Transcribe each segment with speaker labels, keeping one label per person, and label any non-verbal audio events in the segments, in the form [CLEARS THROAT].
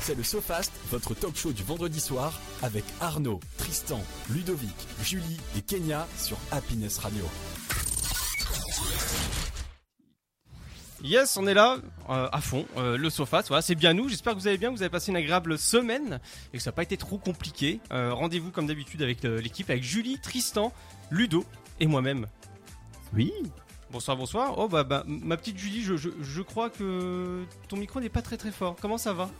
Speaker 1: C'est le SoFast, votre talk show du vendredi soir avec Arnaud, Tristan, Ludovic, Julie et Kenya sur Happiness Radio.
Speaker 2: Yes, on est là euh, à fond. euh, le sofa, voilà, c'est bien nous. J'espère que vous allez bien, que vous avez passé une agréable semaine et que ça n'a pas été trop compliqué. Euh, Rendez-vous comme d'habitude avec euh, l'équipe, avec Julie, Tristan, Ludo et moi-même.
Speaker 3: Oui.
Speaker 2: Bonsoir, bonsoir. Oh bah, bah, ma petite Julie, je, je- je crois que ton micro n'est pas très très fort. Comment ça va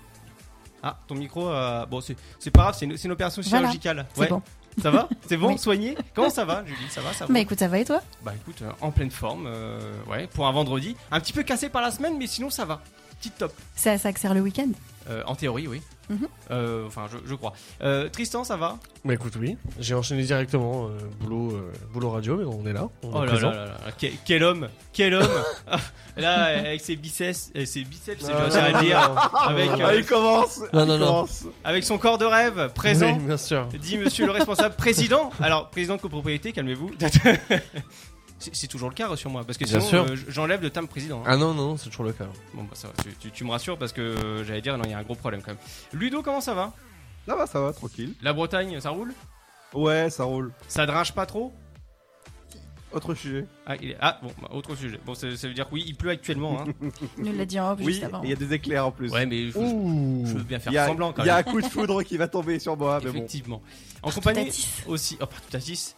Speaker 2: Ah, ton micro, euh, bon c'est c'est pas grave, c'est une, c'est une opération
Speaker 4: Voilà,
Speaker 2: chirurgicale.
Speaker 4: c'est bon.
Speaker 2: Ça
Speaker 4: [LAUGHS]
Speaker 2: va C'est bon,
Speaker 4: Oui.
Speaker 2: soigné Comment ça va, Julie Ça va, ça va
Speaker 4: Bah écoute, ça va et toi
Speaker 2: Bah écoute, euh, en pleine forme, euh, ouais, pour un vendredi. Un petit peu cassé par la semaine, mais sinon ça va. Petit top.
Speaker 4: Ça, ça que sert le week-end
Speaker 2: Euh, en théorie, oui.
Speaker 4: Mhm.
Speaker 2: Euh, Enfin, je, je crois. Euh, Tristan, ça va
Speaker 3: Bah écoute, oui. J'ai enchaîné directement euh, boulot, euh, boulot radio, mais on est là. On est présent.
Speaker 2: Oh là là, que- quel homme Quel
Speaker 4: [LAUGHS]
Speaker 2: homme Ah, Là, avec ses biceps, euh, ses biceps,
Speaker 3: Non,
Speaker 2: j'ai à
Speaker 3: non,
Speaker 2: dire,
Speaker 3: non, Ah,
Speaker 2: avec,
Speaker 3: non,
Speaker 2: euh,
Speaker 5: commence
Speaker 3: Non, non, non.
Speaker 2: avec son corps de rêve présent.
Speaker 3: Oui, bien sûr.
Speaker 2: Dit monsieur le
Speaker 3: [LAUGHS]
Speaker 2: responsable président. Alors, président de copropriété, calmez-vous. [LAUGHS] C'est c'est toujours le cas euh, sur moi, parce que
Speaker 3: Bien
Speaker 2: sinon
Speaker 3: sûr.
Speaker 2: euh, j- j'enlève le terme président. hein.
Speaker 3: Ah non, non, c'est toujours le cas.
Speaker 2: Bon, bah, ça va, tu, tu- tu me rassures parce que euh, j'allais dire, non, il y a un gros problème quand même. Ludo, comment ça va
Speaker 5: Ça va, ça va, tranquille.
Speaker 2: La Bretagne, ça roule
Speaker 5: Ouais, ça roule.
Speaker 2: Ça drinche pas trop
Speaker 5: Autre sujet.
Speaker 2: ah, il est- ah, bon, bah, autre sujet. Bon, ça, ça veut dire que oui, il pleut actuellement. hein.
Speaker 4: [LAUGHS] Nous l'a dit en off
Speaker 5: Oui,
Speaker 4: juste avant.
Speaker 5: il y a des éclairs en plus.
Speaker 2: ouais, mais je,
Speaker 3: Ouh.
Speaker 2: je veux bien faire
Speaker 5: Il y a,
Speaker 2: semblant quand
Speaker 5: il y a
Speaker 2: même.
Speaker 5: un coup de foudre qui va tomber sur moi, mais bon.
Speaker 2: Effectivement. En compagnie
Speaker 4: Tatis.
Speaker 2: aussi. Oh, partout à 10.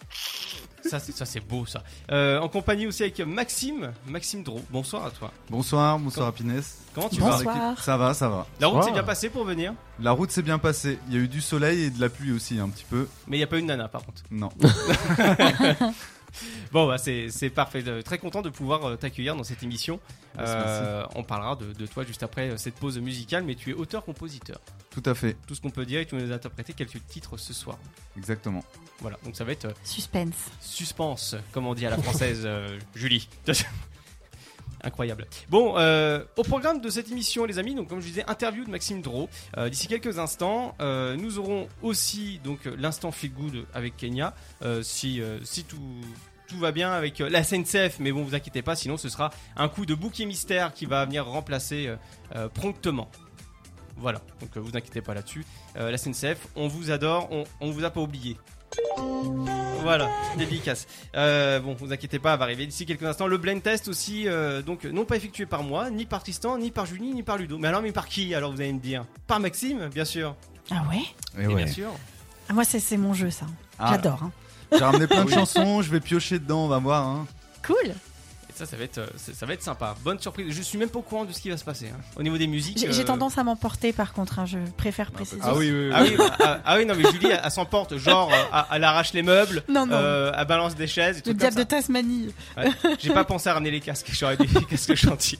Speaker 2: Ça, c'est- ça, c'est beau ça. Euh, en compagnie aussi avec Maxime. Maxime Dro. Bonsoir à toi.
Speaker 6: Bonsoir, bonsoir Happiness.
Speaker 2: Comment tu vas
Speaker 4: Bonsoir.
Speaker 6: Ça va, ça va.
Speaker 2: La route s'est
Speaker 3: Bonsoir.
Speaker 2: bien passée pour venir,
Speaker 6: La route s'est bien passée. Il y a eu du soleil et de la pluie aussi, un petit peu.
Speaker 2: mais il n'y a pas une nana par contre.
Speaker 6: Non.
Speaker 2: [LAUGHS] Bon, bah, c'est c'est parfait. Euh, Très content de pouvoir euh, t'accueillir dans cette émission.
Speaker 6: Bah, Merci,
Speaker 2: Euh, on parlera de, de toi juste après euh, cette pause musicale, mais tu es auteur-compositeur.
Speaker 6: Tout à fait.
Speaker 2: Tout ce qu'on peut dire et tu nous as interprété quelques titres ce soir.
Speaker 6: Exactement.
Speaker 2: Voilà, donc ça va être euh,
Speaker 4: Suspense.
Speaker 2: suspense, comme on dit à la française, euh, Julie. [LAUGHS] Incroyable. Bon, euh, au programme de cette émission, les amis, donc comme je disais, interview de Maxime Drault. Euh, D'ici quelques instants, euh, nous aurons aussi donc euh, l'instant feel good avec Kenya, Euh, si euh, si tout tout va bien avec euh, la SNCF, mais bon, vous inquiétez pas, sinon ce sera un coup de bouquet mystère qui va venir remplacer euh, euh, promptement. Voilà, donc euh, vous inquiétez pas là-dessus. Euh, la SNCF, on vous adore, on, on vous a pas oublié. Voilà, dédicace. Euh, bon, vous inquiétez pas, va arriver d'ici quelques instants. Le blend test aussi, euh, donc non pas effectué par moi, ni par Tristan, ni par Julie, ni par Ludo. Mais alors, mais par qui Alors vous allez me dire Par Maxime, bien sûr.
Speaker 4: Ah ouais
Speaker 6: Et
Speaker 5: Eh
Speaker 2: Et
Speaker 6: Eh ouais.
Speaker 2: Bien sûr.
Speaker 4: Ah, Moi, c'est c'est mon jeu, ça.
Speaker 6: Ah,
Speaker 4: J'adore. hein.
Speaker 6: J'ai ramené
Speaker 2: [LAUGHS]
Speaker 6: plein de chansons, je vais piocher dedans, on va voir. hein.
Speaker 4: Cool.
Speaker 2: Et ça, ça va être, euh, ça, ça va être sympa. Bonne surprise. Je suis même pas au courant de ce qui va se passer hein. au niveau des musiques.
Speaker 4: J'ai j'ai
Speaker 2: euh,
Speaker 4: tendance à m'emporter, par contre. hein, Je préfère préciser.
Speaker 5: Ah oui, oui, oui.
Speaker 2: Ah oui, ah, ah oui, non mais Julie, elle, elle s'emporte, genre, euh, elle, elle arrache les meubles,
Speaker 4: Non, non.
Speaker 2: euh, elle balance des chaises, et
Speaker 4: Le
Speaker 2: tout comme
Speaker 4: diable de
Speaker 2: ça.
Speaker 4: Tasmanie.
Speaker 2: J'ai pas pensé à ramener les casques, j'aurais des [LAUGHS] casques
Speaker 4: [LAUGHS]
Speaker 2: chantier.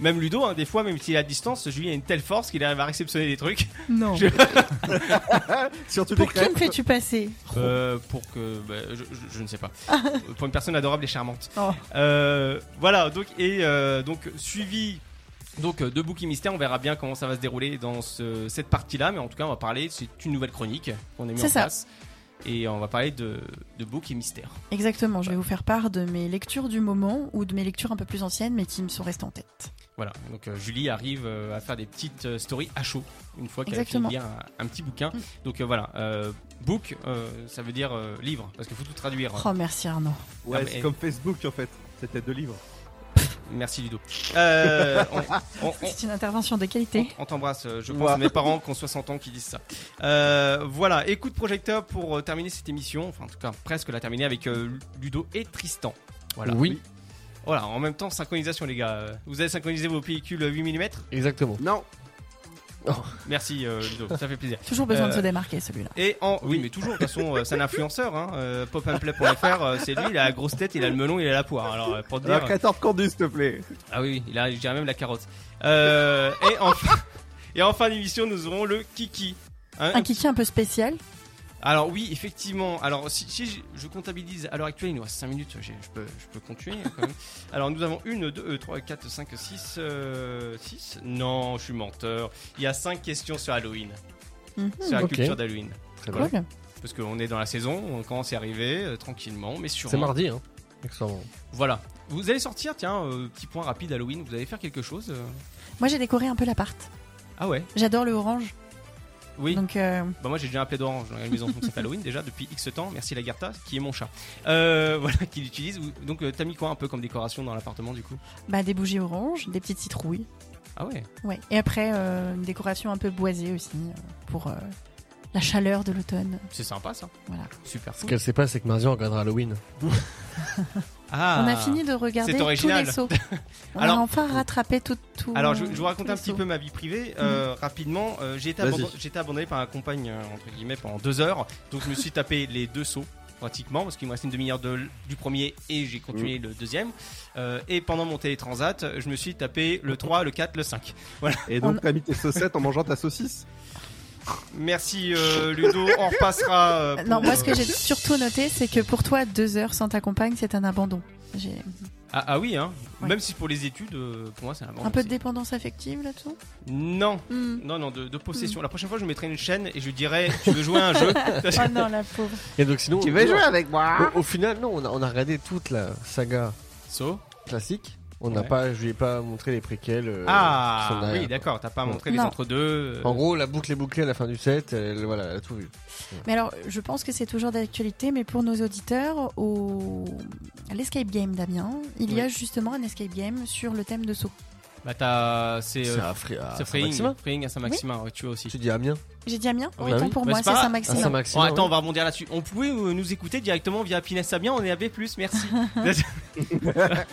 Speaker 2: Même Ludo, hein, des fois, même s'il est à distance, Julie a une telle force qu'il arrive à réceptionner des trucs.
Speaker 4: Non.
Speaker 2: Je-
Speaker 5: Surtout les
Speaker 4: Pour qui
Speaker 5: crêpes.
Speaker 4: me fais-tu passer
Speaker 2: Euh, pour que bah, je, je- je ne
Speaker 4: [LAUGHS]
Speaker 2: sais pas pour une personne adorable et charmante
Speaker 4: Oh.
Speaker 2: Euh, voilà donc et euh, donc suivi donc euh, de Bookie Mystère on verra bien comment ça va se dérouler dans ce- cette partie là mais en tout cas on va parler c'est une nouvelle chronique qu'on a mis
Speaker 4: C'est
Speaker 2: en
Speaker 4: ça.
Speaker 2: place et on va parler de, de Book et Mystère
Speaker 4: Exactement, je vais vous faire part de mes lectures du moment ou de mes lectures un peu plus anciennes mais qui me sont restées en tête.
Speaker 2: Voilà, donc euh, Julie arrive euh, à faire des petites euh, stories à chaud une fois qu'elle a fini
Speaker 4: Exactement.
Speaker 2: de lire un, un petit bouquin.
Speaker 4: Mm.
Speaker 2: Donc euh, voilà, euh, book, euh, ça veut dire euh, livre, parce qu'il faut tout traduire.
Speaker 4: Oh, merci Arnaud.
Speaker 2: Ah,
Speaker 5: Ouais,
Speaker 2: mais-
Speaker 5: c'est comme Facebook en fait. C'était deux livres. [LAUGHS]
Speaker 2: Merci Ludo. Euh, on- on- on-
Speaker 4: C'est une intervention de qualité.
Speaker 2: On t'embrasse, euh, je pense
Speaker 5: Ouah.
Speaker 2: à mes parents qui ont 60 ans qui disent ça. Euh, voilà, écoute projecteur pour euh, terminer cette émission, enfin en tout cas presque la terminer avec euh, Ludo et Tristan. Voilà.
Speaker 3: Oui,
Speaker 2: Voilà, en même temps, synchronisation les gars. Euh, Vous avez synchronisé vos pellicules 8 mm
Speaker 3: exactement.
Speaker 5: Non.
Speaker 2: Merci euh, Ludo, ça fait plaisir.
Speaker 4: [LAUGHS] Toujours besoin de
Speaker 2: Euh,
Speaker 4: se démarquer celui-là.
Speaker 2: Et en... Oui mais toujours, de toute façon, euh, c'est un influenceur, hein. euh, popandplay.fr, euh, c'est lui, il a la grosse tête, il a le melon, il a la poire. Alors euh, pour te dire...
Speaker 5: Alors, 14 conduits, s'il te plaît.
Speaker 2: Ah oui, oui, il a, je dirais même la carotte. Euh, et, en fin... et en fin d'émission, nous aurons le Kiki. Hein,
Speaker 4: Un kiki un peu spécial.
Speaker 2: Alors oui, effectivement. Alors si, si je- je comptabilise à l'heure actuelle, il nous reste 5 minutes, j'ai- je peux, je peux continuer quand même. Alors nous avons euh, 1, 2, 3, 4, 5, 6, 6. euh, Non, je suis menteur. Il y a 5 questions sur Halloween,
Speaker 4: Mhm,
Speaker 2: sur la
Speaker 3: ok.
Speaker 2: culture d'Halloween.
Speaker 3: Très bien.
Speaker 4: Cool.
Speaker 2: Parce qu'on est dans la saison, on commence à y arriver euh, tranquillement, mais sûrement.
Speaker 3: C'est mardi, hein. Excellent.
Speaker 2: Voilà. Vous allez sortir, tiens, euh, petit point rapide Halloween, vous allez faire quelque chose euh,
Speaker 4: Moi j'ai décoré un peu l'appart.
Speaker 2: Ah ouais
Speaker 4: J'adore le orange.
Speaker 2: Oui.
Speaker 4: Donc, euh,
Speaker 2: Bah moi j'ai déjà un plaid orange dans la maison, donc c'est Halloween déjà depuis X temps. Merci Lagarta, qui est mon chat. Euh, [LAUGHS] voilà, qui l'utilise. Ou- Donc euh, t'as mis quoi un peu comme décoration dans l'appartement du coup
Speaker 4: bah, des bougies oranges, des petites citrouilles.
Speaker 2: Ah ouais.
Speaker 4: Ouais. Et après, euh, une décoration un peu boisée aussi euh, pour euh, la chaleur de l'automne.
Speaker 2: C'est sympa ça.
Speaker 4: Voilà.
Speaker 2: Super
Speaker 3: Ce
Speaker 2: cool.
Speaker 3: qu'elle sait pas, c'est que Marzia regardera Halloween.
Speaker 2: [LAUGHS] Ah.
Speaker 4: On a fini de regarder
Speaker 2: c'est
Speaker 4: tous
Speaker 2: original. [LAUGHS]
Speaker 4: les sauts. On
Speaker 2: Alors-
Speaker 4: a enfin rattrapé tout. tout
Speaker 2: Alors, je, je vous raconte
Speaker 4: tous
Speaker 2: un
Speaker 4: les Mhm.
Speaker 2: petit
Speaker 4: sauts.
Speaker 2: peu ma vie privée euh, rapidement. euh, j'ai été,
Speaker 5: Vas-y.
Speaker 2: abandon- j'ai été abandonné par ma compagne euh, entre guillemets pendant deux heures, donc je me suis tapé les deux sauts pratiquement parce qu'il me restait une demi-heure de l- du premier et j'ai continué
Speaker 5: Mhm.
Speaker 2: le deuxième. Euh, et pendant mon télétransat, je me suis tapé le 3, le 4, le 5.
Speaker 5: Et
Speaker 4: On-
Speaker 5: donc, t'as mis tes saucettes en mangeant ta saucisse
Speaker 2: Merci euh, Ludo, on repassera. euh,
Speaker 4: Non,
Speaker 2: pour,
Speaker 4: moi, ce que
Speaker 2: euh,
Speaker 4: j'ai surtout noté, c'est que pour toi, deux heures sans ta compagne, c'est un abandon. J'ai
Speaker 2: Ah, ah oui, hein.
Speaker 4: Ouais.
Speaker 2: Même si pour les études, euh, pour moi c'est un bon
Speaker 4: un peu de
Speaker 2: conseil.
Speaker 4: dépendance affective là-dessous.
Speaker 2: Non,
Speaker 4: Hmm.
Speaker 2: non, non, de, de possession. La prochaine fois, je mettrai une chaîne et je lui dirai, tu veux jouer à
Speaker 4: [LAUGHS]
Speaker 2: un jeu
Speaker 4: Oh non, la pauvre.
Speaker 3: Et donc sinon,
Speaker 5: Tu
Speaker 3: on-
Speaker 5: veux jouer avec moi
Speaker 3: au, au final, non, on a, on a regardé toute la saga
Speaker 2: So.
Speaker 3: classique. On n'a
Speaker 2: Ouais.
Speaker 3: pas, je lui ai pas montré les préquels. euh, qui sont
Speaker 2: Ah
Speaker 3: derrière.
Speaker 2: oui, d'accord, t'as pas montré les
Speaker 4: Non.
Speaker 2: entre-deux. euh,
Speaker 3: En gros, la boucle est bouclée à la fin du set. Elle, voilà, elle a tout vu.
Speaker 4: Mais alors, je pense que c'est toujours d'actualité, mais pour nos auditeurs, au... à l'escape game, Damien, il y a justement un escape game sur le thème de saut.
Speaker 2: Bah t'as. C'est.
Speaker 3: C'est
Speaker 2: euh,
Speaker 3: à Fri- à
Speaker 2: C'est
Speaker 3: Saint-Maximin.
Speaker 2: Freeing, Freeing à Saint-Maximin, ouais, tu vois aussi.
Speaker 3: Tu dis Amiens
Speaker 4: J'ai dit Amiens
Speaker 2: Oui.
Speaker 4: Autant
Speaker 3: Bah
Speaker 4: pour
Speaker 2: oui.
Speaker 4: moi,
Speaker 2: Bah, c'est
Speaker 4: c'est
Speaker 2: pas grave.
Speaker 3: À
Speaker 4: Saint-Maximin.
Speaker 2: Oh,
Speaker 3: Saint-Maximin.
Speaker 2: attends, on
Speaker 3: ouais.
Speaker 2: va rebondir là-dessus. On pouvait euh, nous écouter directement via Happiness Sabien, on est AB,
Speaker 4: [LAUGHS]
Speaker 2: merci. [LAUGHS]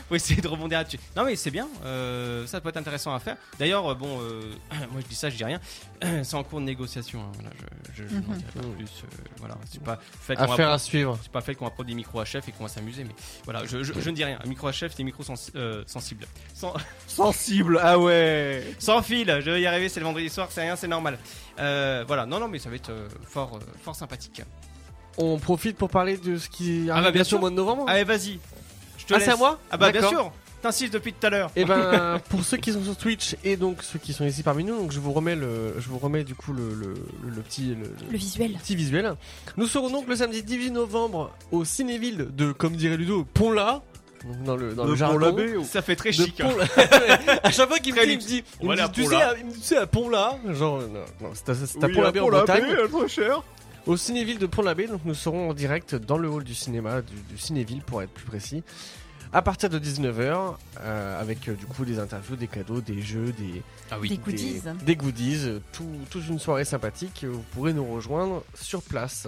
Speaker 2: Faut essayer de rebondir là-dessus. Non, mais c'est bien, euh, ça peut être intéressant à faire. D'ailleurs, euh, bon, euh, [CLEARS THROAT] moi je dis ça, je dis rien. [CLEARS THROAT] c'est en cours de négociation, hein, voilà, je, je, je n'en
Speaker 4: Mhm.
Speaker 2: dirai pas plus. euh, voilà, c'est pas, fait qu'on va
Speaker 3: Affaire à suivre.
Speaker 2: C'est pas fait qu'on va prendre des micros à chef et qu'on va s'amuser, mais voilà, je, je- je ne dis rien. Un micro à chef, c'est des micros sensi- euh, sensibles. Sans,
Speaker 5: [LAUGHS] Sensible, ah ouais
Speaker 2: sans fil, je vais y arriver, c'est le vendredi soir, c'est rien, c'est normal. Euh, voilà, non, non, mais ça va être euh, fort, euh, fort sympathique.
Speaker 3: On profite pour parler de ce qui
Speaker 2: Ah
Speaker 3: arrive
Speaker 2: bah, bien
Speaker 3: bientôt
Speaker 2: sûr.
Speaker 3: au mois de novembre.
Speaker 2: Allez, vas-y. Je te
Speaker 3: Ah,
Speaker 2: laisse.
Speaker 3: c'est à moi
Speaker 2: Ah, bah bien
Speaker 3: D'accord.
Speaker 2: sûr, t'insistes depuis tout à l'heure.
Speaker 3: Et
Speaker 2: [LAUGHS]
Speaker 3: ben pour ceux qui sont sur Twitch et donc ceux qui sont ici parmi nous, donc je vous remets le, je vous remets du coup le, le, le- le petit le, le
Speaker 4: Le visuel.
Speaker 3: petit visuel. Nous serons donc le samedi 18 novembre au Cinéville de, comme dirait Ludo, Pont-la, donc dans le dans le,
Speaker 5: Le
Speaker 3: jardin.
Speaker 5: bon l'abbé ou-
Speaker 2: Ça fait très
Speaker 3: de
Speaker 2: chic. hein.
Speaker 3: Pont-la. [LAUGHS] à chaque fois qu'il me
Speaker 2: Très
Speaker 3: dit, il me
Speaker 2: luxe.
Speaker 3: dit,
Speaker 2: On
Speaker 3: il me
Speaker 2: va
Speaker 3: dit,
Speaker 2: aller à
Speaker 3: tu, sais,
Speaker 2: Pont-la.
Speaker 3: à, il me dit, tu sais à Pont-la, genre euh, non, non, c'est à, c'est à
Speaker 5: Oui,
Speaker 3: Pont-la-Baie en
Speaker 5: pour la
Speaker 3: Bretagne.
Speaker 5: baie, trop cher
Speaker 3: Au Cinéville de Pont-l'Abbé, donc nous serons en direct dans le hall du cinéma, du, du Cinéville pour être plus précis, à partir de 19h, euh, avec euh, du coup des interviews, des cadeaux, des jeux, des,
Speaker 2: Ah oui.
Speaker 4: Des goodies.
Speaker 3: des, des goodies, euh, tout, toute une soirée sympathique. euh, Vous pourrez nous rejoindre sur place.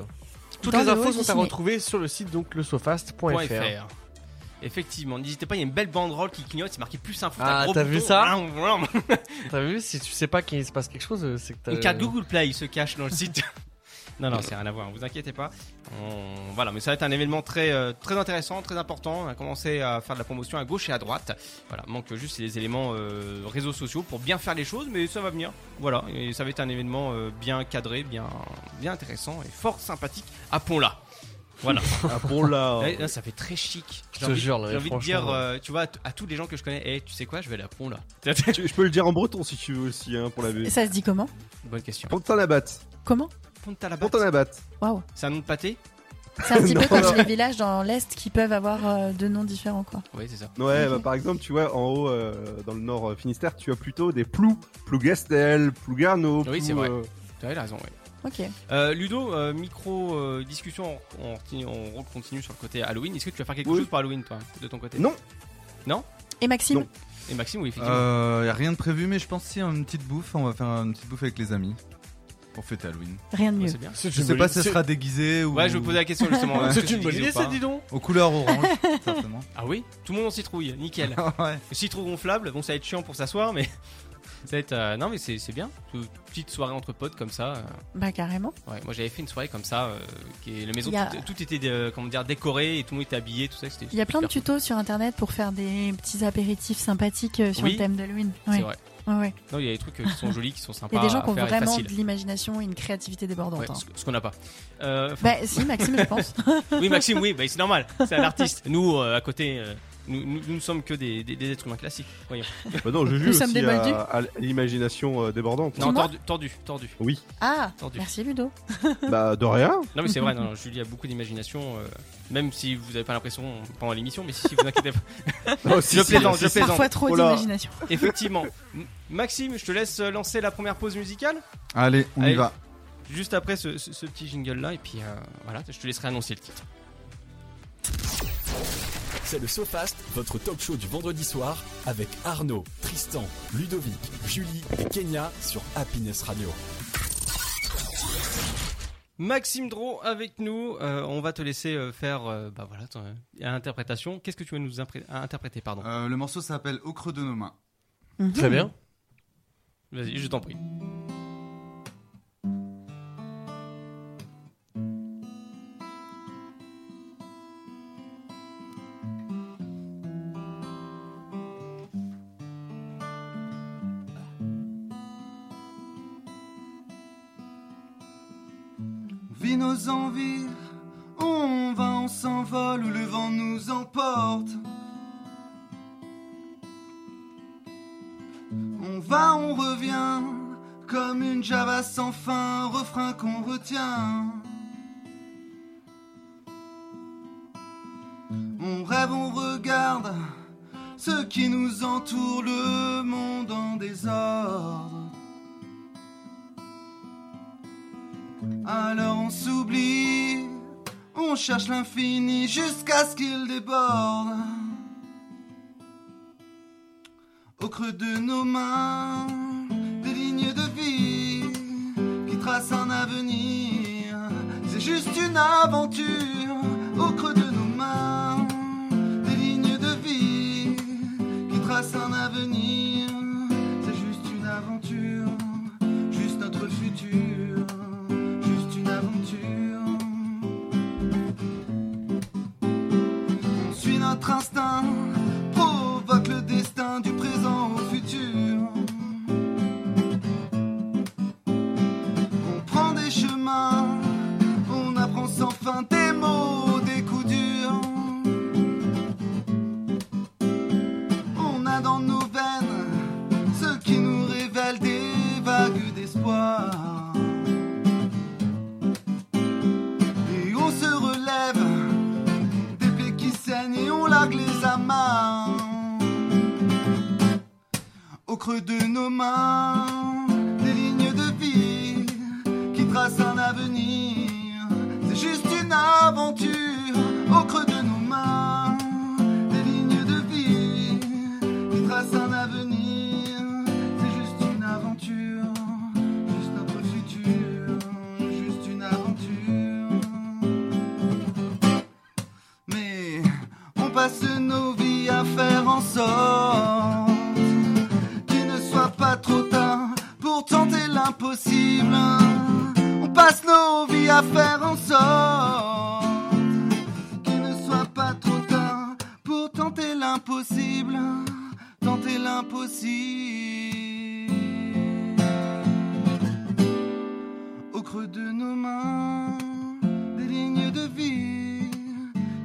Speaker 3: Toutes
Speaker 4: Dans
Speaker 3: les
Speaker 4: le hall
Speaker 3: infos
Speaker 4: du
Speaker 3: sont à
Speaker 4: ciné.
Speaker 3: retrouver sur le site donc lesofast.fr.
Speaker 2: Point FR. Effectivement, n'hésitez pas, il y a une belle banderole qui clignote, c'est marqué plus info.
Speaker 3: Ah,
Speaker 2: un gros
Speaker 3: t'as vu
Speaker 2: bouton.
Speaker 3: ça
Speaker 2: Voilà, voilà.
Speaker 3: [LAUGHS] T'as vu si tu sais pas qu'il se passe quelque chose, euh, c'est que t'as Ah,
Speaker 2: Une carte Google Play se cache dans le site. [LAUGHS] non, non, c'est rien à voir, vous inquiétez pas. On- Voilà, mais ça va être un événement très, euh, très intéressant, très important. On a commencé à faire de la promotion à gauche et à droite. Voilà, manque juste les éléments euh, réseaux sociaux pour bien faire les choses, mais ça va venir. Voilà, et ça va être un événement euh, bien cadré, bien, bien intéressant et fort sympathique à Pont-là.
Speaker 3: [LAUGHS]
Speaker 2: Voilà,
Speaker 5: Ah bon là
Speaker 2: Ouais, là, ça fait très chic.
Speaker 3: hein. Je
Speaker 2: J'ai
Speaker 3: te
Speaker 2: envie-
Speaker 3: jure, là,
Speaker 2: j'ai envie de dire,
Speaker 3: franchement,
Speaker 2: euh, tu vois, à t- à tous les gens que je connais, Eh, tu sais quoi, je vais aller à Pont-là.
Speaker 5: Tu- Je peux le dire en breton si tu veux aussi, hein, pour la baie.
Speaker 4: Ça se dit comment
Speaker 2: Bonne question.
Speaker 5: Pontanabatte.
Speaker 4: Comment
Speaker 2: Pont-à-la-Batte,
Speaker 5: Pontanabatte.
Speaker 4: Waouh.
Speaker 2: c'est un nom de
Speaker 5: [LAUGHS]
Speaker 2: pâté
Speaker 3: [LAUGHS]
Speaker 4: C'est un petit peu
Speaker 5: Non.
Speaker 4: comme les villages dans l'Est qui peuvent avoir euh, deux noms différents, quoi.
Speaker 2: Oui, c'est ça.
Speaker 5: Ouais,
Speaker 4: Ok.
Speaker 5: bah, par exemple, tu vois, en haut, euh, dans le nord euh, Finistère, tu as plutôt des Plou, Plougastel, Plougarno.
Speaker 2: Oui,
Speaker 5: Plou,
Speaker 2: c'est vrai.
Speaker 5: euh,
Speaker 2: Tu as raison, ouais.
Speaker 4: Ok.
Speaker 2: Euh, Ludo, euh, micro euh, discussion, on, on- on continue sur le côté Halloween. Est-ce que tu vas faire quelque
Speaker 5: Oui.
Speaker 2: chose pour Halloween, toi, de ton côté
Speaker 5: Non,
Speaker 4: Et Maxime
Speaker 5: Non.
Speaker 2: Et Maxime, oui, effectivement.
Speaker 6: Euh, y a rien de prévu, mais je pense si une petite bouffe, on va faire une petite bouffe avec les amis pour fêter Halloween.
Speaker 4: Rien de
Speaker 2: Ouais,
Speaker 4: mieux.
Speaker 2: c'est bien.
Speaker 6: Je sais pas si ça sera déguisé ou
Speaker 2: Ouais, je me posais la question justement.
Speaker 6: Ouais.
Speaker 2: Est-ce
Speaker 3: [LAUGHS]
Speaker 2: que
Speaker 3: C'est une
Speaker 2: tu
Speaker 3: bonne
Speaker 2: disais
Speaker 3: idée,
Speaker 2: ou pas
Speaker 3: ça, dis donc.
Speaker 6: aux couleurs
Speaker 3: [LAUGHS]
Speaker 2: [LAUGHS]
Speaker 6: orange, certainement.
Speaker 2: Ah oui Tout le monde en citrouille, nickel.
Speaker 6: [LAUGHS] ouais.
Speaker 2: Citrouille gonflable, bon, ça va être chiant pour s'asseoir, mais. [LAUGHS] ça va être, euh, non, mais c'est c'est bien. Une Petite soirée entre potes comme ça. euh,
Speaker 4: Bah, carrément.
Speaker 2: Ouais, moi j'avais fait une soirée comme ça, euh, qui est la maison,
Speaker 4: Il y a-
Speaker 2: tout, tout était euh, comment dire, décoré et tout le monde était habillé, tout ça. c'était
Speaker 4: Il y a plein de
Speaker 2: super
Speaker 4: tutos sur internet pour faire des petits apéritifs sympathiques euh, sur
Speaker 2: Oui.
Speaker 4: le thème d'Halloween.
Speaker 2: cool.
Speaker 4: Ouais.
Speaker 2: C'est vrai.
Speaker 4: Ouais, ouais.
Speaker 2: Non, il y a des trucs euh, qui sont jolis, qui sont sympas.
Speaker 4: Il y a des gens
Speaker 2: à
Speaker 4: qui ont
Speaker 2: faire et
Speaker 4: vraiment de
Speaker 2: faciles.
Speaker 4: l'imagination et une créativité débordante.
Speaker 2: Ouais,
Speaker 4: hein.
Speaker 2: ce ce qu'on n'a pas. Euh,
Speaker 4: Bah, si, Maxime, je pense.
Speaker 2: [LAUGHS]
Speaker 4: [LAUGHS]
Speaker 2: Oui, Maxime, oui, bah, c'est normal. C'est un artiste. Nous, euh, à côté, euh, Nous, nous, nous ne sommes que des, des- des êtres humains classiques. Voyons.
Speaker 5: Bah non, je
Speaker 4: Nous
Speaker 5: joue
Speaker 4: sommes
Speaker 5: aussi
Speaker 4: des
Speaker 5: à,
Speaker 4: moldus.
Speaker 5: à l'imagination euh, débordante.
Speaker 2: Non,
Speaker 4: Dis-moi.
Speaker 2: tordu, tordu, tordu.
Speaker 5: Oui.
Speaker 4: Ah,
Speaker 2: Tordu.
Speaker 4: merci Ludo.
Speaker 5: [LAUGHS] Bah de rien.
Speaker 2: Non, mais c'est vrai,
Speaker 4: [LAUGHS]
Speaker 2: non, non, Julie a beaucoup d'imagination, euh, même si vous n'avez pas l'impression pendant l'émission, mais si, si, vous inquiétez pas.
Speaker 5: [LAUGHS] Non, si,
Speaker 2: Je
Speaker 5: si,
Speaker 2: plaisante,
Speaker 5: si,
Speaker 2: je
Speaker 5: si.
Speaker 2: plaisante.
Speaker 4: Parfois trop
Speaker 5: Oh là.
Speaker 4: d'imagination.
Speaker 2: [LAUGHS] Effectivement. M- Maxime, je te laisse euh, lancer la première pause musicale,
Speaker 6: Allez, on
Speaker 2: Allez.
Speaker 6: y va.
Speaker 2: juste après ce, ce- ce petit jingle-là, et puis euh, voilà, je te laisserai annoncer le titre.
Speaker 1: C'est le SoFast, votre talk show du vendredi soir avec Arnaud, Tristan, Ludovic, Julie et Kenya sur Happiness Radio.
Speaker 2: Maxime Dro avec nous, euh, on va te laisser euh, faire euh, bah voilà, ton, euh, l'interprétation. Qu'est-ce que tu vas nous impré- à interpréter pardon
Speaker 6: Euh, le morceau s'appelle Au creux de nos mains.
Speaker 3: Très bien.
Speaker 2: Vas-y, je t'en prie.
Speaker 6: On vit nos envies, on va, on s'envole où le vent nous emporte. On va, on revient, comme une java sans fin, refrain qu'on retient. On rêve, on regarde ce qui nous entoure, le monde en désordre. Alors on s'oublie, on cherche l'infini jusqu'à ce qu'il déborde. Au creux de nos mains, des lignes de vie qui tracent un avenir. C'est juste une aventure. Au creux de nos mains, des lignes de vie qui tracent un avenir. C'est juste une aventure juste notre futur, juste une aventure. On suit notre instinct, provoque le destin du présent au futur. On prend des chemins, on apprend sans fin des mots, des coups durs. On a dans nos veines ce qui nous révèle des vagues d'espoir. Et on se relève des plaies qui saignent et on largue les amarres. Au creux de nos mains, des lignes de vie qui tracent un avenir. C'est juste une aventure. Au creux de nos mains, des lignes de vie qui tracent un avenir. C'est juste une aventure, juste notre futur, juste une aventure. Mais on passe nos vies à faire en sorte qu'il ne soit pas trop tard pour tenter l'impossible. On passe nos vies à faire en sorte qu'il ne soit pas trop tard pour tenter l'impossible. Tenter l'impossible. Au creux de nos mains, des lignes de vie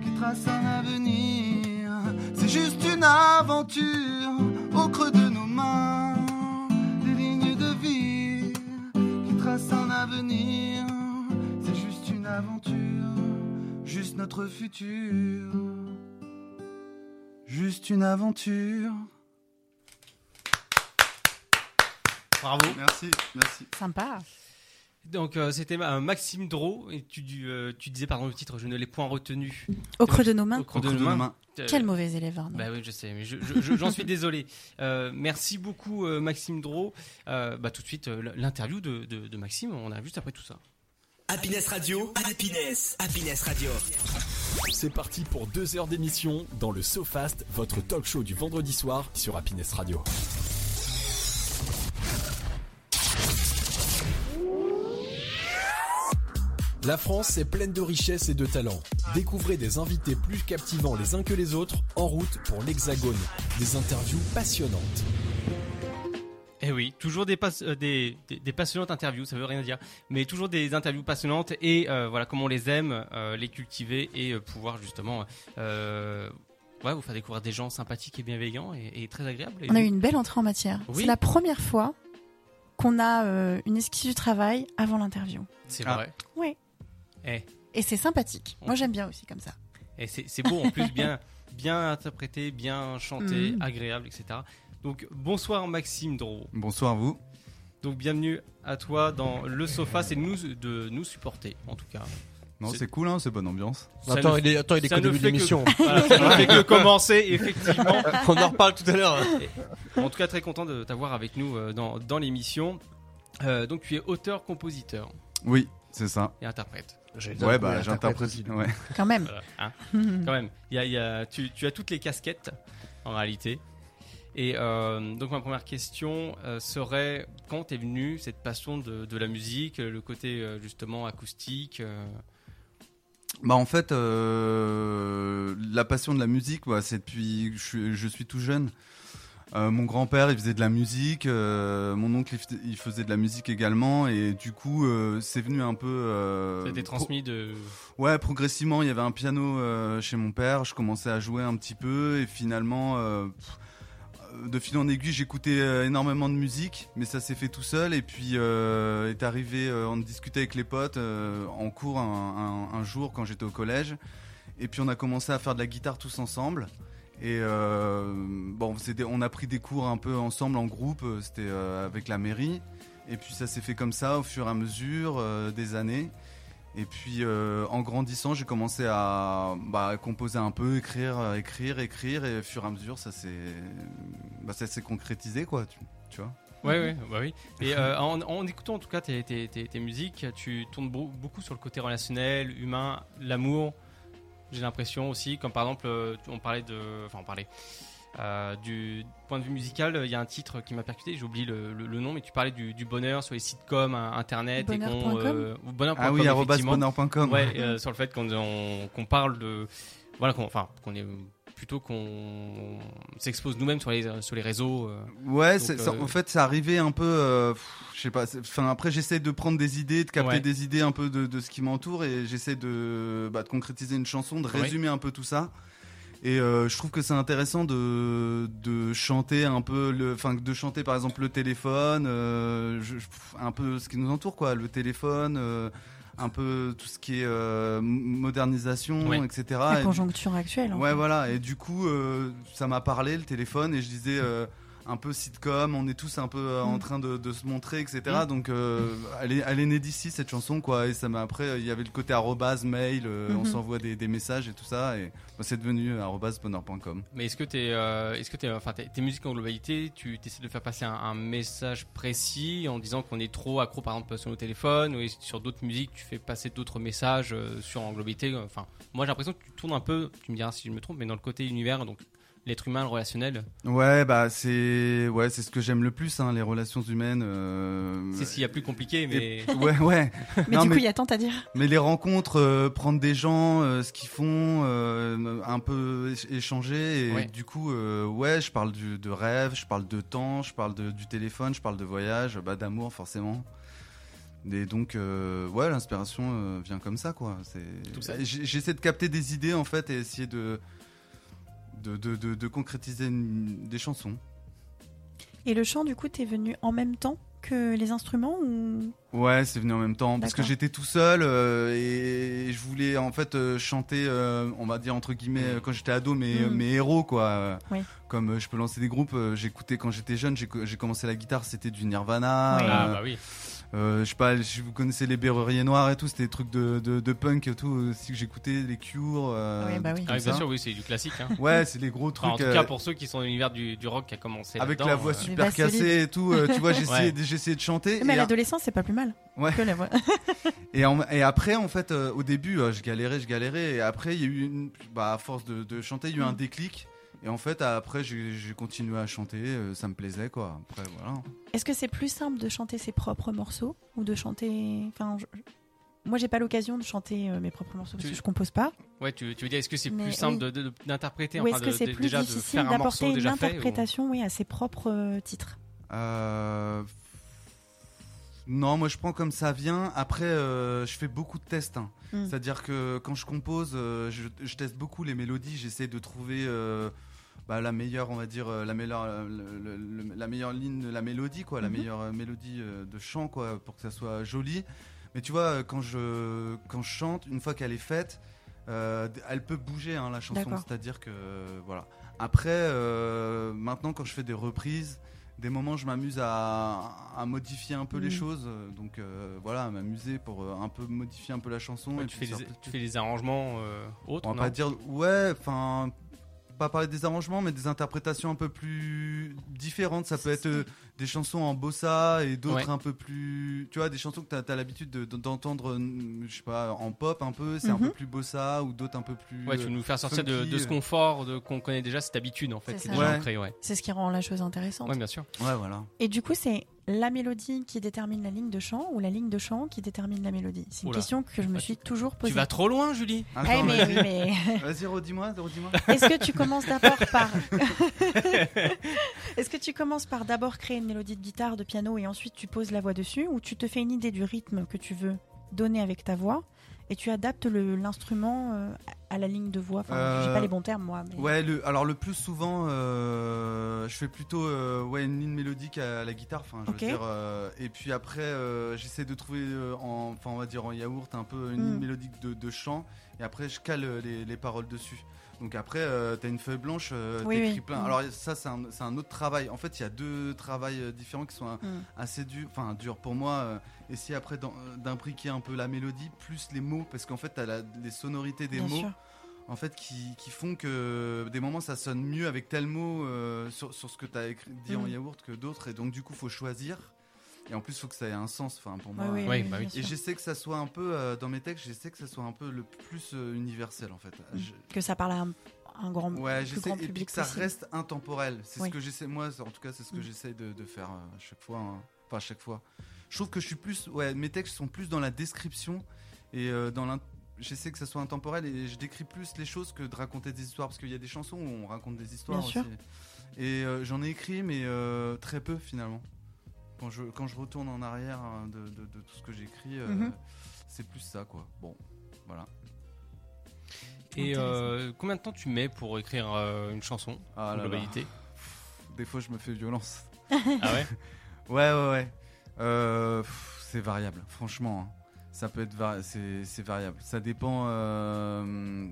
Speaker 6: qui tracent un avenir. C'est juste une aventure. Au creux de nos mains, des lignes de vie qui tracent un avenir. C'est juste une aventure, juste notre futur. Juste une aventure.
Speaker 2: Bravo.
Speaker 6: Merci, merci.
Speaker 4: Sympa.
Speaker 2: Donc euh, c'était euh, Maxime Dro et tu, dis, euh, tu disais pardon le titre, je ne l'ai point retenu.
Speaker 4: Au creux de nos mains.
Speaker 2: Au creux de nos mains. Euh,
Speaker 4: Quel mauvais élève, Arnaud.
Speaker 2: Bah oui, je sais, mais je- je- je- j'en suis désolé. Euh, merci beaucoup, euh, Maxime Dro. Euh, bah, tout de suite, euh, l'interview de, de- de Maxime, on a juste après tout ça.
Speaker 7: Happiness Radio, Happiness, Happiness Radio.
Speaker 1: C'est parti pour deux heures d'émission dans le SoFast, votre talk show du vendredi soir sur Happiness Radio. La France est pleine de richesses et de talents. Découvrez des invités plus captivants les uns que les autres en route pour l'Hexagone. Des interviews passionnantes.
Speaker 2: Eh oui, toujours des, pass- euh, des, des- des passionnantes interviews, ça veut rien dire, mais toujours des interviews passionnantes et euh, voilà comment on les aime, euh, les cultiver et euh, pouvoir justement euh, Ouais, vous faire découvrir des gens sympathiques et bienveillants et, et très agréables. Et
Speaker 4: On a eu une belle entrée en matière.
Speaker 2: Oui.
Speaker 4: C'est la première fois qu'on a euh, une esquisse du travail avant l'interview.
Speaker 2: C'est
Speaker 5: Ah.
Speaker 2: vrai.
Speaker 4: Oui.
Speaker 2: Eh.
Speaker 4: Et c'est sympathique.
Speaker 2: On-
Speaker 4: Moi, j'aime bien aussi comme ça.
Speaker 2: Et c'est c'est beau en plus, bien, [LAUGHS] bien interprété, bien chanté,
Speaker 4: Mhm.
Speaker 2: agréable, etc. Donc bonsoir Maxime Dro.
Speaker 8: Bonsoir à vous.
Speaker 2: Donc bienvenue à toi dans le sofa, c'est de nous de nous supporter en tout cas.
Speaker 8: Non,
Speaker 2: C'est-
Speaker 8: c'est cool, hein, c'est bonne ambiance.
Speaker 2: Ça
Speaker 3: Bah, attends,
Speaker 2: ne-
Speaker 3: il est, attends, il est
Speaker 2: ça
Speaker 3: qu'au
Speaker 2: ne
Speaker 3: début de
Speaker 2: fait que-
Speaker 3: l'émission.
Speaker 2: Voilà, [LAUGHS] ça ne
Speaker 3: [LAUGHS]
Speaker 2: fait que commencer effectivement.
Speaker 3: On en reparle tout à l'heure.
Speaker 2: En tout cas très content de t'avoir avec nous euh, dans, dans l'émission. Euh, donc tu es auteur, compositeur
Speaker 8: [LAUGHS] Oui, c'est ça.
Speaker 2: et interprète.
Speaker 8: Ouais, bah j'interprète. Ouais.
Speaker 4: [LAUGHS] Quand même.
Speaker 2: Voilà, hein. Quand même, il y a- il y a- tu, tu as toutes les casquettes en réalité. Et euh, donc ma première question euh, serait quand est venue cette passion de, de la musique, euh, le côté euh, justement acoustique. euh,
Speaker 8: Bah en fait, euh, la passion de la musique, ouais, c'est depuis que je, suis- je suis tout jeune. Euh, mon grand-père, il faisait de la musique. euh, mon oncle, il fais- il faisait de la musique également. Et du coup, euh, c'est venu un peu. euh,
Speaker 2: ça a été transmis de.
Speaker 8: pro- ouais, progressivement, il y avait un piano euh, chez mon père. Je commençais à jouer un petit peu. Et finalement, euh, pff, de fil en aiguille, j'écoutais euh, énormément de musique. Mais ça s'est fait tout seul. Et puis, euh, est arrivé, euh, on discutait avec les potes euh, en cours un- un- un jour quand j'étais au collège. Et puis on a commencé à faire de la guitare tous ensemble. Et euh, bon, c'était- on a pris des cours un peu ensemble en groupe, euh, c'était euh, avec la mairie. Et puis ça s'est fait comme ça au fur et à mesure euh, des années. Et puis euh, en grandissant, j'ai commencé à bah, composer un peu, écrire, euh, écrire, écrire. Et au fur et à mesure, ça s'est bah, ça s'est concrétisé, quoi. Tu, tu vois
Speaker 2: Ouais, ouais, bah oui. Et euh, en, en écoutant en tout cas tes, tes- tes- tes musiques, tu tournes beau- beaucoup sur le côté relationnel, humain, l'amour. J'ai l'impression aussi, comme par exemple, euh, on parlait de. Enfin, on parlait. euh, du point de vue musical, il y a un titre qui m'a percuté, j'ai oublié le, le- le nom, mais tu parlais du, du bonheur sur les sitcoms, euh, internet, et qu'on. euh,
Speaker 4: Bonheur.com
Speaker 2: ou bonheur.com,
Speaker 8: Ah oui, arobase
Speaker 2: effectivement.
Speaker 8: bonheur.com. [LAUGHS]
Speaker 2: Ouais, et, euh, sur le fait qu'on on- qu'on parle de. Voilà, qu'on enfin, qu'on est. Plutôt qu'on s'expose nous-mêmes sur les, sur les réseaux. euh,
Speaker 8: Ouais,
Speaker 2: Donc,
Speaker 8: c'est- ça-
Speaker 2: euh,
Speaker 8: en fait, ça arrivait un peu. euh, pff, je sais pas. c'est- Enfin, après, j'essaie de prendre des idées, de capter
Speaker 2: Ouais.
Speaker 8: des idées un peu de, de ce qui m'entoure et j'essaie de, bah, de concrétiser une chanson, de
Speaker 2: Ouais.
Speaker 8: résumer un peu tout ça. Et euh, je trouve que c'est intéressant de, de chanter un peu, le- enfin de chanter par exemple le téléphone, euh, je- je- pff, un peu ce qui nous entoure quoi, le téléphone, euh, un peu tout ce qui est euh, m- modernisation,
Speaker 2: Ouais.
Speaker 8: etc.
Speaker 4: La
Speaker 8: Et-
Speaker 4: conjoncture actuelle. en
Speaker 8: Ouais,
Speaker 4: fait.
Speaker 8: voilà. Et du coup, euh, ça m'a parlé le téléphone et je disais euh, un peu sitcom. On est tous un peu euh, en
Speaker 4: Mm.
Speaker 8: train de, de se montrer, etc. Donc, euh, elle, est, elle est née d'ici cette chanson, quoi. Et ça m'a après, il y avait le côté arrobase mail. euh, On
Speaker 4: Mhm.
Speaker 8: s'envoie des, des messages et tout ça. Et bah, c'est devenu euh, arobase bonheur.com.
Speaker 2: Mais est-ce que t'es, euh, est-ce que t'es, enfin, t'es- tes musiques en globalité, tu essaies de faire passer un, un message précis en disant qu'on est trop accro, par exemple, sur nos téléphones ou est-ce que sur d'autres musiques, tu fais passer d'autres messages euh, sur en globalité. euh, Enfin, moi, j'ai l'impression que tu tournes un peu. Tu me diras si je me trompe, mais dans le côté univers, donc l'être humain, le relationnel.
Speaker 8: Ouais, bah c'est ouais, c'est ce que j'aime le plus, hein, les relations humaines. euh,
Speaker 2: C'est s'il y a plus compliqué, mais
Speaker 8: [LAUGHS] Ouais, ouais.
Speaker 4: Mais
Speaker 8: Non,
Speaker 4: du coup,
Speaker 8: mais-
Speaker 4: il y a tant à dire.
Speaker 8: Mais les rencontres, euh, prendre des gens, euh, ce qu'ils font, euh, un peu éch- échanger. Et
Speaker 2: Ouais.
Speaker 8: du coup, euh, ouais, je parle du- de rêve, je parle de temps, je parle de- du téléphone, je parle de voyage, bah, d'amour forcément. Et donc, euh, ouais, l'inspiration euh, vient comme ça, quoi. C'est-
Speaker 2: Tout ça.
Speaker 8: J- J'essaie de capter des idées en fait et essayer de de, de- de- de concrétiser une- des chansons.
Speaker 4: Et le chant, du coup, t'es venu en même temps que les instruments ou...
Speaker 8: Ouais, c'est venu en même temps parce que
Speaker 4: D'accord.
Speaker 8: j'étais tout seul euh, et je voulais en fait euh, chanter, euh, on va dire entre guillemets, euh, quand j'étais ado, mes,
Speaker 4: Mm.
Speaker 8: mes héros quoi. Euh,
Speaker 4: Oui.
Speaker 8: Comme euh, je peux lancer des groupes, euh, j'écoutais quand j'étais jeune, j'ai co- j'ai commencé la guitare, c'était du Nirvana.
Speaker 4: Oui.
Speaker 8: euh,
Speaker 2: ah bah oui.
Speaker 8: euh, je sais pas, je- vous connaissez les Berruriers Noirs et tout, c'était des trucs de, de, de punk et tout aussi que j'écoutais, les Cure. euh,
Speaker 4: Oui, bah
Speaker 8: des trucs
Speaker 2: Ah
Speaker 4: oui.
Speaker 2: oui,
Speaker 8: comme ça.
Speaker 2: bien sûr, oui, c'est du classique. hein.
Speaker 8: Ouais, c'est les gros
Speaker 2: Enfin,
Speaker 8: trucs.
Speaker 2: en tout cas,
Speaker 8: euh,
Speaker 2: pour ceux qui sont dans l'univers du, du rock qui a commencé
Speaker 8: avec
Speaker 2: là-dedans,
Speaker 8: la voix
Speaker 2: euh,
Speaker 8: super
Speaker 4: Des basses
Speaker 8: cassée et tout, euh, tu vois, j'essayais
Speaker 2: [LAUGHS] Ouais.
Speaker 8: j'essayais de chanter.
Speaker 4: Mais à
Speaker 8: et à-
Speaker 4: l'adolescence, c'est pas plus mal.
Speaker 8: Ouais.
Speaker 4: Que
Speaker 8: [LAUGHS]
Speaker 4: la voix.
Speaker 8: Et, en- et après, en fait, euh, au début, euh, je galérais, je galérais. Et après, il y a eu une. Bah, à force de, de chanter, il y a eu un déclic. Et en fait, après, j'ai j'ai continué à chanter. euh, ça me plaisait, quoi. Après, voilà.
Speaker 4: Est-ce que c'est plus simple de chanter ses propres morceaux ou de chanter. Enfin, je- moi, j'ai pas l'occasion de chanter euh, mes propres morceaux parce
Speaker 2: Tu-
Speaker 4: que je compose pas.
Speaker 2: Ouais, tu, tu veux dire, est-ce que c'est
Speaker 4: Mais
Speaker 2: plus simple
Speaker 4: oui.
Speaker 2: de- de- de- d'interpréter,
Speaker 4: ou
Speaker 2: enfin,
Speaker 4: est-ce que
Speaker 2: de-
Speaker 4: c'est
Speaker 2: de-
Speaker 4: plus
Speaker 2: déjà de
Speaker 4: difficile
Speaker 2: faire un morceau
Speaker 4: d'apporter une
Speaker 2: déjà fait ou-
Speaker 4: interprétation oui, à ses propres euh, titres
Speaker 8: Euh, Non, moi je prends comme ça vient. Après, euh, je fais beaucoup de tests. hein.
Speaker 4: Mm.
Speaker 8: C'est-à-dire que quand je compose, euh, je, je teste beaucoup les mélodies. J'essaie de trouver euh, bah, la meilleure, on va dire, euh, la meilleure, euh, le- le- le- la meilleure ligne de la mélodie, quoi, la
Speaker 4: Mhm.
Speaker 8: meilleure euh, mélodie euh, de chant, quoi, pour que ça soit joli. Mais tu vois, euh, quand je, quand je chante, une fois qu'elle est faite, euh, d- elle peut bouger hein, la chanson.
Speaker 4: D'accord.
Speaker 8: C'est-à-dire que euh, voilà. Après, euh, maintenant, quand je fais des reprises, des moments, je m'amuse à, à modifier un peu
Speaker 4: Mm.
Speaker 8: les choses. euh, Donc euh, voilà, à m'amuser pour euh, un peu modifier un peu la chanson.
Speaker 2: Ouais,
Speaker 8: et
Speaker 2: tu, fais
Speaker 8: puis
Speaker 2: les,
Speaker 8: sortir-
Speaker 2: tu fais les arrangements euh, autres.
Speaker 8: on va
Speaker 2: non
Speaker 8: pas dire ouais, enfin pas parler des arrangements, mais des interprétations un peu plus différentes. Ça peut être euh, des chansons en bossa et d'autres
Speaker 2: Ouais.
Speaker 8: un peu plus, tu vois, des chansons que t'as as, l'habitude de- d'entendre, euh, je sais pas, en pop un peu, c'est un
Speaker 4: Mhm.
Speaker 8: peu plus bossa ou d'autres un peu plus.
Speaker 2: Ouais, tu veux nous faire sortir de,
Speaker 8: funky,
Speaker 2: de ce
Speaker 8: euh.
Speaker 2: confort de- qu'on connaît déjà, cette habitude en fait, qui
Speaker 4: C'est
Speaker 2: est
Speaker 4: ça.
Speaker 2: déjà
Speaker 8: Ouais.
Speaker 2: ancrée, ouais.
Speaker 4: C'est ce qui rend la chose intéressante.
Speaker 2: Ouais, bien sûr.
Speaker 8: Ouais, voilà.
Speaker 4: Et du coup, c'est la mélodie qui détermine la ligne de chant ou la ligne de chant qui détermine la mélodie C'est une
Speaker 2: Oula.
Speaker 4: question que je me
Speaker 2: Ah,
Speaker 4: suis toujours posée.
Speaker 2: Tu vas trop loin, Julie.
Speaker 8: Attends,
Speaker 4: Eh, mais,
Speaker 8: vas-y,
Speaker 4: mais- [LAUGHS]
Speaker 8: vas-y, redis-moi, redis-moi.
Speaker 4: Est-ce que tu commences d'abord par Est-ce que tu commences par d'abord créer une mélodie de guitare, de piano et ensuite tu poses la voix dessus ou tu te fais une idée du rythme que tu veux donner avec ta voix et tu adaptes le- l'instrument euh, à la ligne de voix Enfin, j'ai
Speaker 8: Euh,
Speaker 4: pas les bons termes moi mais
Speaker 8: Ouais, le, alors le plus souvent, euh, je fais plutôt euh, ouais, une ligne mélodique à la guitare, enfin, je
Speaker 4: Ok.
Speaker 8: veux dire. euh, et puis après, euh, j'essaie de trouver, euh, en- enfin, on va dire en yaourt, un peu une
Speaker 4: Hmm.
Speaker 8: ligne mélodique de, de chant. Et après, je cale euh, les, les paroles dessus. Donc après, euh, t'as une feuille blanche, euh,
Speaker 4: Oui,
Speaker 8: t'écris
Speaker 4: oui.
Speaker 8: plein.
Speaker 4: Hmm.
Speaker 8: Alors ça, c'est un, c'est un autre travail. En fait, il y a deux travails euh, différents qui sont euh,
Speaker 4: Hmm.
Speaker 8: assez durs, enfin durs pour moi. euh, essayer après d'en- d'imbriquer un peu la mélodie plus les mots, parce qu'en fait, t'as la- les sonorités des
Speaker 4: bien
Speaker 8: mots
Speaker 4: sûr.
Speaker 8: en fait qui, qui font que des moments ça sonne mieux avec tel mot euh, sur, sur ce que tu as écrit, dit en
Speaker 4: Mhm.
Speaker 8: yaourt que d'autres et donc du coup faut choisir et en plus faut que ça ait un sens enfin pour
Speaker 4: Ouais,
Speaker 8: moi
Speaker 4: oui,
Speaker 8: euh,
Speaker 2: Ouais,
Speaker 4: oui,
Speaker 2: bah
Speaker 4: bien
Speaker 2: oui.
Speaker 8: et
Speaker 4: sûr.
Speaker 8: j'essaie que ça soit un peu euh, dans mes textes j'essaie que ça soit un peu le plus euh, universel en fait Je-
Speaker 4: que ça parle à un, un grand
Speaker 8: ouais
Speaker 4: plus
Speaker 8: j'essaie
Speaker 4: grand
Speaker 8: et puis
Speaker 4: public
Speaker 8: que ça
Speaker 4: possible.
Speaker 8: reste intemporel c'est
Speaker 4: Oui.
Speaker 8: ce que j'essaie moi c'est- en tout cas c'est ce que
Speaker 4: Mhm.
Speaker 8: j'essaie de, de faire euh, à chaque fois hein. enfin à chaque fois je trouve que je suis plus ouais mes textes sont plus dans la description et euh, dans l'in- J'essaie que ça soit intemporel et je décris plus les choses que de raconter des histoires parce qu'il y a des chansons où on raconte des histoires
Speaker 4: Bien sûr.
Speaker 8: aussi. Et euh, j'en ai écrit mais euh, très peu finalement. Quand je, quand je retourne en arrière hein, de, de- de tout ce que j'écris, euh,
Speaker 4: Mhm.
Speaker 8: c'est plus ça quoi. Bon, voilà.
Speaker 2: Et
Speaker 4: Intéressant.
Speaker 2: euh, combien de temps tu mets pour écrire euh, une chanson
Speaker 8: Ah
Speaker 2: en
Speaker 8: là là.
Speaker 2: globalité
Speaker 8: Des fois je me fais violence.
Speaker 2: Ah ouais
Speaker 8: [LAUGHS] Ouais, ouais, ouais. Euh, pff, c'est variable, franchement. hein. Ça peut être vari- c'est c'est variable. Ça dépend euh,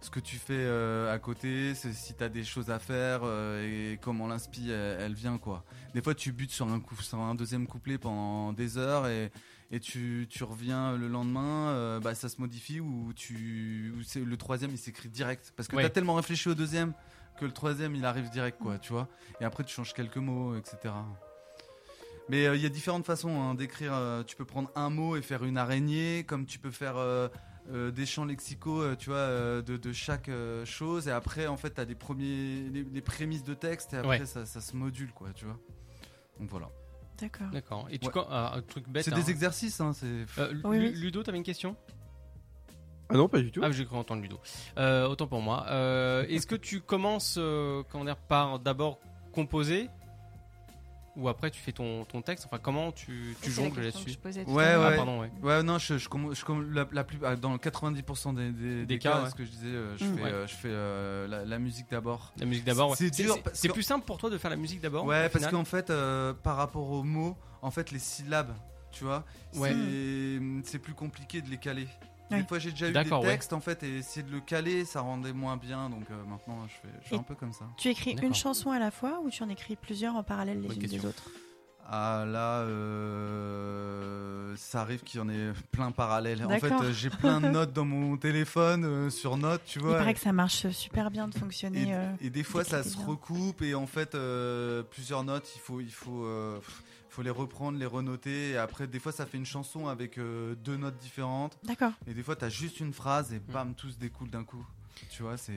Speaker 8: ce que tu fais euh, à côté, c'est si t'as des choses à faire euh, et comment l'inspi elle, elle vient quoi. Des fois tu butes sur un coup, sur un deuxième couplet pendant des heures et, et tu, tu reviens le lendemain, euh, bah ça se modifie ou tu ou c'est le troisième il s'écrit direct parce que
Speaker 2: Ouais.
Speaker 8: t'as tellement réfléchi au deuxième que le troisième il arrive direct quoi, tu vois. Et après tu changes quelques mots, etc. Mais euh, il y a différentes façons hein, d'écrire. euh, tu peux prendre un mot et faire une araignée, comme tu peux faire euh, euh, des champs lexicaux, euh, tu vois, euh, de, de chaque euh, chose. Et après, en fait, t'as les premiers, les, les prémices de texte, et après,
Speaker 2: Ouais.
Speaker 8: ça, ça se module, quoi, tu vois. Donc voilà.
Speaker 4: D'accord.
Speaker 2: D'accord. Et tu
Speaker 8: Ouais.
Speaker 2: quand- ah, un truc bête.
Speaker 8: C'est
Speaker 2: hein.
Speaker 8: des exercices, hein. C'est.
Speaker 2: Euh, Lu-
Speaker 4: Oui, oui.
Speaker 2: Ludo, t'avais une question
Speaker 5: Ah non, pas du tout.
Speaker 2: Ah, j'ai cru entendre Ludo. Euh, autant pour moi. Euh, Est-ce que tu commences euh, comment dire, par d'abord composer ou après tu fais ton, ton texte Enfin, comment tu, tu
Speaker 4: C'est la
Speaker 2: jongles
Speaker 4: question que
Speaker 2: là-dessus
Speaker 4: je posais tout
Speaker 8: Ouais,
Speaker 4: à l'heure.
Speaker 2: Ah,
Speaker 8: ouais.
Speaker 2: pardon, ouais.
Speaker 8: Ouais, non, je, je, comm- je comm- la, la plus, ah, dans 90% des, des, des
Speaker 2: cas,
Speaker 8: cas,
Speaker 2: ouais.
Speaker 8: ce que je disais, euh, je
Speaker 4: Mm.
Speaker 8: fais,
Speaker 2: Ouais.
Speaker 8: euh, je fais euh, la- la musique d'abord.
Speaker 2: La musique d'abord, ouais.
Speaker 8: C'est dur
Speaker 2: c'est-
Speaker 8: parce
Speaker 2: C'est
Speaker 8: que-
Speaker 2: plus simple pour toi de faire la musique d'abord
Speaker 8: Ouais,
Speaker 2: au
Speaker 8: parce
Speaker 2: final
Speaker 8: qu'en fait, euh, par rapport aux mots, en fait, les syllabes, tu vois,
Speaker 2: Ouais.
Speaker 8: c'est- mm, c'est plus compliqué de les caler.
Speaker 4: Ouais.
Speaker 8: Des fois, j'ai déjà eu des
Speaker 2: D'accord, ouais.
Speaker 8: textes, en fait, et essayer de le caler, ça rendait moins bien, donc euh, maintenant, je fais, je fais
Speaker 4: Et-
Speaker 8: un peu comme ça.
Speaker 4: Tu écris une
Speaker 2: D'accord.
Speaker 4: chanson à la fois ou tu en écris plusieurs en parallèle les
Speaker 2: Bonne
Speaker 4: unes des
Speaker 2: question.
Speaker 4: autres
Speaker 8: Ah là, euh, ça arrive qu'il y en ait plein parallèle. En fait,
Speaker 4: D'accord.
Speaker 8: euh, j'ai plein
Speaker 4: [LAUGHS]
Speaker 8: de notes dans mon téléphone, euh, sur notes, tu
Speaker 4: Il
Speaker 8: vois.
Speaker 4: paraît que ça marche super bien de fonctionner.
Speaker 8: Et,
Speaker 4: euh,
Speaker 8: et des fois, ça
Speaker 4: d'éclater
Speaker 8: se
Speaker 4: bien.
Speaker 8: recoupe et en fait, euh, plusieurs notes, il faut, il faut, euh, pff, faut les reprendre, les renoter. Et après, des fois, ça fait une chanson avec euh, deux notes différentes.
Speaker 4: D'accord.
Speaker 8: Et des fois, t'as juste une phrase
Speaker 4: Mm.
Speaker 8: et bam, tout se découle d'un coup. Tu vois, c'est,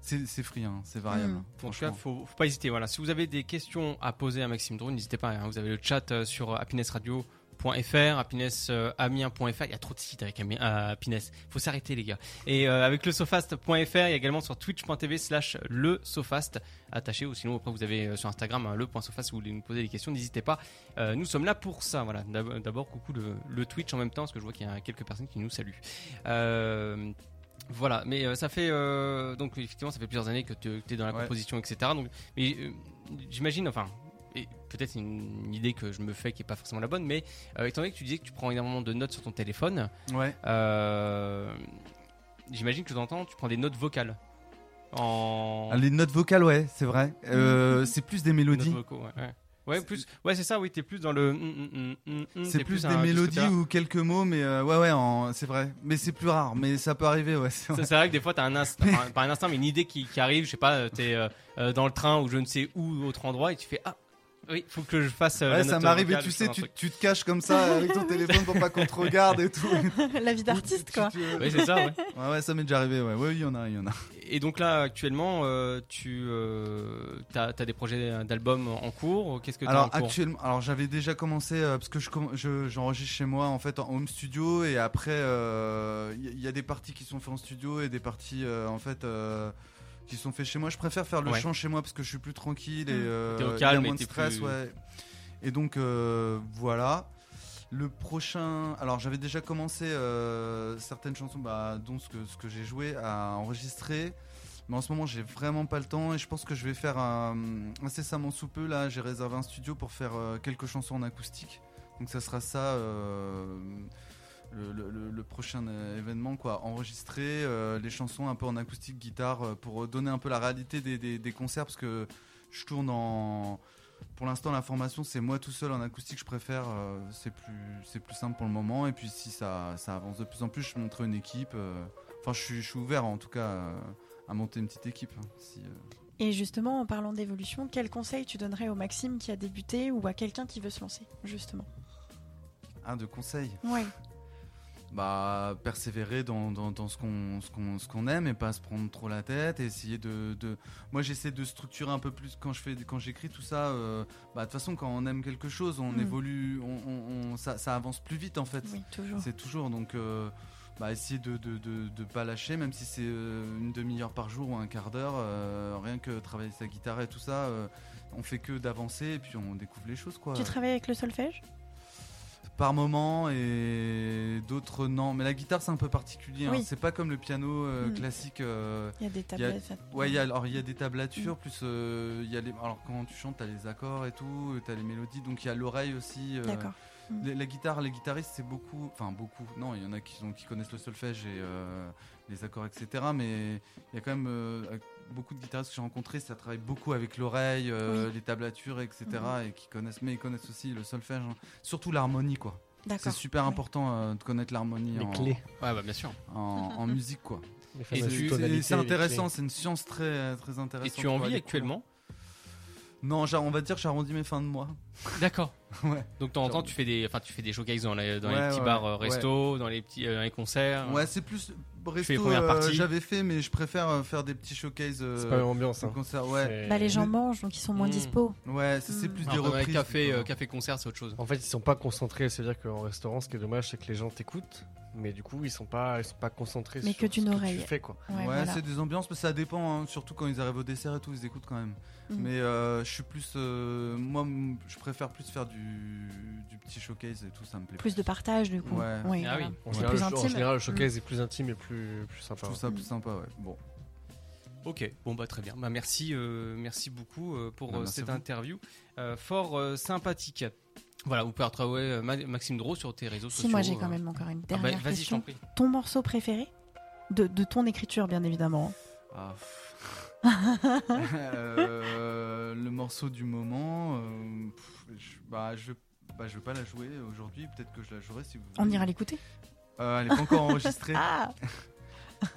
Speaker 8: c'est, c'est free, hein, c'est variable.
Speaker 4: Mm.
Speaker 2: En tout cas,
Speaker 8: Franchement.
Speaker 2: faut, faut pas hésiter. Voilà. Si vous avez des questions à poser à Maxime Drou, n'hésitez pas. hein. Vous avez le chat euh, sur euh, happinessradio.com happinessamiens.fr, happinessamiens.fr. Il y a trop de sites avec Ami- euh, happiness. Faut s'arrêter, les gars. Et euh, avec lesofast.fr, il y a également sur twitch.tv slash lesofast attaché. Ou sinon, après, vous avez euh, sur Instagram hein, le.sofast où vous voulez nous poser des questions. N'hésitez pas. Euh, nous sommes là pour ça. Voilà. D'ab- D'abord, coucou le, le Twitch en même temps parce que je vois qu'il y a quelques personnes qui nous saluent. Euh, voilà, mais euh, ça fait euh, donc effectivement ça fait plusieurs années que tu es dans la
Speaker 8: Ouais.
Speaker 2: composition, etc. Donc, mais euh, j'imagine, enfin, et peut-être c'est une, une idée que je me fais qui est pas forcément la bonne, mais euh, étant donné que tu disais que tu prends énormément de notes sur ton téléphone,
Speaker 8: Ouais.
Speaker 2: euh, j'imagine que de temps en temps, tu prends des notes vocales. En
Speaker 8: Ah, Les notes vocales, ouais, c'est vrai. Euh, C'est plus des
Speaker 2: Mm. notes
Speaker 8: mélodies.
Speaker 2: vocaux, ouais. ouais. Ouais, plus, ouais, c'est ça. Oui, t'es plus dans le. hum, hum, hum, hum,
Speaker 8: C'est
Speaker 2: t'es
Speaker 8: plus
Speaker 2: un-
Speaker 8: des
Speaker 2: de ce
Speaker 8: mélodies
Speaker 2: côté-là.
Speaker 8: ou quelques mots, mais euh, ouais, ouais, en- c'est vrai. Mais c'est plus rare, mais ça peut arriver, ouais. c'est vrai.
Speaker 2: C'est c'est vrai que des fois, t'as un instinct, enfin, pas un instinct, mais une idée qui, qui arrive, je sais pas, euh, t'es euh, euh, dans le train ou je ne sais où, autre endroit, et tu fais Ah, oui, faut que je fasse. euh, la
Speaker 8: Ouais, ça
Speaker 2: note
Speaker 8: m'est arrivé,
Speaker 2: vocale,
Speaker 8: tu
Speaker 2: je
Speaker 8: sais,
Speaker 2: fais un
Speaker 8: tu,
Speaker 2: truc.
Speaker 8: tu te caches comme ça avec
Speaker 2: [LAUGHS]
Speaker 8: ton téléphone pour pas qu'on te regarde et tout.
Speaker 4: la vie d'artiste, quoi.
Speaker 8: Tu- tu-
Speaker 2: Oui, c'est ça, ouais.
Speaker 8: Ouais, ouais, ça m'est déjà arrivé, ouais. Ouais, il y en a, il y en a.
Speaker 2: Et donc là, actuellement, euh, tu as, des projets d'albums en cours Qu'est-ce que t'as en
Speaker 8: Alors
Speaker 2: cours
Speaker 8: actuellement, alors j'avais déjà commencé euh, parce que je comm- je- j'enregistre chez moi en fait en home studio et après euh, il y, il y a des parties qui sont faites en studio et des parties euh, en fait euh, qui sont faites chez moi. Je préfère faire le
Speaker 2: Ouais.
Speaker 8: chant chez moi parce que je suis plus tranquille et
Speaker 4: Mm.
Speaker 8: euh,
Speaker 2: Mmh. T'es au
Speaker 8: il y a
Speaker 2: calme et
Speaker 8: moins de
Speaker 2: t'es
Speaker 8: stress,
Speaker 2: plus-
Speaker 8: ouais. Et donc euh, voilà. Le prochain, alors j'avais déjà commencé euh, certaines chansons, bah, dont ce que, ce que j'ai joué, à enregistrer. Mais en ce moment, j'ai vraiment pas le temps et je pense que je vais faire un, incessamment sous peu. Là, j'ai réservé un studio pour faire euh, quelques chansons en acoustique. Donc, ça sera ça euh, le, le- le- le prochain euh, événement, quoi. Enregistrer euh, les chansons un peu en acoustique, guitare, euh, pour donner un peu la réalité des, des- des concerts parce que je tourne en. Pour l'instant, la formation, c'est moi tout seul en acoustique. Je préfère, euh, c'est plus, c'est plus simple pour le moment. Et puis, si ça, ça avance de plus en plus, je montrerai une équipe. euh, Enfin, je suis, je suis ouvert en tout cas. euh, à monter une petite équipe. hein, si, euh,
Speaker 4: Et justement, en parlant d'évolution, quel conseil tu donnerais au Maxime qui a débuté ou à quelqu'un qui veut se lancer, justement
Speaker 8: Un ah, de conseils.
Speaker 4: Ouais.
Speaker 8: Bah, persévérer dans, dans, dans ce qu'on ce qu'on- ce qu'on aime et pas se prendre trop la tête. Et essayer de, de- moi j'essaie de structurer un peu plus quand je fais quand j'écris tout ça. euh, bah de toute façon quand on aime quelque chose, on
Speaker 4: Mm.
Speaker 8: évolue, on, on- on- ça, ça avance plus vite en fait.
Speaker 4: Oui, toujours.
Speaker 8: C'est toujours donc. euh, bah, essayer de de, de- de pas lâcher, même si c'est euh, une demi-heure par jour ou un quart d'heure, euh, rien que travailler sa guitare et tout ça, euh, on fait que d'avancer et puis on découvre les choses. quoi.
Speaker 4: Tu travailles avec le solfège
Speaker 8: par moment et d'autres non. Mais la guitare c'est un peu particulier. hein.
Speaker 4: Oui.
Speaker 8: C'est pas comme le piano euh,
Speaker 4: Mm.
Speaker 8: classique. euh,
Speaker 4: Il y a des
Speaker 8: y a-
Speaker 4: tablettes. ça- Mm.
Speaker 8: Ouais, il y a- alors il y a des tablatures plus euh, il y a les. Alors quand tu chantes t'as les accords et tout, euh, t'as les mélodies donc il y a l'oreille aussi. euh,
Speaker 4: D'accord. Mm.
Speaker 8: les- La guitare, les guitaristes, c'est beaucoup, enfin beaucoup. Non, il y en a qui, ont- qui connaissent le solfège et euh, les accords, etc. Mais il y a quand même euh, beaucoup de guitaristes que j'ai rencontrés, ça travaille beaucoup avec l'oreille, euh, les tablatures, etc. Et qui connaissent, mais ils connaissent aussi le solfège, hein. surtout l'harmonie, quoi. C'est
Speaker 4: D'accord.
Speaker 8: super
Speaker 4: Ouais.
Speaker 8: important euh, hein. de connaître l'harmonie
Speaker 3: Les
Speaker 8: en,
Speaker 3: clés.
Speaker 2: Ouais, bah bien sûr.
Speaker 4: [LAUGHS]
Speaker 8: en, en musique quoi.
Speaker 3: Les
Speaker 8: Et
Speaker 3: fameuses
Speaker 8: c'est-
Speaker 3: tonalités,
Speaker 8: c'est- c'est
Speaker 3: les
Speaker 8: intéressant,
Speaker 3: clés.
Speaker 8: c'est une science très très
Speaker 2: Et
Speaker 8: intéressante.
Speaker 2: tu en
Speaker 8: quoi,
Speaker 2: vis
Speaker 8: les
Speaker 2: actuellement
Speaker 8: cours. Non, j'ar- on va dire j'arrondis mes fins de mois.
Speaker 2: [LAUGHS] D'accord.
Speaker 8: [LAUGHS] Ouais.
Speaker 2: Donc, de temps en temps, tu fais des, enfin, tu fais des showcases dans les, dans les
Speaker 8: Ouais,
Speaker 2: petits
Speaker 8: ouais,
Speaker 2: bars euh,
Speaker 8: ouais.
Speaker 2: resto, dans les petits, euh, dans les concerts.
Speaker 8: Ouais, c'est plus
Speaker 2: fais les
Speaker 8: resto.
Speaker 2: premières
Speaker 8: euh,
Speaker 2: parties.
Speaker 8: J'avais fait, mais je préfère euh, faire des petits showcases. euh,
Speaker 3: C'est pas une ambiance.
Speaker 8: au
Speaker 3: Hein.
Speaker 8: concert. Ouais,
Speaker 2: Euh,
Speaker 3: C'est-
Speaker 4: Bah, les gens
Speaker 8: Mais-
Speaker 4: mangent, donc ils sont moins
Speaker 2: Mm.
Speaker 4: dispo.
Speaker 8: ouais, c'est c'est
Speaker 4: Mm.
Speaker 8: plus
Speaker 2: Après,
Speaker 8: des
Speaker 2: dans les
Speaker 8: reprises.
Speaker 2: cafés,
Speaker 8: quoi.
Speaker 2: euh, café concert, c'est autre chose.
Speaker 3: En fait, ils sont pas concentrés. C'est-à-dire qu'en restaurant, ce qui est dommage, c'est que les gens t'écoutent, mais du coup, ils sont pas, ils sont pas concentrés
Speaker 4: Mais
Speaker 3: sur
Speaker 4: que d'une
Speaker 3: ce
Speaker 4: oreille.
Speaker 3: que tu fais, quoi.
Speaker 4: Ouais,
Speaker 8: Ouais,
Speaker 4: voilà.
Speaker 8: c'est des ambiances, mais ça dépend. hein, Surtout quand ils arrivent au dessert et tout, ils écoutent quand même.
Speaker 4: Mm.
Speaker 8: Mais euh, je suis plus, euh, moi, m- je préfère plus faire du, du petit showcase et tout, ça me plaît.
Speaker 4: Plus de partage, du coup.
Speaker 8: Ouais.
Speaker 4: Oui,
Speaker 2: Ah oui.
Speaker 4: voilà.
Speaker 3: En
Speaker 8: C'est
Speaker 3: général,
Speaker 4: plus
Speaker 3: le- en
Speaker 4: intime.
Speaker 3: général, le showcase est plus intime et plus, plus
Speaker 8: Je
Speaker 3: sympa.
Speaker 8: trouve ça plus sympa, ouais. Bon.
Speaker 2: Ok, bon bah très bien. Bah merci, euh, merci beaucoup euh, pour
Speaker 8: Bah,
Speaker 2: euh,
Speaker 8: merci
Speaker 2: cette
Speaker 8: à vous.
Speaker 2: interview euh, fort euh, sympathique. Voilà, vous pouvez retrouver euh, Ma- Maxime Drault sur tes réseaux
Speaker 4: Si
Speaker 2: sociaux.
Speaker 4: moi j'ai
Speaker 2: euh.
Speaker 4: quand même encore une
Speaker 2: Ah bah,
Speaker 4: dernière
Speaker 2: Vas-y, je t'en
Speaker 4: question.
Speaker 2: prie.
Speaker 4: Ton morceau préféré de, de ton écriture, bien évidemment. hein.
Speaker 8: Ah,
Speaker 4: [LAUGHS]
Speaker 8: pff. Euh, le morceau du moment, euh, pff, je, bah, je, bah, je vais pas la jouer aujourd'hui. Peut-être que je la jouerai si vous.
Speaker 4: On
Speaker 8: voulez.
Speaker 4: ira l'écouter.
Speaker 8: Euh, elle est pas encore enregistrée.
Speaker 4: [LAUGHS] Ah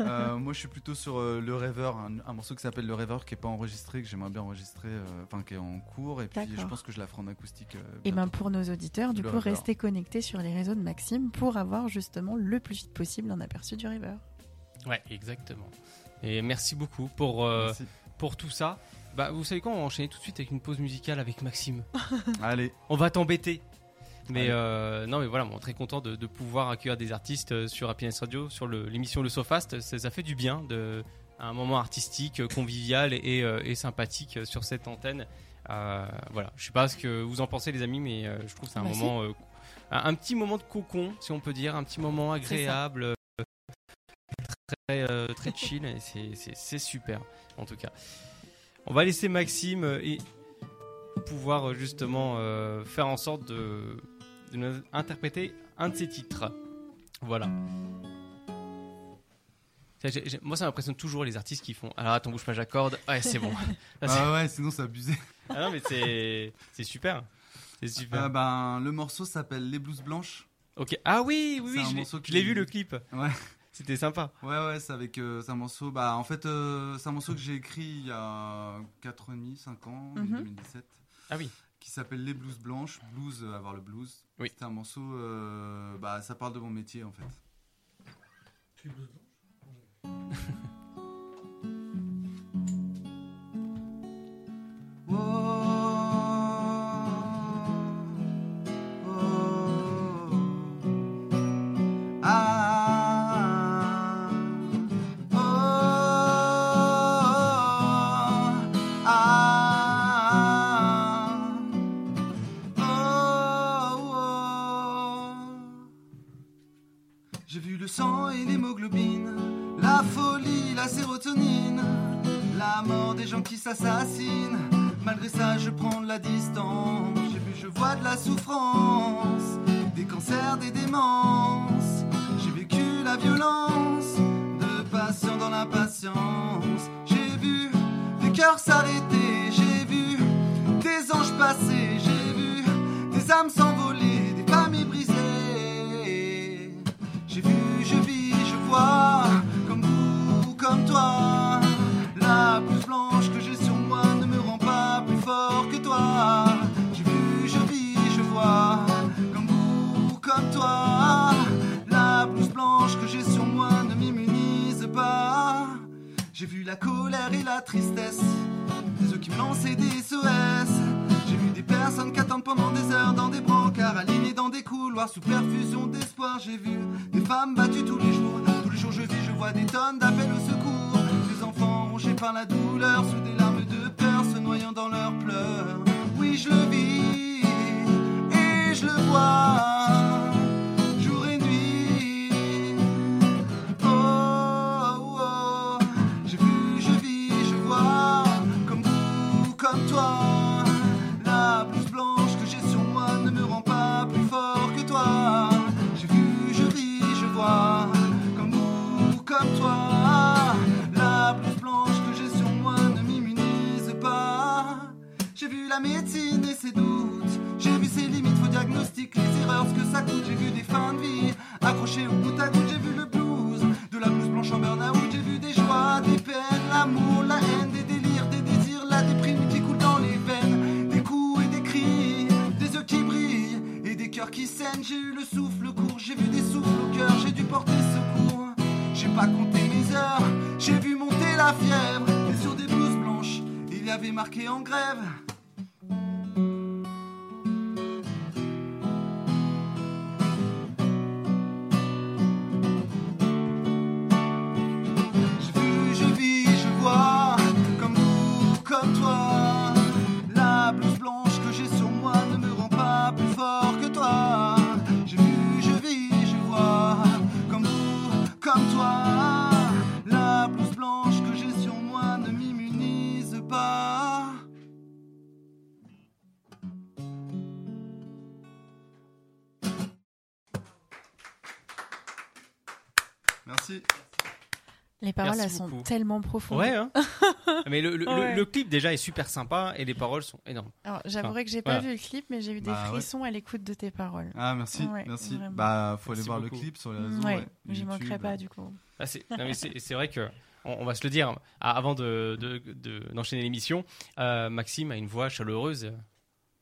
Speaker 8: Euh, moi, je suis plutôt sur euh, le rêveur, un, un morceau qui s'appelle le rêveur qui est pas enregistré, que j'aimerais bien enregistrer, euh, enfin qui est en cours. Et puis,
Speaker 4: D'accord.
Speaker 8: je pense que je la ferai en acoustique. euh,
Speaker 4: Et ben
Speaker 8: bientôt.
Speaker 4: pour nos auditeurs, du
Speaker 8: Le
Speaker 4: coup,
Speaker 8: rêveur.
Speaker 4: restez connectés sur les réseaux de Maxime pour avoir justement le plus vite possible un aperçu du river.
Speaker 2: Ouais, exactement. Et merci beaucoup pour, euh,
Speaker 8: Merci.
Speaker 2: pour tout ça. Bah, vous savez quoi, on va enchaîner tout de suite avec une pause musicale avec Maxime.
Speaker 8: Allez,
Speaker 2: On va t'embêter. Mais euh, non, mais voilà, bon, très content de, de pouvoir accueillir des artistes euh, sur Happiness Radio, sur le- l'émission Le Sofast. Ça, ça fait du bien de à un moment artistique, euh, convivial et, euh, et sympathique euh, sur cette antenne. Euh, voilà, je sais pas ce que vous en pensez, les amis, mais euh, je trouve que c'est un
Speaker 9: Bah,
Speaker 2: moment, euh, un, un petit moment de cocon, si on peut dire, un petit moment agréable, euh, très, euh, très chill. et c'est- c'est c'est super, en tout cas. On va laisser Maxime euh, et pouvoir euh, justement euh, faire en sorte de, de nous interpréter un de ses titres. Voilà. Ça, j'ai- j'ai- moi, ça m'impressionne toujours les artistes qui font. Alors, attends, bouge pas, j'accorde. Ouais, c'est bon. Là,
Speaker 8: [LAUGHS]
Speaker 2: c'est-
Speaker 8: Ah ouais, sinon c'est abusé.
Speaker 2: Ah non, mais c'est c'est super. C'est super.
Speaker 8: Ah ben, le morceau s'appelle Les Blouses Blanches.
Speaker 2: Ok. Ah oui, oui,
Speaker 8: C'est
Speaker 2: oui,
Speaker 8: un
Speaker 2: je l'ai-
Speaker 8: morceau
Speaker 2: je l'ai
Speaker 8: qui-
Speaker 2: vu le clip.
Speaker 8: Ouais.
Speaker 2: [LAUGHS] C'était sympa.
Speaker 8: Ouais, ouais, c'est avec euh, c'est un morceau. Bah, en fait, euh, c'est un morceau que j'ai écrit il y a 4 ans et demi, 5 ans, en
Speaker 4: Mhm.
Speaker 8: 2017.
Speaker 2: Ah oui.
Speaker 8: Qui s'appelle Les Blouses Blanches. Blues, euh, avoir le blues.
Speaker 2: Oui.
Speaker 8: C'est un morceau. euh, bah, ça parle de mon métier en fait.
Speaker 6: Oh, oh, ah, oh, ah, oh. J'ai vu le sang et l'hémoglobine, la folie, la sérotonine, la mort des gens qui s'assassinent. Malgré ça, je prends de la distance. J'ai vu, je vois de la souffrance, des cancers, des démences. J'ai vécu la violence de patient dans l'impatience. J'ai vu des cœurs s'arrêter. J'ai vu des anges passer. J'ai vu des âmes s'envoler, des familles brisées. J'ai vu, je vis, je vois, comme vous, comme toi. La blouse blanche que j'ai sur moi ne me rend pas plus fort que toi. J'ai vu, je vis, je vois, comme vous, comme toi. La blouse blanche que j'ai sur moi ne m'immunise pas. J'ai vu la colère et la tristesse, des yeux qui me lançaient des SOS. J'ai vu des personnes qui attendent pendant des heures dans des brancards, alignées dans des couloirs sous perfusion d'espoir. J'ai vu des femmes battues tous les jours. Tous les jours je vis, je vois des tonnes d'appels au secours. Des enfants rongés par la douleur, sous des larmes de peur, se noyant dans leurs pleurs. Oui, je le vis et je le vois, jour et nuit. Oh, oh, oh. j'ai vu, je vis, je vois, comme vous, comme toi. La blouse blanche que j'ai sur moi ne me rend pas plus fort que toi. J'ai vu, je vis, je vois, comme vous, comme toi. La blouse blanche que j'ai sur moi ne m'immunise pas. J'ai vu la médecine et ses doutes. J'ai vu ses limites, vos diagnostics, les erreurs, ce que ça coûte. J'ai vu des fins de vie accrochées au bout à bout. J'ai vu le blues, de la blouse blanche en burn-out. J'ai vu des joies, des peines, l'amour, la haine, des délires, des désirs, la déprime qui coule dans les veines. Des coups et des cris, des yeux qui brillent et des cœurs qui saignent. J'ai eu le souffle court, j'ai vu des souffles au cœur, j'ai dû porter secours. J'ai pas compté mes heures, j'ai vu monter la fièvre. Et sur des blouses blanches, il y avait marqué en grève. J'ai vu, je vis, je vois, comme vous, comme toi. La blouse blanche que j'ai sur moi ne me rend pas plus fort que toi. J'ai vu, je vis, je vois, comme vous, comme toi. La blouse blanche que j'ai sur moi ne m'immunise pas.
Speaker 8: Merci.
Speaker 4: Les paroles,
Speaker 2: Merci
Speaker 4: elles sont
Speaker 2: beaucoup.
Speaker 4: tellement profondes.
Speaker 2: Ouais.
Speaker 4: [LAUGHS]
Speaker 8: [LAUGHS]
Speaker 2: hein. mais le, le- le-
Speaker 4: Ouais.
Speaker 2: le clip déjà est super sympa et les paroles sont énormes.
Speaker 4: Alors, j'avouerai que j'ai
Speaker 2: Voilà.
Speaker 4: pas vu le clip, mais j'ai eu des
Speaker 8: Bah, ouais.
Speaker 4: frissons à l'écoute de tes paroles.
Speaker 8: Ah, merci,
Speaker 4: Ouais,
Speaker 8: merci.
Speaker 4: vraiment.
Speaker 8: Bah, faut aller
Speaker 2: Merci
Speaker 8: voir le
Speaker 2: beaucoup.
Speaker 8: clip sur les réseaux.
Speaker 4: ouais,
Speaker 8: ouais,
Speaker 4: j'y
Speaker 8: YouTube. euh.
Speaker 4: manquerai pas du coup.
Speaker 2: Ah,
Speaker 4: [LAUGHS]
Speaker 2: c'est non, mais c'est- c'est vrai que on, on va se le dire ah, avant de de- de- d'enchaîner l'émission. euh, Maxime a une voix chaleureuse.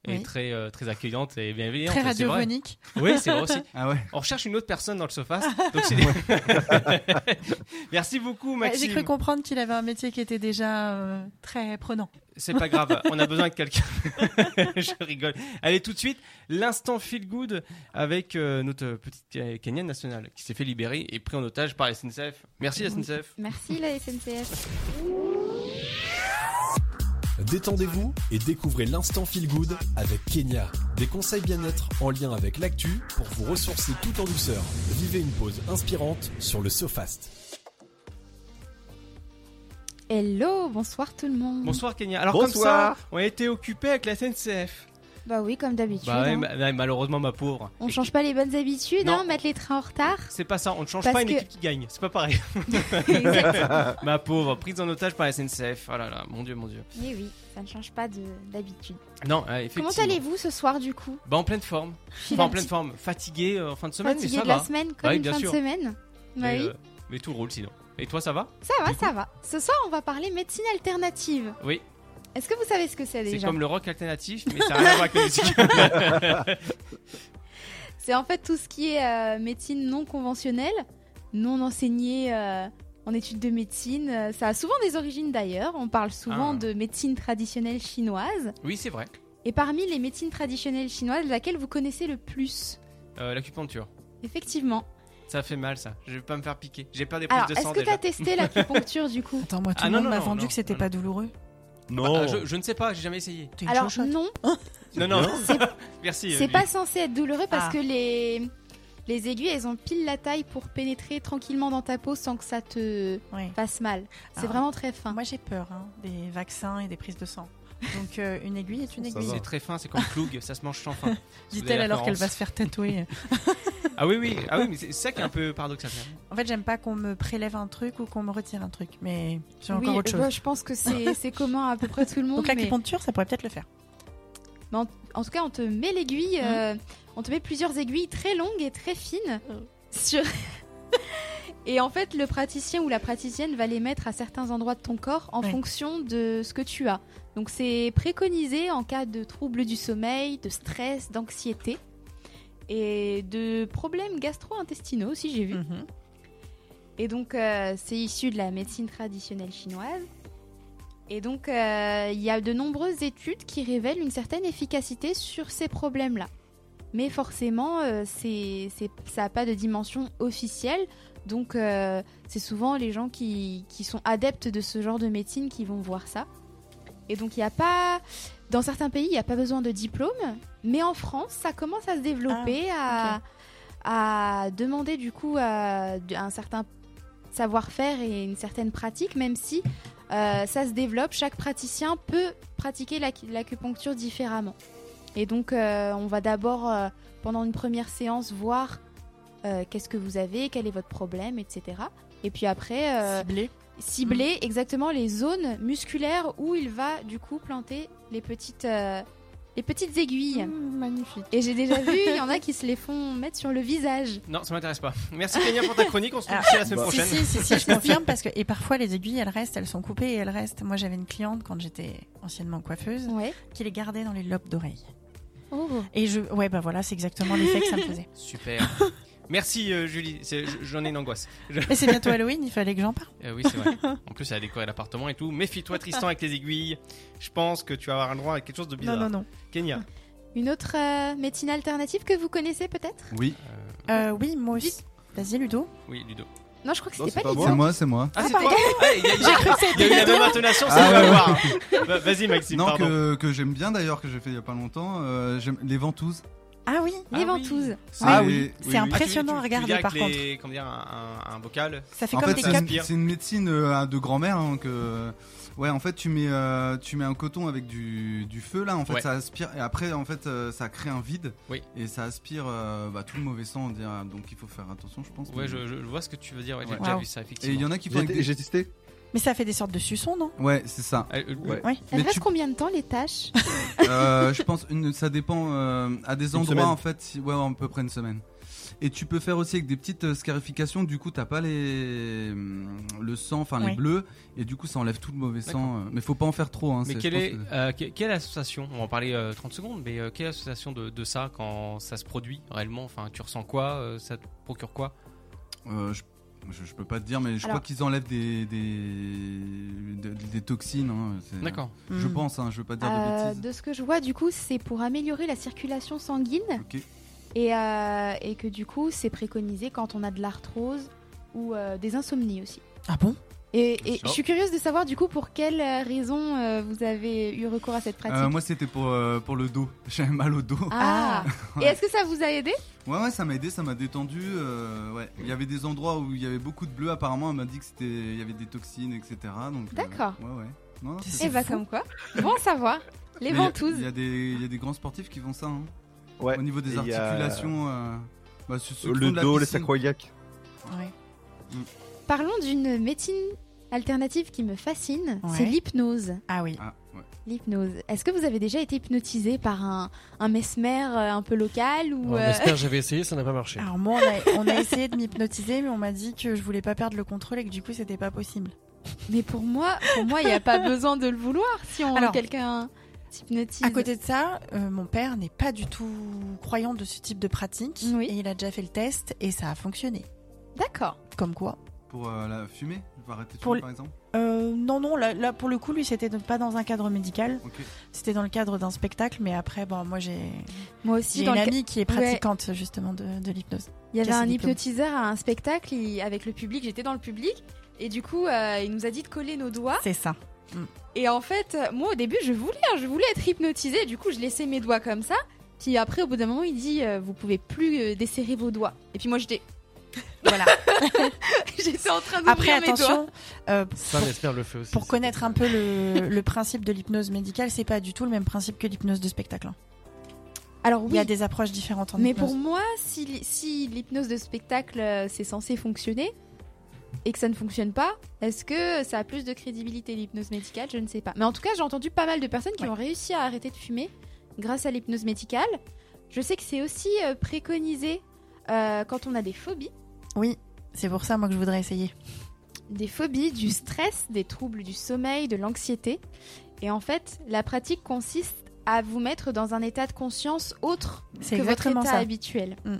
Speaker 2: et
Speaker 4: Oui.
Speaker 2: très, euh, très accueillante et bienveillante.
Speaker 4: Très
Speaker 2: c'est vrai.
Speaker 4: radiophonique.
Speaker 2: Oui, c'est vrai aussi.
Speaker 8: [LAUGHS] Ah ouais.
Speaker 2: On recherche une autre personne dans le
Speaker 4: [LAUGHS]
Speaker 2: sofa. Donc c'est- [LAUGHS] Merci beaucoup,
Speaker 4: Ouais, J'ai
Speaker 2: Maxime.
Speaker 4: cru comprendre qu'il avait un métier qui était déjà euh, très prenant.
Speaker 2: C'est pas
Speaker 4: [LAUGHS]
Speaker 2: grave, on a besoin de quelqu'un. [LAUGHS] Je rigole. Allez, tout de suite, l'instant feel good avec euh, notre petite euh, Kenyane nationale qui s'est fait libérer et pris en otage par la SNCF. Merci, la SNCF.
Speaker 9: Merci la SNCF.
Speaker 1: Détendez-vous et découvrez l'instant feel good avec Kenya. Des conseils bien-être en lien avec l'actu pour vous ressourcer tout en douceur. Vivez une pause inspirante sur le SoFast.
Speaker 9: Hello, bonsoir tout le monde.
Speaker 2: Bonsoir, Kenya. Alors,
Speaker 5: Bonsoir.
Speaker 2: comme ça, on a été occupé avec la SNCF.
Speaker 9: Bah oui, comme d'habitude.
Speaker 2: Bah ouais,
Speaker 9: hein.
Speaker 2: ma- ouais, malheureusement, ma pauvre.
Speaker 9: On
Speaker 2: Et-
Speaker 9: change pas les bonnes habitudes,
Speaker 2: Non.
Speaker 9: hein, mettre les trains en retard.
Speaker 2: C'est pas ça, on ne change
Speaker 9: Parce
Speaker 2: pas une
Speaker 9: que-
Speaker 2: équipe qui gagne, c'est pas pareil.
Speaker 9: exact.
Speaker 2: [LAUGHS] ma pauvre, prise en otage par la SNCF. Oh là là, mon dieu, mon dieu.
Speaker 9: Mais Eh oui, ça ne change pas de- d'habitude.
Speaker 2: Non, ouais, effectivement.
Speaker 9: Comment allez-vous ce soir du coup
Speaker 2: Bah en pleine forme. Enfin, en pleine forme. Fatigué euh, en fin de semaine,
Speaker 9: Fatigué
Speaker 2: mais ça
Speaker 9: de
Speaker 2: va.
Speaker 9: la semaine,
Speaker 2: Bah
Speaker 9: comme
Speaker 2: oui,
Speaker 9: une
Speaker 2: bien
Speaker 9: fin
Speaker 2: sûr.
Speaker 9: de semaine. Bah
Speaker 2: mais,
Speaker 9: oui,
Speaker 2: euh, mais tout roule sinon. Et toi, ça va
Speaker 9: ça va, ça va. Ce soir, on va parler médecine alternative.
Speaker 2: Oui.
Speaker 9: Est-ce que vous savez ce que c'est
Speaker 2: C'est
Speaker 9: déjà
Speaker 2: comme le rock alternatif, mais ça n'a rien à voir avec la musique.
Speaker 4: [LAUGHS]
Speaker 9: C'est en fait tout ce qui est euh, médecine non conventionnelle, non enseignée euh, en études de médecine. Euh, Ça a souvent des origines d'ailleurs. On parle souvent
Speaker 2: Ah.
Speaker 9: de médecine traditionnelle chinoise.
Speaker 2: oui, c'est vrai.
Speaker 9: Et parmi les médecines traditionnelles chinoises, laquelle vous connaissez le plus
Speaker 2: Euh, L'acupuncture.
Speaker 9: Effectivement.
Speaker 2: Ça fait mal, ça. Je vais pas me faire piquer. J'ai peur des prises
Speaker 9: Alors,
Speaker 2: de
Speaker 9: est-ce
Speaker 2: sang
Speaker 9: que tu as
Speaker 2: déjà. [LAUGHS]
Speaker 9: testé l'acupuncture du coup
Speaker 4: Attends, moi, tout
Speaker 2: Ah
Speaker 4: le
Speaker 2: non,
Speaker 4: monde
Speaker 2: non,
Speaker 4: m'a
Speaker 2: non,
Speaker 4: vendu
Speaker 2: non,
Speaker 4: que c'était
Speaker 2: non,
Speaker 4: pas douloureux.
Speaker 2: Bah,
Speaker 5: Non.
Speaker 2: je, je ne sais pas, j'ai jamais essayé.
Speaker 4: T'es une
Speaker 9: Alors
Speaker 4: chochotte.
Speaker 2: [LAUGHS]
Speaker 9: non,
Speaker 2: Non,
Speaker 4: [LAUGHS]
Speaker 2: non, [LAUGHS] merci.
Speaker 9: c'est
Speaker 2: Olivier.
Speaker 9: pas censé être douloureux parce
Speaker 4: Ah.
Speaker 9: que les, les aiguilles, elles ont pile la taille pour pénétrer tranquillement dans ta peau sans que ça te
Speaker 4: Ouais.
Speaker 9: fasse mal. C'est
Speaker 4: Ah.
Speaker 9: vraiment très fin.
Speaker 4: Moi, j'ai peur hein, des vaccins et des prises de sang. Donc, euh, une aiguille est une
Speaker 5: Ça
Speaker 4: aiguille.
Speaker 5: va.
Speaker 2: C'est très fin, c'est comme Cloug, ça se mange sans
Speaker 4: [LAUGHS]
Speaker 2: fin.
Speaker 4: Dit-elle alors qu'elle va se faire tatouer.
Speaker 2: [LAUGHS] Ah oui, oui, ah oui, mais c'est ça qui est un peu paradoxal.
Speaker 4: en fait, j'aime pas qu'on me prélève un truc ou qu'on me retire un truc, mais c'est encore
Speaker 9: Oui,
Speaker 4: autre chose.
Speaker 9: bah, je pense que
Speaker 4: [LAUGHS]
Speaker 9: c'est c'est commun à peu près tout le monde.
Speaker 4: Donc,
Speaker 9: mais-
Speaker 4: l'acupuncture, ça pourrait peut-être le faire.
Speaker 9: En tout cas, on te met l'aiguille, euh, on te met plusieurs aiguilles très longues et très fines sur. [LAUGHS] et en fait, le praticien ou la praticienne va les mettre à certains endroits de ton corps en
Speaker 4: Ouais.
Speaker 9: fonction de ce que tu as. Donc, c'est préconisé en cas de troubles du sommeil, de stress, d'anxiété et de problèmes gastro-intestinaux aussi, j'ai vu.
Speaker 4: Mhm.
Speaker 9: Et donc, euh, c'est issu de la médecine traditionnelle chinoise. Et donc, euh, il y a de nombreuses études qui révèlent une certaine efficacité sur ces problèmes-là. Mais forcément, euh, c'est- c'est- ça n'a pas de dimension officielle. Donc, euh, c'est souvent les gens qui, qui sont adeptes de ce genre de médecine qui vont voir ça. Et donc, il n'y a pas. Dans certains pays, il n'y a pas besoin de diplôme. Mais en France, ça commence à se développer, à,
Speaker 4: ok.
Speaker 9: à demander du coup à, un certain savoir-faire et une certaine pratique, même si euh, ça se développe, chaque praticien peut pratiquer l'ac- l'acupuncture différemment. Et donc, euh, on va d'abord, euh, pendant une première séance, voir euh, qu'est-ce que vous avez, quel est votre problème, etc. Et puis après, euh,
Speaker 4: Ciblé.
Speaker 9: cibler exactement les zones musculaires où il va du coup planter les petites, euh, les petites aiguilles.
Speaker 4: magnifique.
Speaker 9: Et j'ai déjà vu, il y en a qui se les font mettre sur le visage.
Speaker 2: Non, ça m'intéresse pas. Merci Kenya pour ta chronique, on se retrouve
Speaker 4: Ah.
Speaker 2: ici la semaine
Speaker 5: Bah.
Speaker 2: prochaine.
Speaker 4: Si, si, si,
Speaker 2: [LAUGHS]
Speaker 4: si, je confirme parce que et parfois les aiguilles elles restent, elles sont coupées et elles restent. Moi j'avais une cliente quand j'étais anciennement coiffeuse
Speaker 9: Ouais. Oh.
Speaker 4: qui les gardait dans les lobes d'oreilles. Et je ouais bah voilà c'est exactement l'effet que ça me faisait.
Speaker 2: Super. Merci euh, Julie, C'est- j- j'en ai une angoisse. Je-
Speaker 4: Mais
Speaker 2: [LAUGHS]
Speaker 4: c'est bientôt Halloween, il fallait que j'en parle.
Speaker 2: Euh, oui, c'est vrai. En plus, elle a décoré l'appartement et tout. Méfie-toi, Tristan, avec les aiguilles. Je pense que tu vas avoir un droit à quelque chose de bizarre.
Speaker 4: Non non non.
Speaker 2: Kenya.
Speaker 8: Ah.
Speaker 9: Une autre euh, médecine alternative que vous connaissez peut-être
Speaker 8: Oui.
Speaker 4: Euh, oui moi aussi. Vas-y Ludo.
Speaker 2: Oui, Ludo.
Speaker 9: Non, je crois que
Speaker 5: Non,
Speaker 9: c'était
Speaker 5: c'est
Speaker 9: pas,
Speaker 5: pas
Speaker 9: Ludo.
Speaker 5: moi.
Speaker 8: C'est moi, c'est moi.
Speaker 2: Ah, c'est toi Ah,
Speaker 9: [LAUGHS]
Speaker 2: Il y a, il y a- il y a eu la même intonation, ça
Speaker 8: Ah,
Speaker 2: va
Speaker 8: ouais.
Speaker 2: voir.
Speaker 8: [LAUGHS]
Speaker 2: Va- Vas-y, Maxime,
Speaker 8: Non,
Speaker 2: pardon.
Speaker 8: que, que j'aime bien d'ailleurs, que j'ai fait il y a pas longtemps. euh, j'aime les ventouses.
Speaker 4: [LAUGHS] Ah oui.
Speaker 2: Ah
Speaker 9: Les
Speaker 2: oui.
Speaker 9: ventouses.
Speaker 8: C'est-
Speaker 4: Ah oui,
Speaker 8: oui,
Speaker 4: c'est
Speaker 8: oui.
Speaker 4: impressionnant à
Speaker 2: Tu viens
Speaker 4: regarder
Speaker 2: avec
Speaker 4: par contre.
Speaker 2: les- comment dire, un, un- un bocal.
Speaker 4: Ça fait
Speaker 8: En
Speaker 4: comme
Speaker 8: fait,
Speaker 4: des
Speaker 8: c'est
Speaker 4: capes.
Speaker 8: une, c'est une médecine euh, de grand-mère hein, que. Ouais, en fait, tu mets, euh, tu mets un coton avec du, du feu là. En fait,
Speaker 2: Ouais.
Speaker 8: ça aspire et après, en fait, euh, ça crée un vide.
Speaker 2: Oui.
Speaker 8: Et ça aspire euh, bah, tout le mauvais sang, on dirait. Donc, il faut faire attention, je pense.
Speaker 2: Ouais, je, je- je vois ce que tu veux dire. Ouais, j'ai
Speaker 8: Ouais.
Speaker 2: déjà
Speaker 4: Wow.
Speaker 2: vu ça,
Speaker 8: Et il
Speaker 2: effectivement.
Speaker 8: y en a qui font.
Speaker 5: J'ai
Speaker 8: Avec
Speaker 5: été-
Speaker 8: des...
Speaker 5: j'ai testé.
Speaker 4: Mais ça fait des sortes de suçons, non
Speaker 8: Ouais, c'est ça.
Speaker 2: Ah, euh,
Speaker 4: Ouais. Ouais.
Speaker 9: Elle
Speaker 8: Mais
Speaker 9: reste
Speaker 8: tu-
Speaker 9: combien de temps les tâches
Speaker 8: euh, je pense une, ça dépend euh, à des endroits
Speaker 5: semaine.
Speaker 8: en fait, si- ouais, ouais, à peu près une semaine. Et tu peux faire aussi avec des petites euh, scarifications, du coup t'as pas les hum, le sang, enfin
Speaker 4: Ouais.
Speaker 8: les bleus, et du coup ça enlève tout le mauvais
Speaker 2: D'accord.
Speaker 8: sang. euh, Mais faut pas en faire trop. Hein,
Speaker 2: Mais
Speaker 8: c'est-
Speaker 2: quelle,
Speaker 8: je
Speaker 2: est,
Speaker 8: pense que-
Speaker 2: euh, que- quelle association On va en parler euh, 30 secondes, mais euh, quelle association de, de ça quand ça se produit réellement Enfin, tu ressens quoi euh, Ça te procure quoi
Speaker 8: Euh, je, je, je peux pas te dire, mais je
Speaker 9: Alors-
Speaker 8: crois qu'ils enlèvent des des, de- des toxines. hein, c'est-
Speaker 2: D'accord.
Speaker 8: Je
Speaker 4: Hmm.
Speaker 8: pense, hein, je veux pas dire
Speaker 9: Euh,
Speaker 8: de bêtises.
Speaker 9: De ce que je vois, du coup, c'est pour améliorer la circulation sanguine
Speaker 8: Ok.
Speaker 9: et, euh, et que du coup, c'est préconisé quand on a de l'arthrose ou euh, des insomnies aussi.
Speaker 4: Ah bon
Speaker 9: Et, et
Speaker 8: Oh.
Speaker 9: je suis curieuse de savoir du coup pour quelle euh, raison euh, vous avez eu recours à cette pratique.
Speaker 8: Euh, moi c'était pour euh, pour le dos. [LAUGHS] J'avais mal au dos. [LAUGHS]
Speaker 9: Ah Et est-ce que ça vous a aidé
Speaker 8: Ouais, ouais, ça m'a aidé, ça m'a détendu. euh, ouais. Il y avait des endroits où il y avait beaucoup de bleu, apparemment, elle m'a dit que c'était, il y avait des toxines, etc. Donc, euh,
Speaker 9: D'accord.
Speaker 8: ouais, ouais. Non, non,
Speaker 4: C'est
Speaker 9: Eh bah
Speaker 4: fou.
Speaker 9: comme quoi. Bon à savoir.
Speaker 8: Mais il y a-
Speaker 9: Les
Speaker 8: Il y,
Speaker 9: ventouses.
Speaker 8: a des- il y a des grands sportifs qui font ça. hein.
Speaker 5: Ouais.
Speaker 8: Au niveau des
Speaker 5: Et il y a-
Speaker 8: articulations. euh, bah, ceux- ceux qui
Speaker 5: Le
Speaker 8: font de la
Speaker 5: dos, les
Speaker 8: piscine. Mm.
Speaker 5: sacroiliacs.
Speaker 4: Ouais.
Speaker 9: Parlons d'une médecine alternative qui me fascine,
Speaker 4: Ouais.
Speaker 9: c'est l'hypnose.
Speaker 4: Ah oui.
Speaker 8: Ah, ouais.
Speaker 9: L'hypnose. Est-ce que vous avez déjà été hypnotisé par un, un mesmer euh, un peu local
Speaker 3: Ah,
Speaker 9: ou euh,
Speaker 3: J'espère j'avais essayé, ça n'a pas marché.
Speaker 4: Alors moi, on a, on a essayé de m'hypnotiser, mais on m'a dit que je voulais pas perdre le contrôle et que du coup, c'était pas possible.
Speaker 9: Mais pour moi, pour moi, il n'y a
Speaker 4: [LAUGHS]
Speaker 9: pas besoin de le vouloir si on
Speaker 4: Alors,
Speaker 9: quelqu'un hypnotise.
Speaker 4: À côté de ça, euh, mon père n'est pas du tout croyant de ce type de pratique
Speaker 9: Oui.
Speaker 4: et il a déjà fait le test et ça a fonctionné.
Speaker 9: D'accord.
Speaker 4: Comme quoi
Speaker 8: Pour euh, la fumée, pour arrêter de
Speaker 4: Pour
Speaker 8: fumer,
Speaker 4: le-
Speaker 8: par exemple.
Speaker 4: Euh, non, non, là, là, pour le coup, lui, c'était pas dans un cadre médical,
Speaker 8: Ok.
Speaker 4: c'était dans le cadre d'un spectacle, mais après, bon, moi j'ai
Speaker 9: Moi
Speaker 4: j'ai
Speaker 9: aussi, dans
Speaker 4: une
Speaker 9: le
Speaker 4: amie qui est
Speaker 9: Ouais.
Speaker 4: pratiquante justement de, de l'hypnose.
Speaker 9: [LAUGHS] Il y avait
Speaker 4: Cassie
Speaker 9: un
Speaker 4: Diplôme.
Speaker 9: hypnotiseur à un spectacle il- avec le public, j'étais dans le public, et du coup, euh, il nous a dit de coller nos doigts.
Speaker 4: C'est ça.
Speaker 9: Et en fait, euh, moi au début, je voulais, hein, je voulais être hypnotisée, du coup, je laissais mes doigts comme ça. Puis après, au bout d'un moment, il dit, euh, vous pouvez plus euh, desserrer vos doigts. Et puis moi, j'étais, [LAUGHS]
Speaker 4: Voilà.
Speaker 9: j'étais en train
Speaker 4: Après,
Speaker 9: d'ouvrir mes doigts.
Speaker 4: attention, euh,
Speaker 3: Ça, j'espère le fait aussi.
Speaker 4: pour connaître un peu le, [LAUGHS] le principe de l'hypnose médicale, c'est pas du tout le même principe que l'hypnose de spectacle. hein.
Speaker 9: Alors
Speaker 4: Il y
Speaker 9: oui,
Speaker 4: a des approches différentes en
Speaker 9: mais
Speaker 4: hypnose.
Speaker 9: pour moi, si, l'hy- si l'hypnose de spectacle euh, c'est censé fonctionner et que ça ne fonctionne pas, est-ce que ça a plus de crédibilité l'hypnose médicale Je ne sais pas. Mais en tout cas, j'ai entendu pas mal de personnes qui
Speaker 4: Ouais.
Speaker 9: ont réussi à arrêter de fumer grâce à l'hypnose médicale. Je sais que c'est aussi euh, préconisé euh, quand on a des phobies,
Speaker 4: Oui, c'est pour ça moi que je voudrais essayer.
Speaker 9: des phobies, du stress, des troubles du sommeil, de l'anxiété. Et en fait, la pratique consiste à vous mettre dans un état de conscience autre
Speaker 4: C'est
Speaker 9: que votre
Speaker 4: exactement
Speaker 9: état
Speaker 4: ça.
Speaker 9: habituel.
Speaker 4: Mm.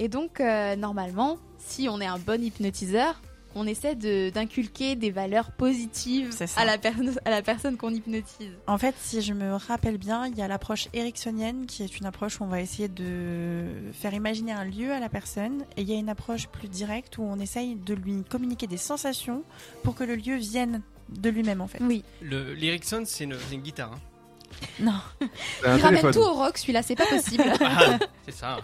Speaker 9: Et donc, euh, normalement, si on est un bon hypnotiseur, on essaie de- d'inculquer des valeurs positives
Speaker 4: C'est ça.
Speaker 9: à la, perso- à la personne qu'on hypnotise.
Speaker 4: En fait, si je me rappelle bien, il y a l'approche ericksonienne qui est une approche où on va essayer de faire imaginer un lieu à la personne et il y a une approche plus directe où on essaye de lui communiquer des sensations pour que le lieu vienne de lui-même en fait.
Speaker 9: Oui.
Speaker 2: Le- L'Ericsson, c'est une, c'est une guitare. hein.
Speaker 4: Non.
Speaker 5: C'est un
Speaker 9: Il ramène
Speaker 5: téléphone.
Speaker 9: tout au rock, celui-là, c'est pas
Speaker 4: [LAUGHS]
Speaker 2: [LAUGHS]
Speaker 9: possible. [LAUGHS]
Speaker 2: Ah, c'est ça. hein.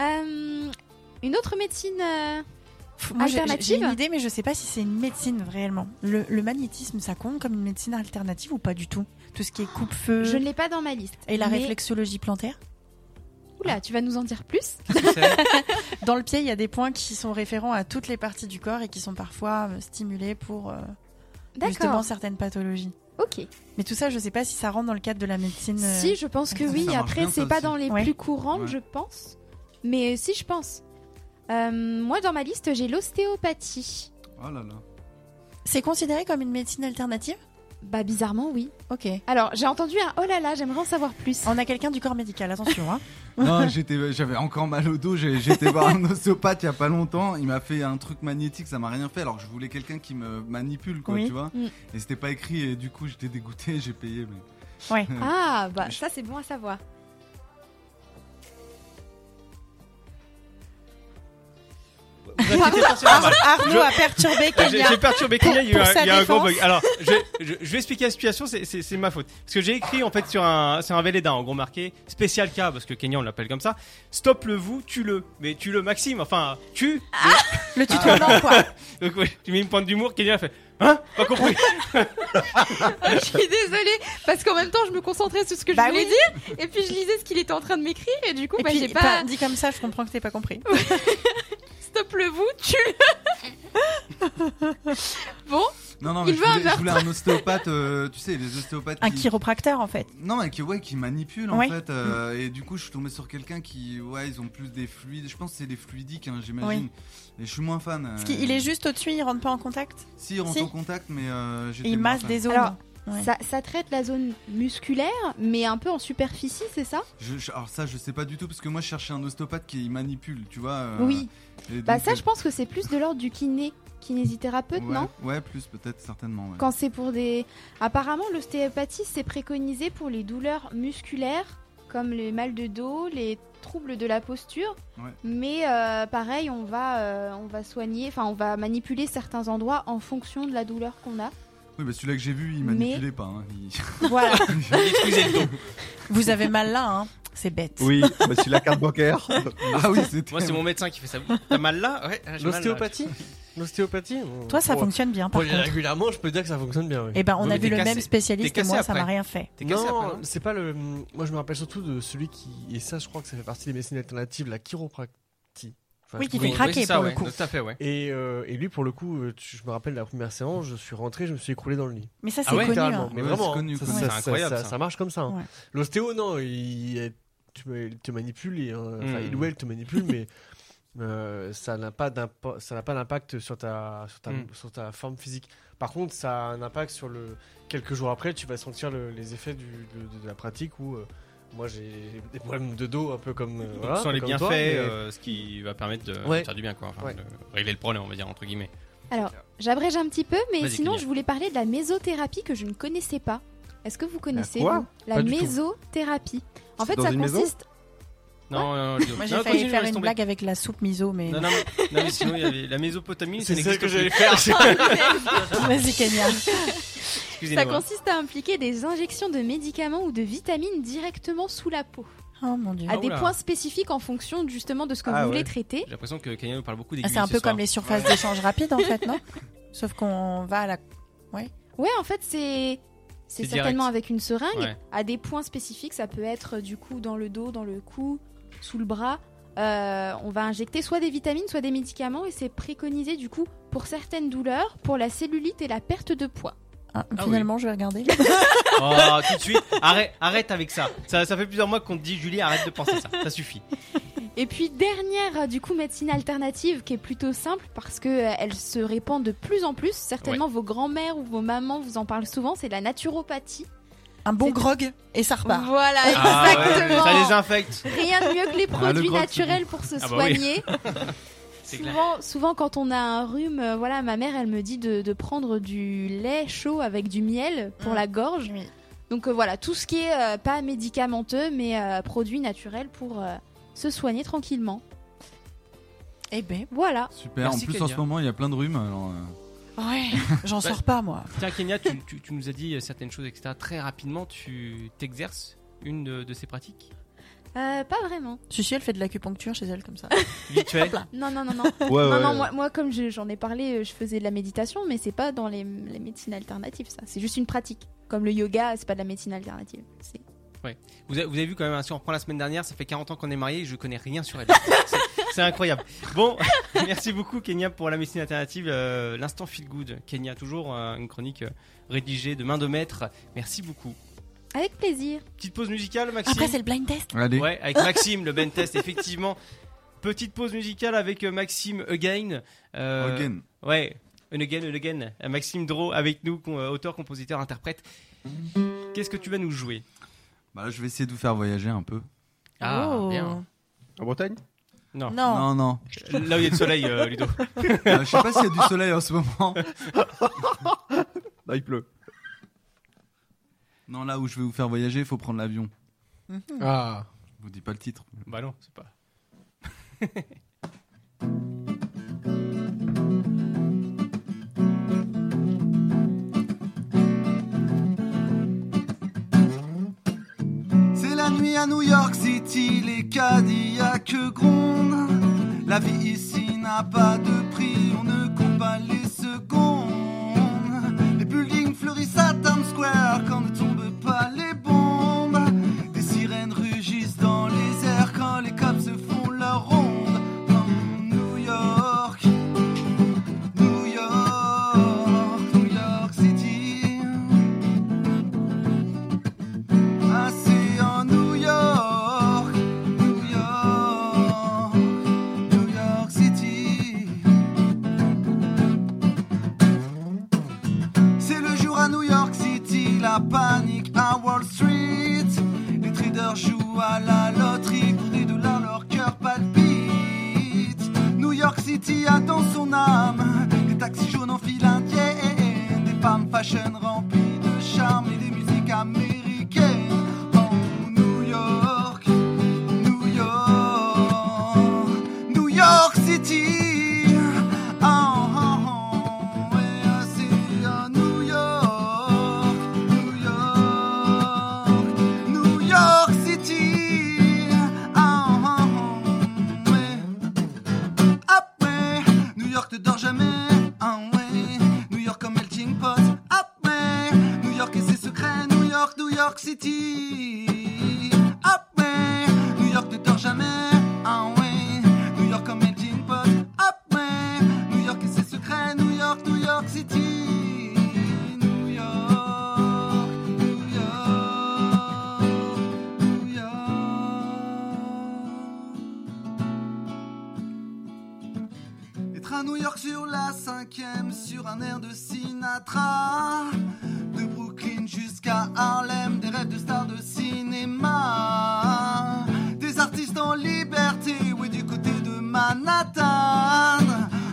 Speaker 9: Euh, une autre médecine. euh,
Speaker 4: F- Moi, j'ai-
Speaker 9: Alternative
Speaker 4: J'ai une idée mais je sais pas si c'est une médecine réellement. Le, le magnétisme ça compte comme une médecine alternative ou pas du tout Tout ce qui est coupe-feu
Speaker 9: Je ne l'ai pas dans ma liste.
Speaker 4: et la
Speaker 9: mais-
Speaker 4: réflexologie plantaire
Speaker 9: Oula, tu vas nous en dire plus
Speaker 2: Qu'est-ce que c'est
Speaker 4: [LAUGHS] Dans le pied, il y a des points qui sont référents à toutes les parties du corps et qui sont parfois euh, stimulés pour euh, justement
Speaker 9: D'accord.
Speaker 4: certaines pathologies.
Speaker 9: Ok.
Speaker 4: Mais tout ça, je sais pas si ça rentre dans le cadre de la médecine. euh,
Speaker 9: Si, je pense que
Speaker 8: Ça,
Speaker 9: oui.
Speaker 8: ça marche
Speaker 9: Après,
Speaker 8: bien, ça
Speaker 9: c'est pas
Speaker 8: aussi.
Speaker 9: dans les
Speaker 4: Ouais.
Speaker 9: plus courantes,
Speaker 8: Ouais.
Speaker 9: je pense. Mais si, je pense. Euh, moi, dans ma liste, j'ai l'ostéopathie.
Speaker 8: Oh là là.
Speaker 4: C'est considéré comme une médecine alternative
Speaker 9: Bah, bizarrement, oui.
Speaker 4: Ok.
Speaker 9: Alors, j'ai entendu un oh là là, j'aimerais en savoir plus.
Speaker 4: On a quelqu'un du corps médical, attention. Hein.
Speaker 8: Non, j'étais, j'avais encore mal au dos. j'ai- J'étais voir un ostéopathe il y a pas longtemps. Il m'a fait un truc magnétique, ça m'a rien fait. Alors que je voulais quelqu'un qui me manipule, quoi,
Speaker 4: Oui.
Speaker 8: tu vois.
Speaker 9: Mm.
Speaker 8: Et c'était pas écrit. Et du coup, j'étais dégoûté. [LAUGHS] J'ai payé. Mais... [LAUGHS]
Speaker 9: Ah, bah,
Speaker 8: Je-
Speaker 9: ça, c'est bon à savoir.
Speaker 2: Vous inquiétez pas, c'est normal.
Speaker 4: Arnaud
Speaker 2: Je-
Speaker 4: a perturbé
Speaker 2: J'ai
Speaker 4: Kenya.
Speaker 2: j'ai perturbé Kenya, il y a eu
Speaker 4: pour
Speaker 2: un,
Speaker 4: sa
Speaker 2: il y a un gros
Speaker 4: défense.
Speaker 2: bug. Alors, je, je- je vais expliquer la situation, c'est- c'est c'est ma faute. Parce que j'ai écrit en fait sur un, sur un Véleda, en gros marqué, spécial cas, parce que Kenya on l'appelle comme ça, stop le vous, tue-le. Mais tue-le Maxime, enfin, tue.
Speaker 4: Ah,
Speaker 2: [LAUGHS]
Speaker 4: Le tutoiement, quoi.
Speaker 2: Donc, ouais, tu mets une pointe d'humour, Kenya a fait, hein Pas
Speaker 4: [LAUGHS]
Speaker 2: compris.
Speaker 9: [LAUGHS] je suis désolée, parce qu'en même temps, je me concentrais sur ce que
Speaker 4: Bah
Speaker 9: je voulais
Speaker 4: oui.
Speaker 9: dire, et puis je lisais ce qu'il était en train de m'écrire, et du coup,
Speaker 4: Et
Speaker 9: bah,
Speaker 4: puis,
Speaker 9: j'ai pas.
Speaker 4: bah, dit comme ça, je comprends que t'es pas compris.
Speaker 9: Stop le vous, tu. [LAUGHS] Bon,
Speaker 8: Non, non, mais
Speaker 9: Il
Speaker 8: je
Speaker 9: veut un
Speaker 8: voulais, je
Speaker 9: verre.
Speaker 8: voulais un ostéopathe, euh, tu sais, les ostéopathes.
Speaker 4: Un
Speaker 8: qui-
Speaker 4: chiropracteur, en fait.
Speaker 8: Non, mais qui, ouais, qui manipule en
Speaker 4: Ouais. Mm.
Speaker 8: fait. euh, Et du coup, je suis tombé sur quelqu'un qui, ouais, ils ont plus des fluides. Je pense que c'est des fluidiques, hein, j'imagine. Et je suis moins fan. euh,
Speaker 4: Parce qu'il est juste au-dessus, il rentre pas en contact.
Speaker 8: Si, il rentre
Speaker 4: si.
Speaker 8: en contact, mais euh,
Speaker 4: Et
Speaker 8: j'étais
Speaker 4: il
Speaker 8: moins
Speaker 4: masse
Speaker 8: fan.
Speaker 4: des zones.
Speaker 9: Alors,
Speaker 4: Ouais.
Speaker 9: ça, ça traite la zone musculaire, mais un peu en superficie, c'est ça
Speaker 8: Je- je- alors ça, je sais pas du tout parce que moi, je cherchais un ostéopathe qui manipule, tu vois. euh,
Speaker 9: Oui.
Speaker 8: et
Speaker 9: Bah
Speaker 8: donc,
Speaker 9: ça,
Speaker 8: euh,
Speaker 9: je pense que c'est plus de l'ordre du kiné, kinésithérapeute,
Speaker 8: ouais,
Speaker 9: non
Speaker 8: Ouais, plus peut-être certainement. ouais.
Speaker 9: Quand c'est pour des... Apparemment, l'ostéopathie, c'est préconisé pour les douleurs musculaires, comme les mal de dos, les troubles de la posture.
Speaker 8: Ouais.
Speaker 9: Mais euh, pareil, on va, euh, on va soigner, enfin, on va manipuler certains endroits en fonction de la douleur qu'on a.
Speaker 8: Oui, bah celui-là que j'ai vu, il
Speaker 9: Mais-
Speaker 8: manipulait pas. hein, [LAUGHS] il-
Speaker 4: Voilà.
Speaker 2: Détruisez le dos.
Speaker 4: Vous avez mal là, hein C'est bête.
Speaker 5: Oui, bah, c'est la carte bancaire.
Speaker 8: ah oui, c'était.
Speaker 2: Moi, c'est mon médecin qui fait ça. T'as mal là Ouais, j'ai mal là. [LAUGHS]
Speaker 3: L'ostéopathie L'ostéopathie bon,
Speaker 4: Toi, ça
Speaker 3: pour-
Speaker 4: fonctionne bien, par
Speaker 3: pour aller
Speaker 4: contre.
Speaker 3: régulièrement, je peux dire que ça fonctionne bien. oui.
Speaker 4: [LAUGHS] Eh ben,
Speaker 2: Non,
Speaker 4: on a
Speaker 2: mais
Speaker 4: vu
Speaker 2: t'es
Speaker 4: le
Speaker 2: cassé.
Speaker 4: même
Speaker 2: T'es
Speaker 4: spécialiste et
Speaker 2: cassé
Speaker 4: moi, ça
Speaker 2: après.
Speaker 4: m'a rien fait.
Speaker 2: T'es cassé après,
Speaker 3: Non,
Speaker 2: non
Speaker 3: c'est pas le. Moi, je me rappelle surtout de celui qui. Et ça, je crois que ça fait partie des médecines alternatives, la chiropractie. Enfin,
Speaker 4: Oui,
Speaker 3: je
Speaker 4: qui
Speaker 3: sais
Speaker 4: fait
Speaker 3: pas.
Speaker 4: craquer,
Speaker 2: c'est ça,
Speaker 4: pour le
Speaker 2: ouais.
Speaker 4: coup.
Speaker 2: Tout à fait, ouais.
Speaker 3: Et, euh, et lui, pour le coup, euh, tu- je me rappelle la première séance, je suis rentré, je me suis écroulé dans le lit.
Speaker 4: Mais ça, c'est
Speaker 2: Ah ouais,
Speaker 4: connu.
Speaker 3: Littéralement.
Speaker 4: hein.
Speaker 3: Mais
Speaker 8: Ouais,
Speaker 3: vraiment,
Speaker 8: c'est connu,
Speaker 3: ça,
Speaker 8: connu.
Speaker 3: ça-
Speaker 2: C'est incroyable,
Speaker 3: ça-
Speaker 2: ça.
Speaker 3: ça marche comme ça. hein.
Speaker 4: Ouais.
Speaker 3: L'ostéo, non, il, tu me- il te manipule, et, euh, enfin,
Speaker 2: Mm.
Speaker 3: il ou elle te
Speaker 2: [LAUGHS]
Speaker 3: manipule, mais euh, ça n'a pas d'impo- ça n'a pas d'impact sur ta, sur, ta,
Speaker 2: Mm.
Speaker 3: sur ta forme physique. Par contre, ça a un impact sur le. Quelques jours après, tu vas sentir le- les effets du- de, de la pratique où. euh, moi j'ai des problèmes de dos un peu comme. euh,
Speaker 2: Donc,
Speaker 3: voilà,
Speaker 2: sans les
Speaker 3: comme
Speaker 2: bienfaits,
Speaker 3: toi, mais-
Speaker 2: euh, ce qui va permettre de
Speaker 3: Ouais.
Speaker 2: faire du bien, quoi. Enfin,
Speaker 3: Ouais.
Speaker 2: de régler le problème, on va dire, entre guillemets.
Speaker 9: J'abrège un petit peu, mais
Speaker 2: Vas-y,
Speaker 9: sinon,
Speaker 2: Kylian.
Speaker 9: je voulais parler de la mésothérapie que je ne connaissais pas. Est-ce que vous connaissez
Speaker 5: quoi
Speaker 9: vous, la
Speaker 3: Pas du tout.
Speaker 9: mésothérapie En
Speaker 5: C'est
Speaker 9: fait,
Speaker 5: dans
Speaker 9: ça
Speaker 5: une maison
Speaker 9: consiste
Speaker 2: Non, non,
Speaker 4: Moi,
Speaker 2: non,
Speaker 4: j'ai
Speaker 2: non,
Speaker 4: failli
Speaker 2: continue,
Speaker 4: faire
Speaker 2: laisse
Speaker 4: une
Speaker 2: tomber.
Speaker 4: blague avec la soupe miso, mais.
Speaker 2: Non, non, mais, non, mais sinon, il y avait la Mésopotamie,
Speaker 3: C'est
Speaker 2: ça
Speaker 3: ça
Speaker 2: n'existe
Speaker 3: que
Speaker 2: plus.
Speaker 3: j'allais faire.
Speaker 4: [LAUGHS] Ah,
Speaker 2: [LAUGHS]
Speaker 4: Vas-y, Kenya.
Speaker 9: Ça
Speaker 2: Excusez-moi.
Speaker 9: consiste à impliquer des injections de médicaments ou de vitamines directement sous la peau,
Speaker 4: Oh mon dieu.
Speaker 9: à
Speaker 2: Ah,
Speaker 9: des
Speaker 2: oula.
Speaker 9: points spécifiques en fonction justement de ce que
Speaker 5: Ah,
Speaker 9: vous voulez
Speaker 5: ouais.
Speaker 9: traiter.
Speaker 2: J'ai l'impression que Kenya nous parle beaucoup des
Speaker 4: Ah, c'est un peu
Speaker 2: hein.
Speaker 4: comme les surfaces d'échange rapide, en fait,
Speaker 9: [LAUGHS]
Speaker 4: non Sauf qu'on va à la.
Speaker 9: Ouais, en fait, c'est c'est
Speaker 2: C'est
Speaker 9: certainement avec une seringue,
Speaker 2: Ouais.
Speaker 9: à des points spécifiques, ça peut être euh, du coup dans le dos, dans le cou, sous le bras. Euh, on va injecter soit des vitamines, soit des médicaments, et c'est préconisé du coup pour certaines douleurs, pour la cellulite et la perte de poids.
Speaker 4: Ah,
Speaker 2: Ah
Speaker 4: finalement, je vais regarder.
Speaker 2: Oh, tout de suite, arrête, arrête avec ça. ça. Ça fait plusieurs mois qu'on te dit, Julie, arrête de penser ça. Ça suffit.
Speaker 9: Et puis dernière euh, du coup médecine alternative qui est plutôt simple parce que euh, elle se répand de plus en plus. Certainement vos grands-mères ou vos mamans vous en parlent souvent. C'est la naturopathie.
Speaker 4: Un bon
Speaker 9: C'est-
Speaker 4: grog et ça repart.
Speaker 9: Voilà, exactement.
Speaker 2: Ah ça désinfecte.
Speaker 9: Rien de mieux que les
Speaker 8: le
Speaker 9: produits
Speaker 8: grog, c'est
Speaker 9: naturels pour se
Speaker 2: Ah bah oui.
Speaker 9: soigner.
Speaker 2: C'est clair.
Speaker 9: souvent, souvent quand on a un rhume, euh, voilà, ma mère elle me dit de, de prendre du lait chaud avec du miel pour
Speaker 4: Mm.
Speaker 9: la gorge.
Speaker 4: Oui.
Speaker 9: Donc euh, voilà, tout ce qui est euh, pas médicamenteux mais euh, produits naturels pour euh, se soigner tranquillement.
Speaker 4: Eh ben,
Speaker 9: Voilà.
Speaker 8: Super. en
Speaker 2: Merci,
Speaker 8: plus, en
Speaker 2: Kenya.
Speaker 8: ce moment, il y a plein de rhumes. Alors, euh,
Speaker 4: ouais, j'en sors pas, moi.
Speaker 2: Bah, Tiens, Kenya, tu, tu- tu nous as dit certaines choses, etc. Très rapidement, tu t'exerces une de, de ces pratiques
Speaker 9: Euh, pas vraiment.
Speaker 4: Si, si, elle fait de l'acupuncture chez elle, comme
Speaker 9: [LAUGHS]
Speaker 4: ça.
Speaker 2: Vite fait.
Speaker 9: Non, non, non, non.
Speaker 5: [LAUGHS] Ouais,
Speaker 9: non,
Speaker 5: ouais.
Speaker 9: non, moi, moi, comme je- j'en ai parlé, euh, je faisais de la méditation, mais c'est pas dans les, les médecines alternatives, ça. C'est juste une pratique. Comme le yoga, c'est pas de la médecine alternative. C'est-
Speaker 2: Vous avez, vous avez vu quand même, hein, si on reprend la semaine dernière, ça fait 40 ans qu'on est mariés et je connais rien sur elle. C'est- C'est incroyable. Bon, [LAUGHS] merci beaucoup Kenya pour la médecine alternative. euh, L'instant feel good. Kenya, toujours euh, une chronique euh, rédigée de main de maître. Merci beaucoup.
Speaker 9: Avec plaisir.
Speaker 2: Petite pause musicale, Maxime
Speaker 4: Après, c'est le blind test.
Speaker 8: Allez.
Speaker 2: Ouais, avec Maxime, le Ben Test, effectivement. Petite pause musicale avec euh, Maxime Again. Euh,
Speaker 8: Again.
Speaker 2: Ouais, un again, un again. Euh, Maxime Draw avec nous, con- euh, auteur, compositeur, interprète. Qu'est-ce que tu vas nous jouer
Speaker 8: Bah, là, je vais essayer de vous faire voyager un peu.
Speaker 4: Oh.
Speaker 5: En Bretagne
Speaker 2: Ah, Non.
Speaker 4: Non.
Speaker 8: Non, non.
Speaker 2: Là où il y a du soleil, euh, Ludo.
Speaker 8: [LAUGHS] Euh, je sais pas s'il y a du soleil en ce moment.
Speaker 5: [LAUGHS] Là, il pleut.
Speaker 8: Non, là où je vais vous faire voyager, il faut prendre l'avion.
Speaker 4: Mhm.
Speaker 3: Ah.
Speaker 8: Je vous dis pas le titre.
Speaker 2: Bah non, c'est pas.
Speaker 6: C'est la nuit à New York City, les Cadillacs grondent. La vie ici n'a pas de prix, on ne compte pas les secondes. Les buildings fleurissent à Times Square quand ne tombent pas les bombes. Des sirènes rugissent dans les airs quand les cops se font leur ronde. Hum, New York, New Ah, Ah, Ah, Ah, Ah, Peut-être à New York sur la cinquième, sur un air de Sinatra. De Brooklyn jusqu'à Harlem, des rêves de stars de cinéma. Des artistes en liberté, oui, du côté de Manhattan.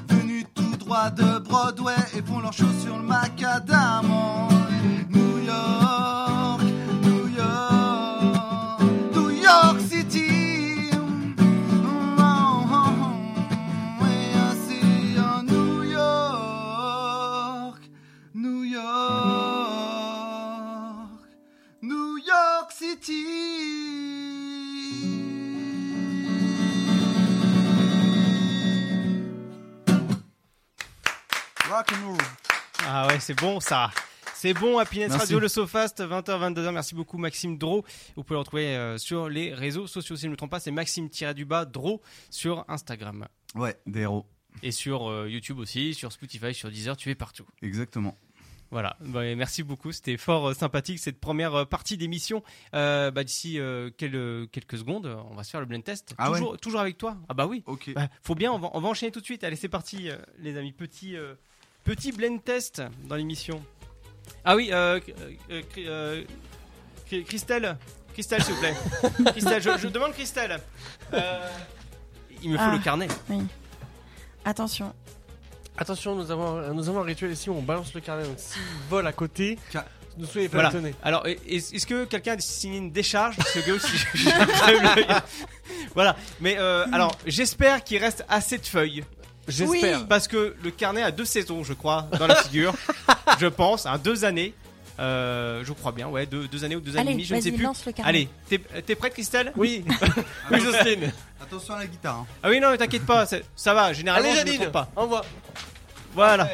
Speaker 6: Venus tout droit de Broadway et font leurs shows sur le macadam. New York, New York, New York City. New York, New York, New York City.
Speaker 8: Rock and roll.
Speaker 2: Ah ouais, c'est bon ça. C'est bon, Happiness
Speaker 8: Merci.
Speaker 2: Radio, le SoFast, 20h, 22h. Merci beaucoup, Maxime Dro. Vous pouvez le retrouver euh, sur les réseaux sociaux, si je ne me trompe pas. C'est Maxime-du-bas Dro sur Instagram.
Speaker 8: Ouais, des héros.
Speaker 2: Et sur euh, YouTube aussi, sur Spotify, sur Deezer, tu es partout.
Speaker 8: Exactement.
Speaker 2: Voilà, Bah, et merci beaucoup, c'était fort euh, sympathique cette première euh, partie d'émission. Euh, bah, D'ici euh, quel- quelques secondes, euh, on va se faire le blend test.
Speaker 8: Ah ouais
Speaker 2: toujours, toujours avec toi Ah bah oui,
Speaker 8: Ok.
Speaker 2: bah, faut bien, on va, on va enchaîner tout de suite. Allez, c'est parti, euh, les amis. Petit, euh, petit blend test dans l'émission. Ah oui, euh, euh, Cri- euh, Cri- Christelle, Christelle, s'il vous
Speaker 8: [LAUGHS]
Speaker 2: plaît. Christelle, je, je demande Christelle. Euh, il me faut
Speaker 4: Ah.
Speaker 2: le carnet.
Speaker 4: Attention,
Speaker 3: Attention, nous avons, un- nous avons un rituel ici où on balance le carnet. Donc s'il vole à côté,
Speaker 8: Ca-
Speaker 3: ne soyez pas
Speaker 2: Voilà.
Speaker 3: étonnés.
Speaker 2: Alors, est- est- est-ce que quelqu'un a signé une décharge Parce que Gauss, [LAUGHS] je- je- je- je- Voilà. Mais euh, alors, j'espère qu'il reste assez de feuilles.
Speaker 3: J'espère.
Speaker 2: Parce que le carnet a deux saisons, je crois, dans
Speaker 3: [LAUGHS]
Speaker 2: la figure. je pense, hein, deux années. Euh, je crois bien, ouais, deux, deux années ou deux années et
Speaker 10: Allez,
Speaker 2: demie, je ne sais
Speaker 10: vas-y,
Speaker 2: plus.
Speaker 10: lance le carnet.
Speaker 2: Allez, t'es t'es prête, Christelle
Speaker 3: Oui,
Speaker 2: [LAUGHS] Oui, Jocelyne.
Speaker 8: Attention à la guitare. hein.
Speaker 2: Ah oui, non, mais t'inquiète pas, c'est- ça va, généralement,
Speaker 3: allez
Speaker 2: je ne
Speaker 3: Janine,
Speaker 2: trompe pas.
Speaker 3: envoie.
Speaker 2: Voilà.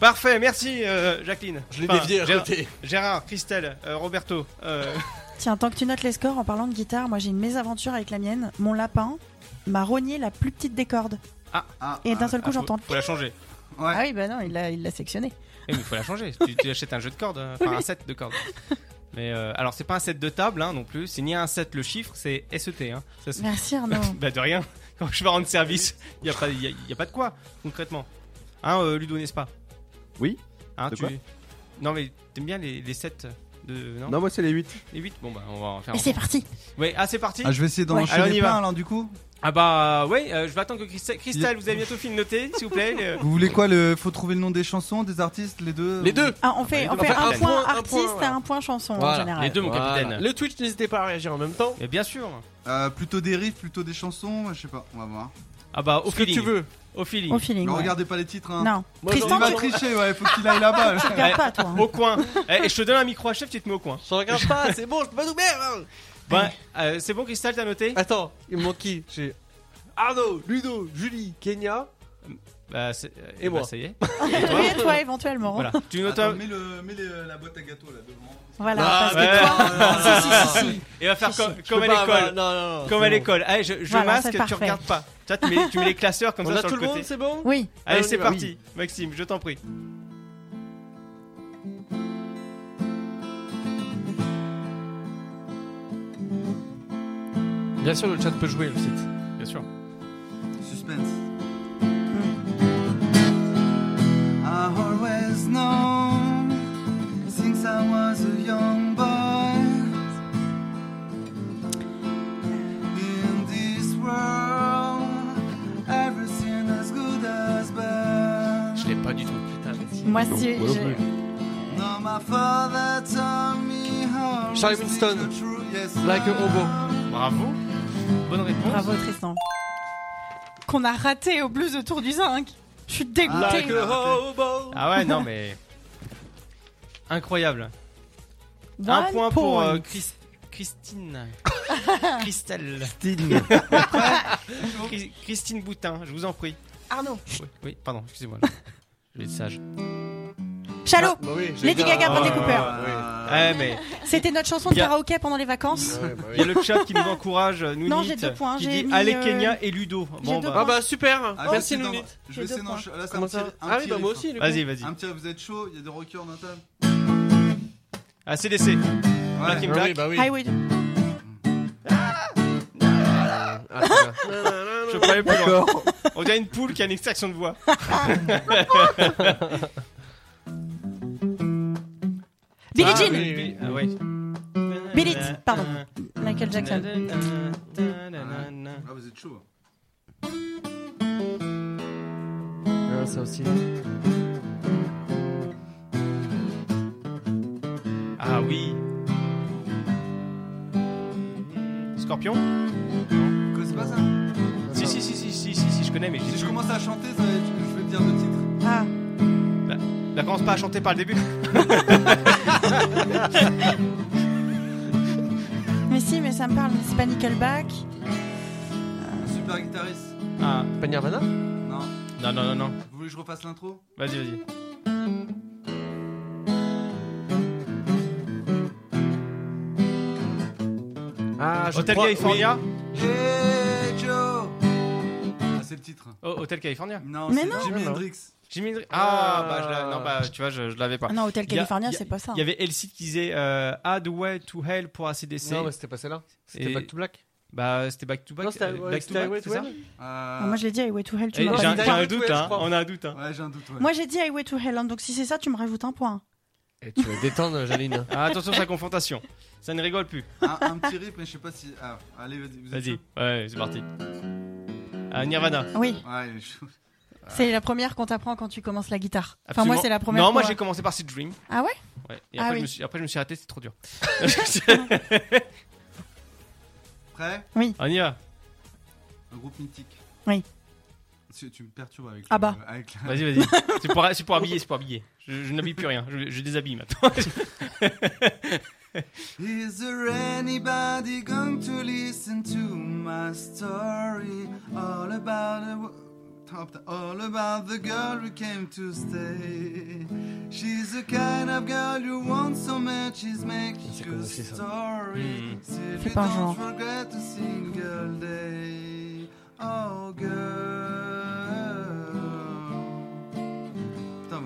Speaker 2: Parfait, merci euh, Jacqueline.
Speaker 3: Je l'ai
Speaker 2: Enfin,
Speaker 3: dévié à
Speaker 2: Gérard,
Speaker 3: côté.
Speaker 2: Gérard, Christelle, euh, Roberto. euh,
Speaker 4: Tiens, tant que tu notes les scores en parlant de guitare, moi j'ai une mésaventure avec la mienne. Mon lapin m'a rogné la plus petite des cordes.
Speaker 8: Ah,
Speaker 4: Et d'un seul
Speaker 2: [LAUGHS] ah,
Speaker 4: coup,
Speaker 2: faut-
Speaker 4: j'entends.
Speaker 2: Faut la changer.
Speaker 4: Ah oui, bah non, il l'a il l'a sectionné.
Speaker 2: Eh, mais il faut la changer. tu, tu achètes un jeu de cordes, euh, enfin un set de cordes. Mais euh, alors, c'est pas un set de table hein, non plus. C'est ni un set le chiffre, c'est SET. Hein. Ça, c'est-
Speaker 4: Merci Arnaud.
Speaker 2: [LAUGHS] bah de rien. Quand je vais rendre service, il y a pas, y a, y a pas de quoi concrètement. Hein, euh, Ludo, n'est-ce pas
Speaker 5: Oui.
Speaker 2: Hein,
Speaker 5: De
Speaker 2: tu...
Speaker 5: quoi
Speaker 2: non mais t'aimes bien les, les sets de non,
Speaker 5: Non, moi c'est les 8.
Speaker 2: les 8 Bon bah on va en faire.
Speaker 10: Et c'est
Speaker 2: ensemble.
Speaker 10: parti.
Speaker 2: Ouais, ah c'est parti.
Speaker 8: Ah, je vais essayer d'en
Speaker 4: Ouais.
Speaker 8: enchaîner
Speaker 2: Allez, on y
Speaker 8: plein,
Speaker 2: va.
Speaker 8: alors, du coup.
Speaker 2: Ah bah ouais, euh, je vais attendre que Christelle, Christelle, vous avez bientôt fini de noter, s'il vous plaît. le-
Speaker 8: Vous voulez quoi le... Faut trouver le nom des chansons, des artistes, les deux
Speaker 3: Les deux.
Speaker 4: Ah, on fait,
Speaker 2: les
Speaker 4: on
Speaker 2: deux,
Speaker 4: fait
Speaker 2: on fait
Speaker 4: un,
Speaker 2: un
Speaker 4: point
Speaker 3: point, un
Speaker 4: artiste
Speaker 3: point, voilà.
Speaker 4: et un point chanson en
Speaker 3: Voilà.
Speaker 4: général.
Speaker 2: Les deux, mon
Speaker 3: Voilà.
Speaker 2: capitaine.
Speaker 3: Le Twitch, n'hésitez pas à réagir en même temps.
Speaker 2: Mais bien sûr.
Speaker 8: Euh, Plutôt des riffs, plutôt des chansons, je sais pas, on va voir.
Speaker 2: Ah bah au
Speaker 3: Ce que
Speaker 2: feeling.
Speaker 3: tu veux.
Speaker 2: Au feeling.
Speaker 4: Au feeling.
Speaker 8: Ne
Speaker 4: ouais.
Speaker 8: regardez pas les titres, hein.
Speaker 4: Non.
Speaker 3: Moi,
Speaker 8: Il
Speaker 4: Tristan,
Speaker 8: va
Speaker 4: tu
Speaker 8: tricher, ouais, faut qu'il aille
Speaker 4: [LAUGHS]
Speaker 8: là-bas.
Speaker 4: regardes pas toi. hein.
Speaker 2: Au coin. Eh, et je te donne un micro à chef, tu te mets au coin.
Speaker 3: Je regarde pas, c'est bon, je peux pas nous perdre.
Speaker 2: Bah, euh, c'est bon, Christelle, t'as noté
Speaker 3: Attends, il me manque qui J'ai Arnaud, Ludo, Julie, Kenya.
Speaker 2: Bah, c'est- euh,
Speaker 3: Et
Speaker 2: bah,
Speaker 3: moi.
Speaker 2: ça y est.
Speaker 4: Oui, et [LAUGHS] toi éventuellement. [LAUGHS]
Speaker 2: Voilà. Tu notes
Speaker 8: Attends,
Speaker 2: un-
Speaker 8: mets, le, mets le- la boîte à gâteau là devant.
Speaker 4: Voilà,
Speaker 3: Ah,
Speaker 4: parce que
Speaker 2: ouais. [LAUGHS]
Speaker 4: toi,
Speaker 3: Si, si, si, si.
Speaker 2: Et va faire comme,
Speaker 3: Je
Speaker 2: comme
Speaker 3: peux
Speaker 2: à
Speaker 3: pas,
Speaker 2: l'école.
Speaker 3: Non, non, non,
Speaker 2: Comme
Speaker 3: c'est
Speaker 2: à
Speaker 3: bon.
Speaker 2: l'école. Allez, je, je
Speaker 4: Voilà,
Speaker 2: masque,
Speaker 4: c'est
Speaker 2: tu
Speaker 4: parfait.
Speaker 2: regardes pas. Toi, tu mets, tu mets les classeurs comme
Speaker 3: On
Speaker 2: ça
Speaker 3: a
Speaker 2: sur
Speaker 3: tout le
Speaker 2: côté.
Speaker 3: monde, c'est bon
Speaker 4: oui.
Speaker 2: Allez,
Speaker 3: Ah, on y
Speaker 2: c'est
Speaker 3: va.
Speaker 2: parti. Maxime, je t'en prie.
Speaker 3: Bien sûr, le chat peut jouer le site.
Speaker 2: Bien sûr.
Speaker 8: Suspense.
Speaker 6: I always known since I was a young boy in this world everything as good as bad.
Speaker 3: Je l'ai pas du tout, putain.
Speaker 4: Moi, si.
Speaker 5: moi non
Speaker 4: j'ai-
Speaker 6: No, my father told me how
Speaker 3: Charlie
Speaker 6: to speak
Speaker 3: Winston.
Speaker 6: the truth. Yes,
Speaker 3: Like a robot.
Speaker 2: Bravo. Bonne réponse.
Speaker 4: Bravo Tristan. Qu'on a raté au blues de Tour du Zinc. Je suis dégoûtée.
Speaker 3: Like a hobo.
Speaker 2: Ah ouais, non, mais. Incroyable.
Speaker 4: One
Speaker 2: un point pour
Speaker 4: point.
Speaker 2: euh, Chris-
Speaker 4: [LAUGHS]
Speaker 2: Christine. Christelle.
Speaker 3: [LAUGHS]
Speaker 2: [LAUGHS] Chris- Christine Boutin, je vous en prie.
Speaker 4: Arnaud.
Speaker 2: Oui, oui, pardon, excusez-moi. Je vais être sage.
Speaker 4: Chalot.
Speaker 3: Bah oui, j'ai
Speaker 4: Lady
Speaker 3: bien-
Speaker 4: Gaga, Bradley
Speaker 2: Ah,
Speaker 4: Cooper.
Speaker 2: Ouais, mais
Speaker 4: C'était notre chanson de
Speaker 2: Y a-
Speaker 4: karaoké pendant les vacances.
Speaker 3: Ouais, Ah, bah oui.
Speaker 2: il y a le chat qui nous encourage, euh, nous
Speaker 4: Non,
Speaker 2: Nit,
Speaker 4: j'ai deux points,
Speaker 2: qui
Speaker 4: j'ai
Speaker 2: dit
Speaker 4: mis,
Speaker 2: Allez
Speaker 4: euh,
Speaker 2: Kenya et Ludo. Bon,
Speaker 4: deux
Speaker 2: bah,
Speaker 3: Ah bah super,
Speaker 8: Ah, je vais
Speaker 3: merci
Speaker 8: essayer d'en-
Speaker 3: Lunit.
Speaker 8: Je
Speaker 4: J'ai
Speaker 8: vais
Speaker 4: deux
Speaker 8: essayer d'en-
Speaker 4: points.
Speaker 8: Là, c'est un
Speaker 3: Comment
Speaker 8: petit,
Speaker 3: ça
Speaker 8: un
Speaker 3: Ah oui,
Speaker 8: petit
Speaker 3: bah
Speaker 8: riff,
Speaker 3: moi
Speaker 8: hein.
Speaker 3: aussi. du coup.
Speaker 2: vas-y, vas-y.
Speaker 8: Un petit, vous êtes chaud, il y a des rockers dans la table.
Speaker 4: Oh.
Speaker 2: Ah, CDC.
Speaker 8: Ouais.
Speaker 3: Ah
Speaker 2: Black in
Speaker 3: oui,
Speaker 2: Black.
Speaker 3: bah oui.
Speaker 4: Highway.
Speaker 3: Ah, c'est bien.
Speaker 2: Je peux aller plus loin. On dirait une poule qui a une extraction de voix.
Speaker 4: Billie
Speaker 2: Ah,
Speaker 4: Jean
Speaker 2: oui, oui, ah, ouais.
Speaker 4: Billie Jean, pardon. Michael Jackson.
Speaker 6: vous êtes chaud.
Speaker 2: hein.
Speaker 3: Ah, ça aussi.
Speaker 2: Ah oui. Scorpion
Speaker 6: C'est pas ça.
Speaker 2: si, si, si, si, si, si, si, je connais, mais
Speaker 6: Si
Speaker 2: je
Speaker 6: je commence à chanter, ça va être- je vais te dire le titre.
Speaker 4: Ah,
Speaker 2: la Bah, commence pas à chanter par
Speaker 6: [LAUGHS]
Speaker 2: le début.
Speaker 4: mais si, mais ça me parle. mais C'est pas Nickelback.
Speaker 6: Un [LAUGHS] super guitariste.
Speaker 2: Ah,
Speaker 3: Pas Nirvana
Speaker 6: Non.
Speaker 2: non, non, non, non.
Speaker 6: Vous voulez que je refasse l'intro
Speaker 2: Vas-y, vas-y.
Speaker 3: Ah, je
Speaker 2: Hotel
Speaker 3: crois-
Speaker 2: California
Speaker 6: Hey Joe Ah, c'est le titre.
Speaker 2: Oh, Hotel California.
Speaker 6: Non,
Speaker 4: Mais
Speaker 6: c'est
Speaker 4: non.
Speaker 6: Jimi
Speaker 3: Non, non.
Speaker 6: Hendrix.
Speaker 2: Jimi Hendrix. Ah,
Speaker 3: Ah.
Speaker 2: bah, je l'ai- non, bah, tu vois, je, je l'avais pas.
Speaker 4: Ah non, Hotel
Speaker 2: Il y a-
Speaker 4: California,
Speaker 2: il y a-
Speaker 4: c'est pas ça. hein.
Speaker 2: Il y avait Elsie qui disait euh, Ah, the way to hell pour ACDC.
Speaker 3: Non, mais c'était pas celle-là. C'était
Speaker 2: Et-
Speaker 3: Back to Black.
Speaker 2: Bah, c'était back to back.
Speaker 3: non, c'était
Speaker 2: euh,
Speaker 3: ouais,
Speaker 2: back to
Speaker 3: c'était
Speaker 2: back,
Speaker 3: Highway
Speaker 2: c'est
Speaker 3: to
Speaker 2: ça
Speaker 3: Hell.
Speaker 6: Euh,
Speaker 4: Ah, Moi, je l'ai dit Highway to Hell, tu
Speaker 2: Eh,
Speaker 4: m'as
Speaker 2: J'ai un,
Speaker 4: rajouté
Speaker 2: j'ai
Speaker 4: un.
Speaker 2: un
Speaker 3: Highway to
Speaker 2: doute,
Speaker 3: Hell, je
Speaker 2: hein.
Speaker 3: crois.
Speaker 2: On a un doute, hein.
Speaker 6: Ouais, j'ai un doute. Ouais.
Speaker 4: Moi, j'ai dit Highway to Hell, hein, donc si c'est ça, tu me rajoutes un point.
Speaker 3: Et tu vas détendre, Jaline. hein.
Speaker 2: Ah, attention, sa confrontation. Ça ne rigole plus.
Speaker 6: un, un petit rythme, mais je sais pas si. Ah, allez, vas-y. vous êtes
Speaker 2: Vas-y,
Speaker 6: chaud
Speaker 2: ouais, c'est parti. Ah, Nirvana.
Speaker 4: Oui,
Speaker 6: Ouais, il est chaud.
Speaker 4: c'est la première qu'on t'apprend quand tu commences la guitare. Enfin,
Speaker 2: Absolument.
Speaker 4: moi, c'est la première.
Speaker 2: Non, moi
Speaker 4: qu'on-
Speaker 2: j'ai commencé par Seed Dream.
Speaker 4: Ah ouais
Speaker 2: Ouais. Et
Speaker 4: Ah
Speaker 2: après,
Speaker 4: oui.
Speaker 2: je me suis, après, je me suis raté, c'est trop
Speaker 4: [LAUGHS]
Speaker 2: dur.
Speaker 6: Prêt
Speaker 2: On y va.
Speaker 6: Le groupe mythique.
Speaker 4: Oui.
Speaker 6: Tu, tu me perturbes avec.
Speaker 4: Ah
Speaker 6: le-
Speaker 4: bah.
Speaker 6: avec la- [LAUGHS]
Speaker 2: Vas-y, vas-y. c'est pour, c'est pour habiller, c'est pour habiller. Je, je n'habille plus rien. Je, je déshabille maintenant.
Speaker 6: [LAUGHS] Is there anybody going to listen to my story? All about a wo- top- all about the girl who came to stay. She's the kind of girl you want so much, she's making
Speaker 3: C'est
Speaker 6: you a
Speaker 3: connu aussi, ça. Mm.
Speaker 6: story.
Speaker 2: Mhm.
Speaker 6: If
Speaker 4: C'est
Speaker 6: you
Speaker 4: pas un
Speaker 6: don't
Speaker 4: genre.
Speaker 6: regret a single day, oh girl. Putain,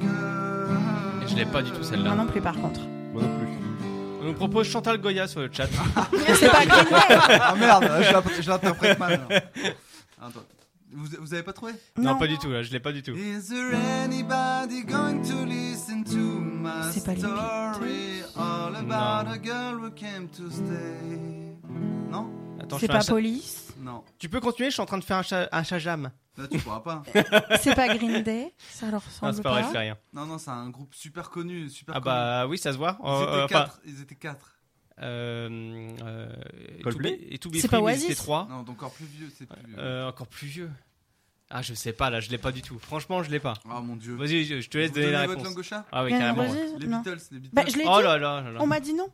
Speaker 6: girl.
Speaker 2: Je l'ai pas du tout
Speaker 4: Moi
Speaker 2: celle-là.
Speaker 4: non plus, par contre.
Speaker 8: Moi non plus.
Speaker 2: On nous propose Chantal Goya sur le
Speaker 6: [LAUGHS]
Speaker 2: chat.
Speaker 4: c'est pas Greenway
Speaker 6: Ah merde, je l'int- je l'interprète mal.
Speaker 4: [LAUGHS]
Speaker 6: alors. Attends. Vous, vous avez pas trouvé
Speaker 2: Non, pas du tout, là, je l'ai pas du tout.
Speaker 6: Is there anybody going to listen to my
Speaker 4: C'est pas les
Speaker 6: story all about
Speaker 2: Non.
Speaker 6: a girl who came to stay Non
Speaker 2: Attends, je
Speaker 4: C'est
Speaker 2: fais un
Speaker 4: pas
Speaker 2: cha-
Speaker 4: Police,
Speaker 6: Non.
Speaker 2: Tu peux continuer, je suis en train de faire un, cha- un shajam.
Speaker 6: Là tu pourras pas.
Speaker 4: [LAUGHS] c'est pas Green Day, ça leur ressemble
Speaker 2: Non, Ah, c'est pas vrai, je fais rien.
Speaker 6: Non, non, c'est un groupe super connu, super
Speaker 2: Ah bah oui, ça se voit.
Speaker 6: connu. Ils
Speaker 2: Euh,
Speaker 6: étaient
Speaker 2: euh, enfin,
Speaker 6: quatre. Ils étaient quatre.
Speaker 2: euh, euh, et
Speaker 8: Coldplay
Speaker 2: To Be- et To Be
Speaker 4: C'est pas
Speaker 2: Free, mais
Speaker 4: Oasis
Speaker 2: c'était trois.
Speaker 6: Non, donc encore plus vieux, c'est plus vieux.
Speaker 2: Euh, encore plus vieux. Ah, je sais pas, là, je l'ai pas du tout. Franchement, je l'ai pas.
Speaker 6: Oh mon dieu.
Speaker 2: Vas-y, je je te
Speaker 6: Vous
Speaker 2: laisse donner
Speaker 6: donnez
Speaker 2: la
Speaker 6: votre
Speaker 2: réponse.
Speaker 6: langue au chat
Speaker 2: Ah oui,
Speaker 4: Bien,
Speaker 2: carrément. ouais.
Speaker 4: vas-y,
Speaker 6: Les
Speaker 4: non.
Speaker 6: Beatles, les Beatles.
Speaker 4: Bah, je l'ai
Speaker 2: Oh
Speaker 4: dit,
Speaker 2: là là là là.
Speaker 4: on m'a dit non.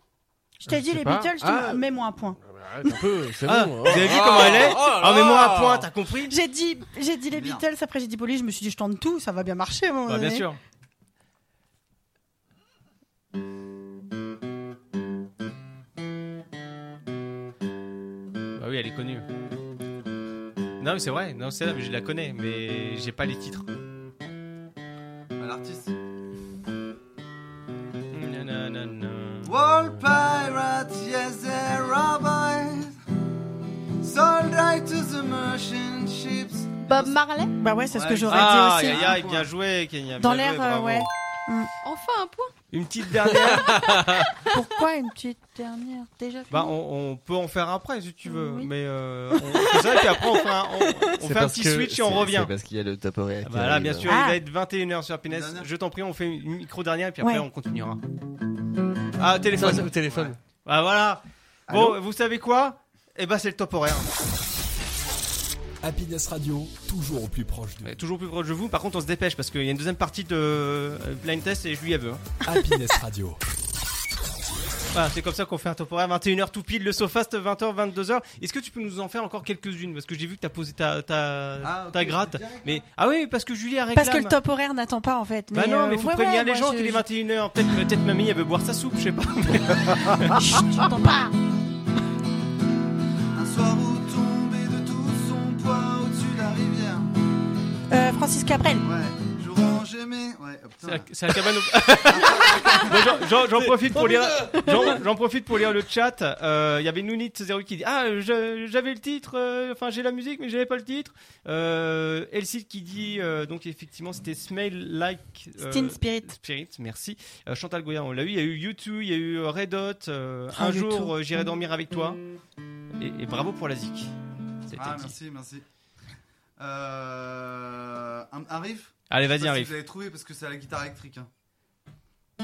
Speaker 4: Je t'ai
Speaker 3: Je
Speaker 4: dit
Speaker 3: sais
Speaker 4: les
Speaker 3: pas.
Speaker 4: Beatles, tu
Speaker 3: Ah.
Speaker 4: m- mets-moi un point.
Speaker 3: Arrête un peu, c'est
Speaker 2: Ah,
Speaker 3: bon. hein. oh
Speaker 2: vous avez vu comment elle est Ah, mais moi, un point, t'as compris
Speaker 4: J'ai dit, j'ai dit les
Speaker 6: Merde.
Speaker 4: Beatles, après j'ai dit Police, je me suis dit je tente tout, ça va bien marcher à un moment
Speaker 2: Bah, bien
Speaker 4: donné.
Speaker 2: sûr. Bah oui, elle est connue. Non, mais c'est vrai, non, c'est là, mais je la connais, mais j'ai pas les titres.
Speaker 6: Ah, L'artiste.
Speaker 2: Nanana.
Speaker 6: World pirates, yes, they're robbers. Sold right to the merchant ships.
Speaker 9: [LAUGHS] Bob Marley
Speaker 4: Bah ouais, c'est ce
Speaker 6: Ouais,
Speaker 4: que j'aurais
Speaker 2: Ah,
Speaker 4: dit
Speaker 2: aïe, aïe,
Speaker 4: aussi.
Speaker 2: aïe, bien joué, Kenya.
Speaker 4: Dans
Speaker 2: bien
Speaker 4: l'air,
Speaker 2: joué,
Speaker 4: euh,
Speaker 2: bravo.
Speaker 4: ouais.
Speaker 9: Enfin un point
Speaker 2: Une petite dernière.
Speaker 4: Pourquoi une petite dernière déjà
Speaker 2: [LAUGHS] bah,
Speaker 4: finie
Speaker 2: on, on peut en faire après si tu veux,
Speaker 4: Oui.
Speaker 2: mais euh, on on fait ça, et puis après on fait un, on- on fait un petit switch et on revient.
Speaker 11: parce qu'il y a le top horaire. qui
Speaker 2: Voilà,
Speaker 11: arrive.
Speaker 2: bien sûr,
Speaker 4: Ah.
Speaker 2: il va être 21h sur Happiness.
Speaker 6: Dernière.
Speaker 2: Je t'en prie, on fait une micro-dernière et puis après
Speaker 4: Ouais.
Speaker 2: on continuera. Ah, téléphone.
Speaker 3: au téléphone.
Speaker 2: Ah, voilà. Bon, vous savez quoi Eh ben, c'est le top horaire.
Speaker 1: Happiness Radio, toujours au plus proche de
Speaker 2: Mais toujours plus proche de vous. Par contre, on se dépêche parce qu'il y a une deuxième partie de euh, Blind Test et je lui aveu. hein.
Speaker 1: Happiness Radio.
Speaker 2: [LAUGHS] Voilà, c'est comme ça qu'on fait un top horaire. 21h tout pile, le SoFast, 20h, 22h. Est-ce que tu peux nous en faire encore quelques-unes Parce que j'ai vu que t'as posé ta, ta,
Speaker 6: Ah, ok,
Speaker 2: ta gratte.
Speaker 6: direct.
Speaker 2: Mais, ah oui, parce que Julie a réclamé.
Speaker 4: Parce que le top horaire n'attend pas en fait.
Speaker 2: Bah non, mais
Speaker 4: euh,
Speaker 2: faut
Speaker 4: ouais,
Speaker 2: prévenir
Speaker 4: ouais,
Speaker 2: les
Speaker 4: moi,
Speaker 2: gens
Speaker 4: je-
Speaker 2: qu'il est 21h. Peut-être peut-être mamie, elle veut boire sa soupe, je sais
Speaker 4: [LAUGHS]
Speaker 2: pas.
Speaker 4: Chut, t'entends pas
Speaker 6: Un soir où tombé de tout son poids au-dessus de la rivière.
Speaker 4: Euh, Francis Cabrel.
Speaker 6: Ouais, je range j'ai mes. Ouais, oh, putain.
Speaker 2: C'est la- C'est la cabane au- Bon, j'en- j'en- J'en profite pour lire. J'en j'en profite pour lire le chat. Euh, Il y avait Nounit 0 qui dit ah je- j'avais le titre. euh, Enfin j'ai la musique mais j'avais pas le titre. Euh, Elsie qui dit euh, donc effectivement c'était Smell Like euh,
Speaker 4: Teen Spirit.
Speaker 2: Spirit. Merci. Euh, Chantal Goya on l'a eu. Il y a eu YouTube, il y a eu Red Hot. euh,
Speaker 4: Ah, Mm.
Speaker 2: un
Speaker 4: U2.
Speaker 2: jour euh, j'irai dormir avec toi. Et, et bravo pour la zik. C'était
Speaker 8: Ah,
Speaker 2: dit.
Speaker 8: merci, merci. Euh, un, un riff
Speaker 2: Allez
Speaker 8: Je sais
Speaker 2: vas-y
Speaker 8: pas
Speaker 2: un
Speaker 8: si
Speaker 2: riff.
Speaker 8: Vous avez trouvé parce que c'est à la guitare électrique. hein.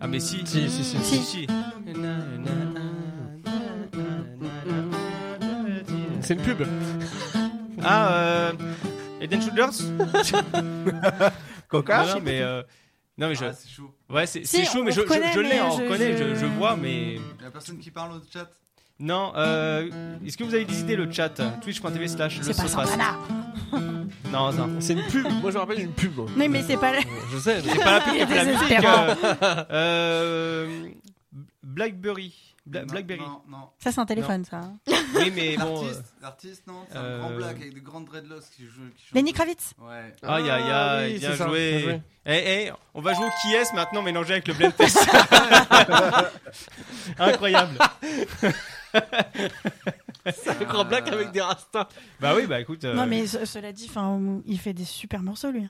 Speaker 2: Ah mais si.
Speaker 3: Si, si, si.
Speaker 2: si.
Speaker 4: Si.
Speaker 2: si.
Speaker 3: C'est une pub.
Speaker 2: Ah, euh,
Speaker 3: [LAUGHS]
Speaker 2: Eden Shoulders
Speaker 5: Coca
Speaker 2: Non, non, mais, euh, non, mais je.
Speaker 8: Ah, c'est chaud.
Speaker 2: Ouais, c'est
Speaker 4: Si,
Speaker 2: c'est chaud,
Speaker 4: on
Speaker 2: mais je, je-
Speaker 4: reconnaît,
Speaker 2: je l'ai,
Speaker 4: mais
Speaker 2: on
Speaker 4: je-
Speaker 2: reconnaît, je...
Speaker 4: je-
Speaker 2: je vois, mais.
Speaker 8: Il y a personne qui parle au chat.
Speaker 2: Non, euh, est-ce que vous avez des idées, le chat Twitch.tv slash le
Speaker 4: C'est pas
Speaker 2: Sofast.
Speaker 4: Santana.
Speaker 2: Non, non.
Speaker 3: C'est une pub. Moi, je me rappelle d'une pub. moi.
Speaker 4: Non, mais c'est pas.
Speaker 3: Euh, Je sais. mais-
Speaker 2: C'est pas la
Speaker 4: [LAUGHS]
Speaker 2: pub,
Speaker 4: Il
Speaker 2: c'est
Speaker 4: est
Speaker 2: pas la musique.
Speaker 4: désespérant.
Speaker 2: euh, euh, Blackberry. Bla-
Speaker 8: Non,
Speaker 2: Blackberry.
Speaker 8: Non, non.
Speaker 4: Ça, c'est un téléphone, ça. hein.
Speaker 2: [LAUGHS] Oui, mais bon. euh,
Speaker 8: L'artiste, l'artiste, non C'est un
Speaker 2: euh,
Speaker 8: grand black avec des grandes dreadlocks qui joue. qui chante.
Speaker 4: Lenny Kravitz.
Speaker 8: Ouais.
Speaker 2: Aïe aïe
Speaker 3: Ah,
Speaker 2: aïe,
Speaker 3: oui,
Speaker 2: bien
Speaker 3: c'est ça, bien
Speaker 2: joué.
Speaker 3: joué.
Speaker 2: Eh eh, on va jouer au qui est maintenant mélangé avec le blind
Speaker 3: [LAUGHS]
Speaker 2: test. [LAUGHS] Incroyable.
Speaker 3: C'est un grand black avec des rastas.
Speaker 2: Bah oui, bah écoute. euh,
Speaker 4: Non, mais ce- cela dit, 'fin, il fait des super morceaux, lui.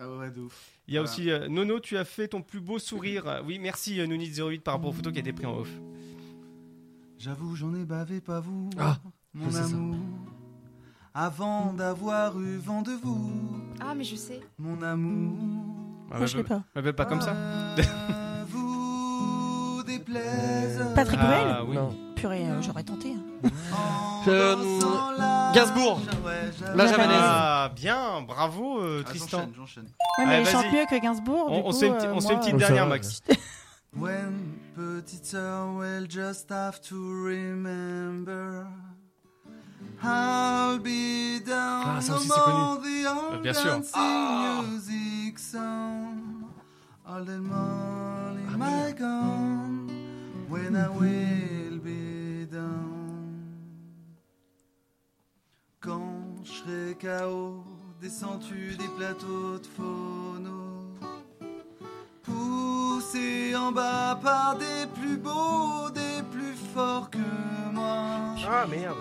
Speaker 8: Ah ouais, de ouf.
Speaker 2: Il y a
Speaker 8: Voilà.
Speaker 2: aussi euh, Nono, tu as fait ton plus beau sourire. Oui, merci euh, Nounit08 par rapport aux photos qui a été prises en off.
Speaker 8: J'avoue, j'en ai bavé, pas vous.
Speaker 3: Ah,
Speaker 8: mon
Speaker 3: c'est ça.
Speaker 8: amour. Avant d'avoir eu vent de vous,
Speaker 9: Ah, mais je sais.
Speaker 8: mon amour.
Speaker 4: Moi, je l'ai pas.
Speaker 2: Ah, M'appelle pas comme ça.
Speaker 8: Euh, vous déplaise.
Speaker 4: Patrick Bruel
Speaker 2: Ah oui.
Speaker 3: Non.
Speaker 4: Purée, euh, j'aurais tenté. hein.
Speaker 2: Oh.
Speaker 8: En [LAUGHS]
Speaker 3: Euh,
Speaker 8: dansant la-
Speaker 3: Gainsbourg.
Speaker 8: Ouais, j'avoue.
Speaker 3: La javanaise.
Speaker 2: Ah bien, bravo euh,
Speaker 8: Ah,
Speaker 2: Tristan.
Speaker 8: J'enchaîne, j'enchaîne.
Speaker 4: Ouais,
Speaker 2: Allez,
Speaker 4: mais il chante
Speaker 2: vas-y.
Speaker 4: mieux que Gainsbourg.
Speaker 2: On,
Speaker 4: du
Speaker 2: on
Speaker 4: coup,
Speaker 2: se fait, une petite-
Speaker 4: euh,
Speaker 2: on se fait
Speaker 4: moi,
Speaker 2: une petite
Speaker 3: euh,
Speaker 2: dernière,
Speaker 3: ça va,
Speaker 2: Max.
Speaker 8: [LAUGHS] When petite sœur, we'll just have to remember. I'll be down
Speaker 3: Ah, ça aussi, c'est
Speaker 8: among the old
Speaker 2: Euh, bien sûr.
Speaker 8: dancing music sound. All the morning
Speaker 2: Ah,
Speaker 8: my gone, when I will be down. Quand je serai KO, descends-tu des plateaux de phono? Poussé en bas par des plus beaux, des plus forts que moi.
Speaker 3: Ah merde.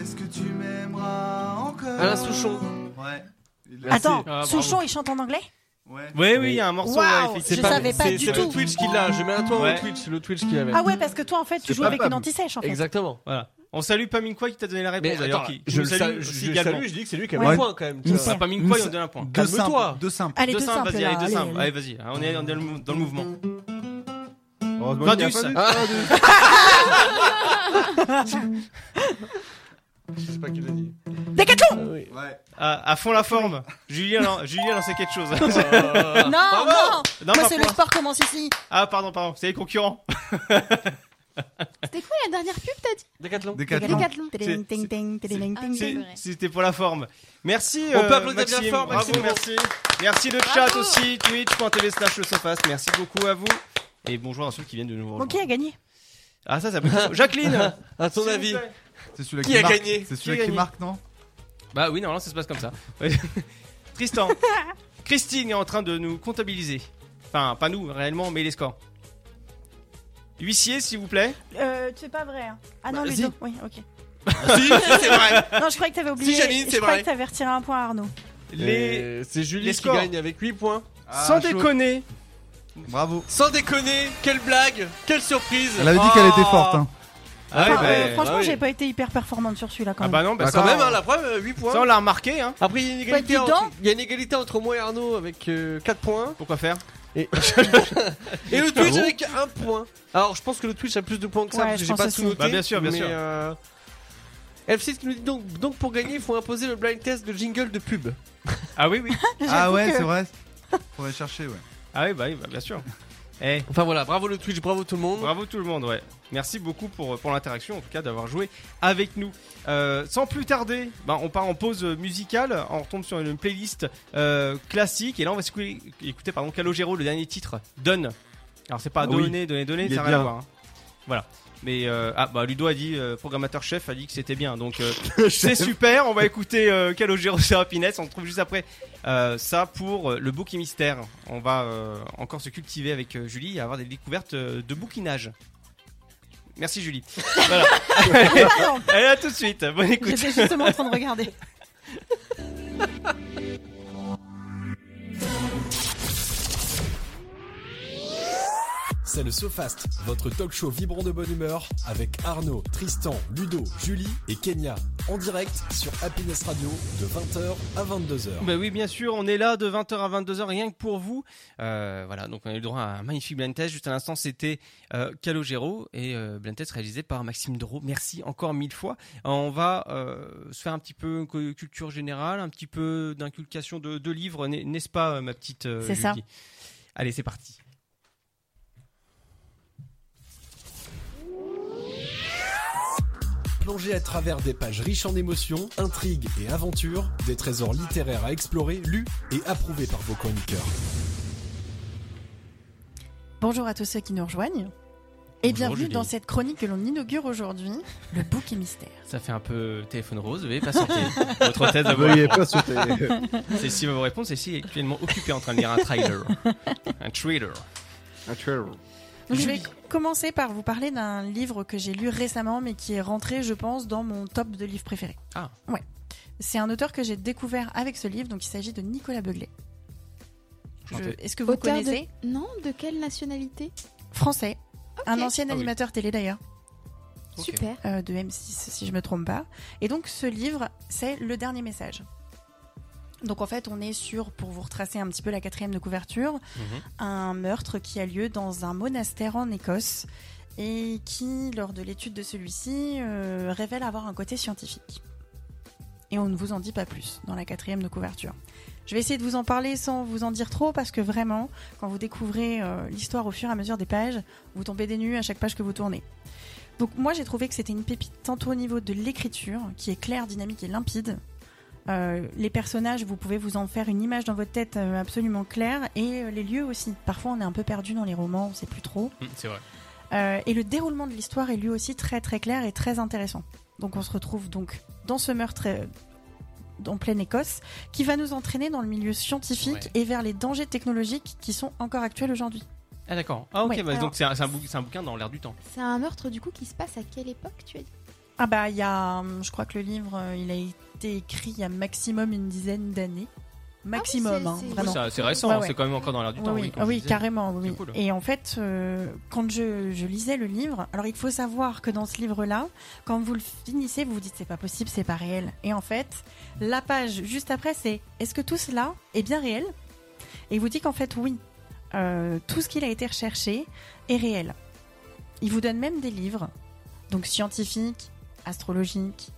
Speaker 8: Est-ce que tu m'aimeras encore
Speaker 3: Alain Souchon.
Speaker 8: Ouais. Il a-
Speaker 4: Attends,
Speaker 2: Ah, bravo.
Speaker 4: Souchon, il chante en anglais
Speaker 8: Ouais.
Speaker 2: Oui oui, il y a un morceau.
Speaker 4: Waouh,
Speaker 2: ouais,
Speaker 4: Je
Speaker 2: effectivement.
Speaker 4: savais pas
Speaker 3: c'est-
Speaker 4: du
Speaker 3: c'est
Speaker 4: tout.
Speaker 3: le Twitch qu'il a. Ah, Je mets à toi
Speaker 2: Ouais.
Speaker 3: le Twitch, le Twitch qu'il avait.
Speaker 4: Ah ouais, parce que toi, en fait, tu
Speaker 5: C'est
Speaker 4: joues
Speaker 5: pas
Speaker 4: avec
Speaker 5: Pam.
Speaker 4: une anti-sèche, en fait.
Speaker 3: Exactement.
Speaker 2: Voilà. On salue Paminkwa qui t'a donné la réponse
Speaker 3: Mais
Speaker 2: d'ailleurs.
Speaker 3: attends,
Speaker 2: qui- qui
Speaker 3: je
Speaker 2: nous
Speaker 3: le salue, je,
Speaker 2: aussi
Speaker 3: je le
Speaker 2: également.
Speaker 3: salue, je dis que c'est lui qui a
Speaker 5: Ouais.
Speaker 3: mis le point quand même. tu
Speaker 2: Nous
Speaker 3: vois.
Speaker 2: sa- Paminkwa, il nous donne un point.
Speaker 8: Deux
Speaker 3: Calme-toi.
Speaker 8: simples. Deux simples.
Speaker 4: Allez,
Speaker 2: Deux
Speaker 4: deux
Speaker 2: simples,
Speaker 4: simples,
Speaker 2: vas-y,
Speaker 4: là,
Speaker 2: allez, deux
Speaker 4: allez,
Speaker 2: simples.
Speaker 4: allez.
Speaker 2: Allez, vas-y, hein, on est on est dans le mou- dans le mouvement.
Speaker 5: Heureusement qu'il y a
Speaker 2: Vadus.
Speaker 5: pas du-
Speaker 7: Ah,
Speaker 4: Ah,
Speaker 3: Je sais pas qui l'a dit.
Speaker 4: Décathlon
Speaker 3: Ah oui.
Speaker 8: Ouais.
Speaker 2: À, à fond la forme. Julien, Julien, c'est quelque chose. non,
Speaker 3: Ah.
Speaker 4: Non, non
Speaker 2: pas
Speaker 4: Moi, c'est
Speaker 2: pour-
Speaker 4: le sport commence ici.
Speaker 2: Ah, pardon, pardon, c'est les concurrents.
Speaker 9: C'était quoi la dernière pub, t'as dit
Speaker 3: Décathlon.
Speaker 8: Des quatre langues.
Speaker 4: Décathlon.
Speaker 2: C'est-
Speaker 4: Ting, ting, ting, ting, ting,
Speaker 9: c'est-
Speaker 2: C'est-
Speaker 4: ting.
Speaker 9: vrai.
Speaker 2: C'était pour la forme. Merci.
Speaker 3: On
Speaker 2: euh,
Speaker 3: peut applaudir bien
Speaker 2: Maxime.
Speaker 3: fort, Maxime.
Speaker 2: Bravo, merci. Merci le
Speaker 9: Bravo.
Speaker 2: chat aussi, twitch.tv slash le sofast. Merci beaucoup à vous. Et bonjour à ceux qui viennent de nous rejoindre.
Speaker 4: Bon, qui a gagné
Speaker 2: Ah, ça, ça peut Jacqueline
Speaker 3: [LAUGHS] À ton
Speaker 2: s'il vous
Speaker 3: avis.
Speaker 2: plaît.
Speaker 8: C'est celui
Speaker 3: Qui a
Speaker 8: marque.
Speaker 3: gagné
Speaker 8: C'est
Speaker 2: Qui a
Speaker 8: celui qui
Speaker 2: gagné
Speaker 8: marque, non
Speaker 2: Bah oui, normalement, ça se passe comme ça. Ouais. [LAUGHS]
Speaker 3: [LAUGHS]
Speaker 2: Tristan. Christine est en train de nous comptabiliser. Enfin, pas nous, réellement, mais les scores. Huissier, s'il vous plaît.
Speaker 4: Euh, c'est pas vrai. hein. Ah non,
Speaker 3: Bah,
Speaker 4: Ludo.
Speaker 3: si.
Speaker 4: Oui, ok.
Speaker 2: Ah,
Speaker 3: Si, c'est vrai.
Speaker 4: Non, je croyais que t'avais oublié.
Speaker 3: Janine, c'est
Speaker 4: je croyais
Speaker 3: vrai.
Speaker 4: que t'avais retiré un point, à Arnaud.
Speaker 2: Les...
Speaker 3: Euh, C'est Julie
Speaker 2: les
Speaker 3: qui
Speaker 2: scores.
Speaker 3: gagne avec 8 points.
Speaker 2: Sans
Speaker 8: Ah, chaud.
Speaker 2: déconner.
Speaker 8: Bravo.
Speaker 3: Sans déconner, quelle blague, quelle surprise.
Speaker 8: Elle avait dit qu'elle était
Speaker 2: Ah.
Speaker 8: forte. Hein.
Speaker 2: Ah, ouais,
Speaker 4: Enfin, euh,
Speaker 2: bah,
Speaker 4: franchement,
Speaker 3: bah oui.
Speaker 4: j'ai pas été hyper performante sur celui-là quand
Speaker 2: ah
Speaker 4: même. Bah,
Speaker 2: bah non, bah,
Speaker 3: Bah,
Speaker 2: ça,
Speaker 3: quand même, hein, la preuve, euh, 8 points.
Speaker 2: ça, on l'a remarqué. Hein.
Speaker 3: Après, il y, a une égalité
Speaker 4: dis
Speaker 3: entre,
Speaker 4: donc.
Speaker 3: il y a une égalité entre moi et Arnaud avec 4 points.
Speaker 2: Pourquoi faire
Speaker 3: [LAUGHS] Et le Twitch avec 1 point. Alors, je pense que le Twitch a plus de points que ça,
Speaker 4: Ouais,
Speaker 3: parce que
Speaker 4: je
Speaker 3: j'ai
Speaker 4: pense
Speaker 3: pas
Speaker 4: aussi.
Speaker 3: tout noté.
Speaker 2: Bah, bien sûr, bien
Speaker 3: mais,
Speaker 2: sûr.
Speaker 3: euh, F6 qui nous dit donc, donc pour gagner, il faut imposer le blind test de jingle de pub.
Speaker 2: Ah
Speaker 4: [LAUGHS]
Speaker 2: oui, oui.
Speaker 3: [LAUGHS]
Speaker 8: Ah ouais,
Speaker 4: que-
Speaker 8: c'est vrai. Faudrait chercher, ouais.
Speaker 2: Ah oui, bah, oui, bah bien sûr. Eh,
Speaker 3: Enfin voilà, bravo le Twitch, bravo tout le monde.
Speaker 2: bravo tout le monde, ouais. Merci beaucoup pour, pour l'interaction, en tout cas d'avoir joué avec nous. Euh, sans plus tarder, bah, on part en pause musicale, on retombe sur une playlist euh, classique, et là on va écouter, écouter pardon, Calogero, le dernier titre, Donne. Alors c'est pas
Speaker 5: Ah oui.
Speaker 2: donner, donner, donner,
Speaker 5: Il est
Speaker 2: ça n'a rien à
Speaker 5: bien.
Speaker 2: voir. hein. Voilà. Mais euh, ah bah Ludo a dit euh, programmateur chef a dit que c'était bien. Donc euh, c'est super. On va écouter euh, Calogero sur Happiness. On se retrouve juste après euh, ça pour euh, le bouquin mystère. On va euh, encore se cultiver avec euh, Julie et avoir des découvertes euh, de bouquinage. Merci
Speaker 4: [LAUGHS]
Speaker 2: Julie. Voilà. Allez, à tout de suite. Bonne écoute.
Speaker 4: J'étais justement en train
Speaker 2: [LAUGHS]
Speaker 4: de regarder.
Speaker 1: C'est le SoFast, votre talk show vibrant de bonne humeur avec Arnaud, Tristan, Ludo, Julie et Kenya. En direct sur Happiness Radio de 20h à 22h.
Speaker 2: Bah oui, bien sûr, on est là de 20h à 22h, rien que pour vous. Euh, voilà, donc on a eu le droit à un magnifique blind test. Juste à l'instant, c'était euh, Calogero et euh, blind test réalisé par Maxime Dro. Merci encore mille fois. Euh, on va euh, se faire un petit peu co- culture générale, un petit peu d'inculcation de, de livres, n'est- n'est-ce pas, euh, ma petite euh,
Speaker 4: C'est ça.
Speaker 2: Julie Allez, c'est parti.
Speaker 1: Plongez à travers des pages riches en émotions, intrigues et aventures, des trésors littéraires à explorer, lus et approuvés par vos chroniqueurs.
Speaker 4: Bonjour à tous ceux qui nous rejoignent. Et
Speaker 2: Bonjour,
Speaker 4: bienvenue
Speaker 2: Julie.
Speaker 4: dans cette chronique que l'on inaugure aujourd'hui, le bouc et mystère.
Speaker 2: Ça fait un peu téléphone rose,
Speaker 5: [LAUGHS]
Speaker 2: veuillez patienter. Votre thèse à vous
Speaker 5: Veuillez
Speaker 2: répondre.
Speaker 5: pas sauter.
Speaker 2: [LAUGHS] Celle-ci va vous répondre, celle-ci est actuellement occupée en train de lire un trailer. Un trailer.
Speaker 4: Donc,
Speaker 2: [LAUGHS]
Speaker 4: je
Speaker 2: Julie.
Speaker 4: vais commencer par vous parler d'un livre que j'ai lu récemment, mais qui est rentré, je pense, dans mon top de livres préférés.
Speaker 2: Ah.
Speaker 4: Ouais. C'est un auteur que j'ai découvert avec ce livre, donc il s'agit de Nicolas Beuglé. Je-
Speaker 2: Chanté.
Speaker 4: Est-ce que vous
Speaker 9: Auteur de-
Speaker 4: connaissez
Speaker 9: Non, de quelle nationalité
Speaker 4: Français, un ancien
Speaker 2: Ah oui.
Speaker 4: animateur télé d'ailleurs.
Speaker 2: Ok.
Speaker 9: Super.
Speaker 4: euh, de M6 si je me trompe pas. Et donc ce livre, c'est le dernier message. Donc en fait, on est sur, pour vous retracer un petit peu la quatrième de couverture,
Speaker 2: Mhm.
Speaker 4: un meurtre qui a lieu dans un monastère en Écosse et qui, lors de l'étude de celui-ci, euh, révèle avoir un côté scientifique. Et on ne vous en dit pas plus dans la quatrième de couverture. Je vais essayer de vous en parler sans vous en dire trop parce que vraiment, quand vous découvrez euh, l'histoire au fur et à mesure des pages, vous tombez des nues à chaque page que vous tournez. Donc moi j'ai trouvé que c'était une pépite tantôt au niveau de l'écriture, qui est claire, dynamique et limpide. Euh, les personnages, vous pouvez vous en faire une image dans votre tête euh, absolument claire, et euh, les lieux aussi. Parfois on est un peu perdu dans les romans, on sait plus trop.
Speaker 2: Mm, C'est vrai.
Speaker 4: Euh, et le déroulement de l'histoire est lui aussi très très clair et très intéressant. Donc on se retrouve donc dans ce meurtre euh, en pleine Écosse, qui va nous entraîner dans le milieu scientifique et vers les dangers technologiques qui sont encore actuels aujourd'hui.
Speaker 2: Ah d'accord. Ah ok,
Speaker 4: Ouais,
Speaker 2: bah,
Speaker 4: alors-
Speaker 2: donc c'est un, c'est un bou- c'est un bouquin dans l'air du temps.
Speaker 9: C'est un meurtre du coup qui se passe à quelle époque tu as dit
Speaker 4: Ah bah il y a, hum, je crois que le livre, euh, il a été écrit il y a maximum une dizaine d'années, maximum,
Speaker 9: Ah c'est-
Speaker 4: hein,
Speaker 9: c'est-
Speaker 4: vraiment.
Speaker 9: non.
Speaker 2: Oui, ça- c'est récent,
Speaker 4: Ouais,
Speaker 2: hein,
Speaker 4: ouais.
Speaker 2: c'est quand même encore dans l'air du
Speaker 4: Oui,
Speaker 2: temps.
Speaker 4: oui,
Speaker 2: comme
Speaker 4: ah
Speaker 2: je
Speaker 4: oui,
Speaker 2: disais.
Speaker 4: carrément. oui,
Speaker 2: C'est
Speaker 4: oui.
Speaker 2: cool. hein.
Speaker 4: Et en fait, euh, quand je, je lisais le livre, alors il faut savoir que dans ce livre-là, quand vous le finissez, vous vous dites c'est pas possible, c'est pas réel. Et en fait, la page juste après, c'est est-ce que tout cela est bien réel Et il vous dit qu'en fait, oui, Euh, tout ce qu'il a été recherché est réel. Il vous donne même des livres, donc scientifiques, astrologiques,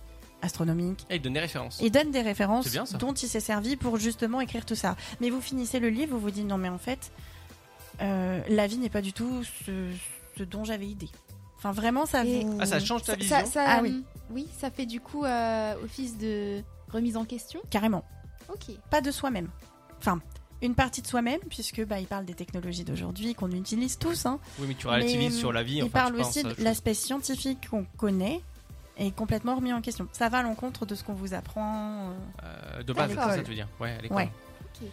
Speaker 4: astronomiques.
Speaker 2: Et Ah, il donne des références.
Speaker 4: Il donne des références
Speaker 2: C'est bien, ça.
Speaker 4: dont il s'est servi pour justement écrire tout ça. Mais vous finissez le livre, vous vous dites non mais en fait, euh, la vie n'est pas du tout ce, ce dont j'avais idée. Enfin vraiment ça
Speaker 9: Et-
Speaker 4: vous...
Speaker 2: Ah ça change ta
Speaker 9: Ça-
Speaker 2: vision.
Speaker 9: ça- ça,
Speaker 4: Ah
Speaker 9: euh,
Speaker 4: oui.
Speaker 9: Oui, ça fait du coup euh, office de remise en question.
Speaker 4: Carrément.
Speaker 9: Ok.
Speaker 4: Pas de soi-même. Enfin, une partie de soi-même puisque bah, il parle des technologies d'aujourd'hui qu'on utilise tous. hein.
Speaker 2: Oui mais tu
Speaker 4: Mais,
Speaker 2: relativises
Speaker 4: euh,
Speaker 2: sur la vie.
Speaker 4: il
Speaker 2: enfin, tu
Speaker 4: parle
Speaker 2: penses
Speaker 4: aussi
Speaker 2: à
Speaker 4: de
Speaker 2: autre chose.
Speaker 4: l'aspect scientifique qu'on connaît et complètement remis en question. Ça va à l'encontre de ce qu'on vous apprend. euh,
Speaker 2: Euh, de base, c'est
Speaker 9: l'école.
Speaker 2: ça tu veux dire. Ouais, à l'école.
Speaker 4: Ouais.
Speaker 9: Ok.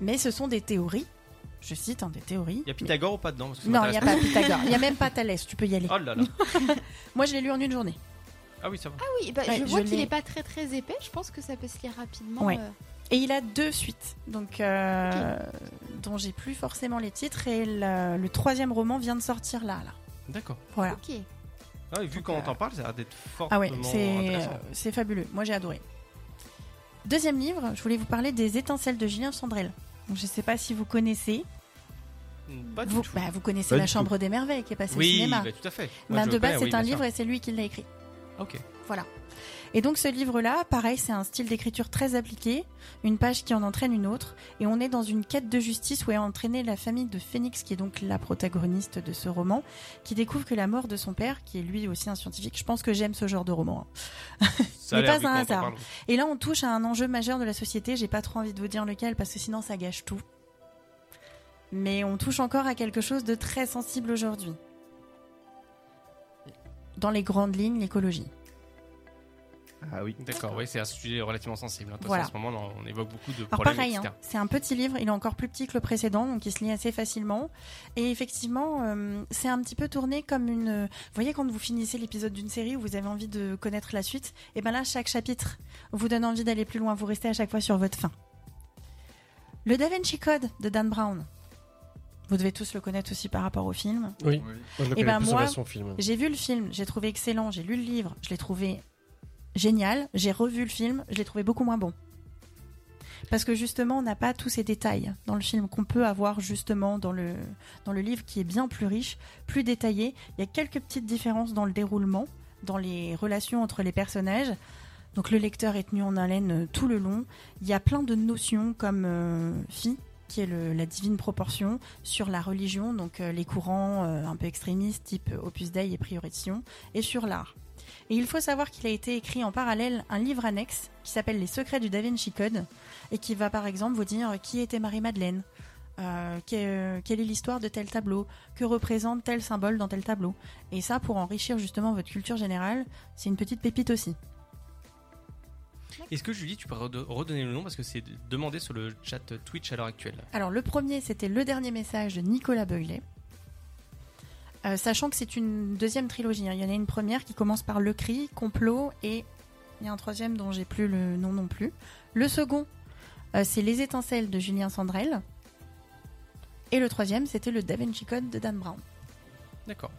Speaker 4: Mais ce sont des théories. Je cite hein, des théories.
Speaker 2: Il y a Pythagore ou pas dedans Parce que ça
Speaker 4: Non, il n'y a
Speaker 2: m'intéresse [LAUGHS]
Speaker 4: pas Pythagore. Il n'y a même pas Thalès. Tu peux y aller.
Speaker 2: pas. Oh là là.
Speaker 4: [LAUGHS] Moi, je l'ai lu en une journée.
Speaker 2: Ah oui, ça va.
Speaker 9: Oui, bah,
Speaker 4: Ouais,
Speaker 9: je vois
Speaker 4: je
Speaker 9: qu'il
Speaker 4: l'ai.
Speaker 9: est pas très très épais. Je pense que ça peut se lire rapidement.
Speaker 4: Ouais.
Speaker 9: euh,
Speaker 4: Et il a deux suites, donc euh, dont j'ai plus forcément les titres. Et le, le troisième roman vient de sortir là, là.
Speaker 2: D'accord.
Speaker 4: Voilà.
Speaker 9: Ok.
Speaker 2: Ah, et vu qu'on t'en parle, ça a l'air d'être fort.
Speaker 4: euh, Ah ouais, c'est euh, c'est fabuleux. Moi, j'ai adoré. Deuxième livre, je voulais vous parler des Étincelles de Julien Sandrel. Donc, je ne sais pas si vous connaissez.
Speaker 2: Mm-hmm. Pas du
Speaker 4: Vous,
Speaker 2: tout.
Speaker 4: bah, vous connaissez
Speaker 5: Pas
Speaker 4: La
Speaker 5: du
Speaker 4: Chambre des Merveilles qui est passée au
Speaker 2: oui,
Speaker 4: cinéma.
Speaker 2: bah, tout à fait.
Speaker 4: Ben,
Speaker 2: Moi, je
Speaker 4: de
Speaker 2: le connais,
Speaker 4: base,
Speaker 2: oui,
Speaker 4: c'est un
Speaker 2: bien
Speaker 4: livre
Speaker 2: sûr.
Speaker 4: et c'est lui qui l'a écrit.
Speaker 2: Ok.
Speaker 4: Et donc ce livre-là, pareil, c'est un style d'écriture très appliqué, une page qui en entraîne une autre, et on est dans une quête de justice où est entraînée la famille de Phoenix, qui est donc la protagoniste de ce roman, qui découvre que la mort de son père, qui est lui aussi un scientifique, je pense que j'aime ce genre de roman. hein.
Speaker 2: Ça a
Speaker 4: Mais
Speaker 2: l'air,
Speaker 4: pas
Speaker 2: vu
Speaker 4: un
Speaker 2: qu'on t'en
Speaker 4: hasard.
Speaker 2: parle.
Speaker 4: Et là, on touche à un enjeu majeur de la société, j'ai pas trop envie de vous dire lequel, parce que sinon ça gâche tout. Mais on touche encore à quelque chose de très sensible aujourd'hui. dans les grandes lignes l'écologie.
Speaker 5: Ah oui.
Speaker 2: D'accord, oui, c'est un sujet relativement sensible. hein. Parce
Speaker 4: Voilà.
Speaker 2: qu'en ce moment, on on évoque beaucoup de
Speaker 4: Alors
Speaker 2: problèmes.
Speaker 4: pareil, hein,
Speaker 2: etc.
Speaker 4: c'est un petit livre, il est encore plus petit que le précédent, donc il se lit assez facilement. Et effectivement, euh, c'est un petit peu tourné comme une... euh, Vous voyez, quand vous finissez l'épisode d'une série où vous avez envie de connaître la suite, et bien là, chaque chapitre vous donne envie d'aller plus loin, vous restez à chaque fois sur votre fin. Le Da Vinci Code de Dan Brown. Vous devez tous le connaître aussi par rapport au film.
Speaker 3: Oui. Moi, je le
Speaker 4: Eh
Speaker 3: connais
Speaker 4: ben,
Speaker 3: plus en
Speaker 4: moi,
Speaker 3: version film.
Speaker 4: J'ai vu le film, j'ai trouvé excellent, j'ai lu le livre, je l'ai trouvé génial, j'ai revu le film, je l'ai trouvé beaucoup moins bon. Parce que justement, on n'a pas tous ces détails dans le film qu'on peut avoir justement dans le, dans le livre qui est bien plus riche, plus détaillé. Il y a quelques petites différences dans le déroulement, dans les relations entre les personnages. Donc le lecteur est tenu en haleine euh, tout le long. Il y a plein de notions comme euh, phi, qui est le- la divine proportion, sur la religion, donc euh, les courants euh, un peu extrémistes type Opus Dei et Prioration, et sur l'art. Et il faut savoir qu'il a été écrit en parallèle un livre annexe qui s'appelle Les secrets du Da Vinci Code et qui va par exemple vous dire qui était Marie-Madeleine, euh, que- euh, quelle est l'histoire de tel tableau, que représente tel symbole dans tel tableau. Et ça, pour enrichir justement votre culture générale, c'est une petite pépite aussi. hein.
Speaker 2: Est-ce que Julie, tu peux rede- redonner le nom parce que c'est demandé sur le chat Twitch à l'heure actuelle
Speaker 4: Alors le premier, c'était le dernier message de Nicolas Beuglé. Euh, sachant que c'est une deuxième trilogie. hein. Il y en a une première qui commence par Le Cri, Complot et il y a un troisième dont j'ai plus le nom non plus. Le second, euh, c'est Les étincelles de Julien Sandrel. Et le troisième, c'était le Da Vinci Code de Dan Brown.
Speaker 2: D'accord.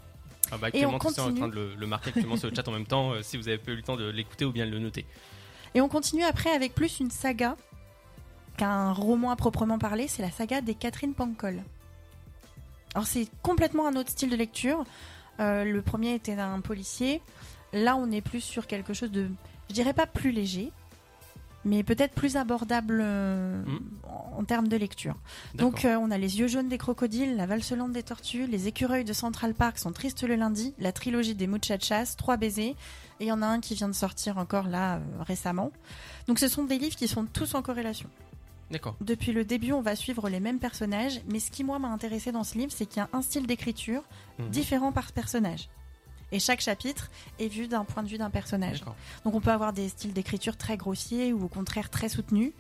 Speaker 2: Ah bah, actuellement,
Speaker 4: on
Speaker 2: Tristan est en train
Speaker 4: continue.
Speaker 2: de le, le marquer actuellement sur le chat en même temps, euh, si vous avez pas eu le temps de l'écouter ou bien de le noter.
Speaker 4: Et on continue après avec plus une saga qu'un roman à proprement parler, c'est la saga des Catherine Pancol. Alors c'est complètement un autre style de lecture. Euh, le premier était un policier. Là, on est plus sur quelque chose de, je dirais pas plus léger, mais peut-être plus abordable euh,
Speaker 2: Mhm.
Speaker 4: en, en termes de lecture.
Speaker 2: D'accord.
Speaker 4: Donc euh, on a les yeux jaunes des crocodiles, la valselante des tortues, les écureuils de Central Park sont tristes le lundi, la trilogie des muchachas, trois baisers, et il y en a un qui vient de sortir encore là euh, récemment. Donc ce sont des livres qui sont tous en corrélation.
Speaker 2: D'accord.
Speaker 4: Depuis le début, on va suivre les mêmes personnages, mais ce qui moi m'a intéressé dans ce livre, c'est qu'il y a un style d'écriture
Speaker 2: Mhm.
Speaker 4: différent par personnage. Et chaque chapitre est vu d'un point de vue d'un personnage.
Speaker 2: D'accord.
Speaker 4: Donc on peut avoir des styles d'écriture très grossiers ou au contraire très soutenus.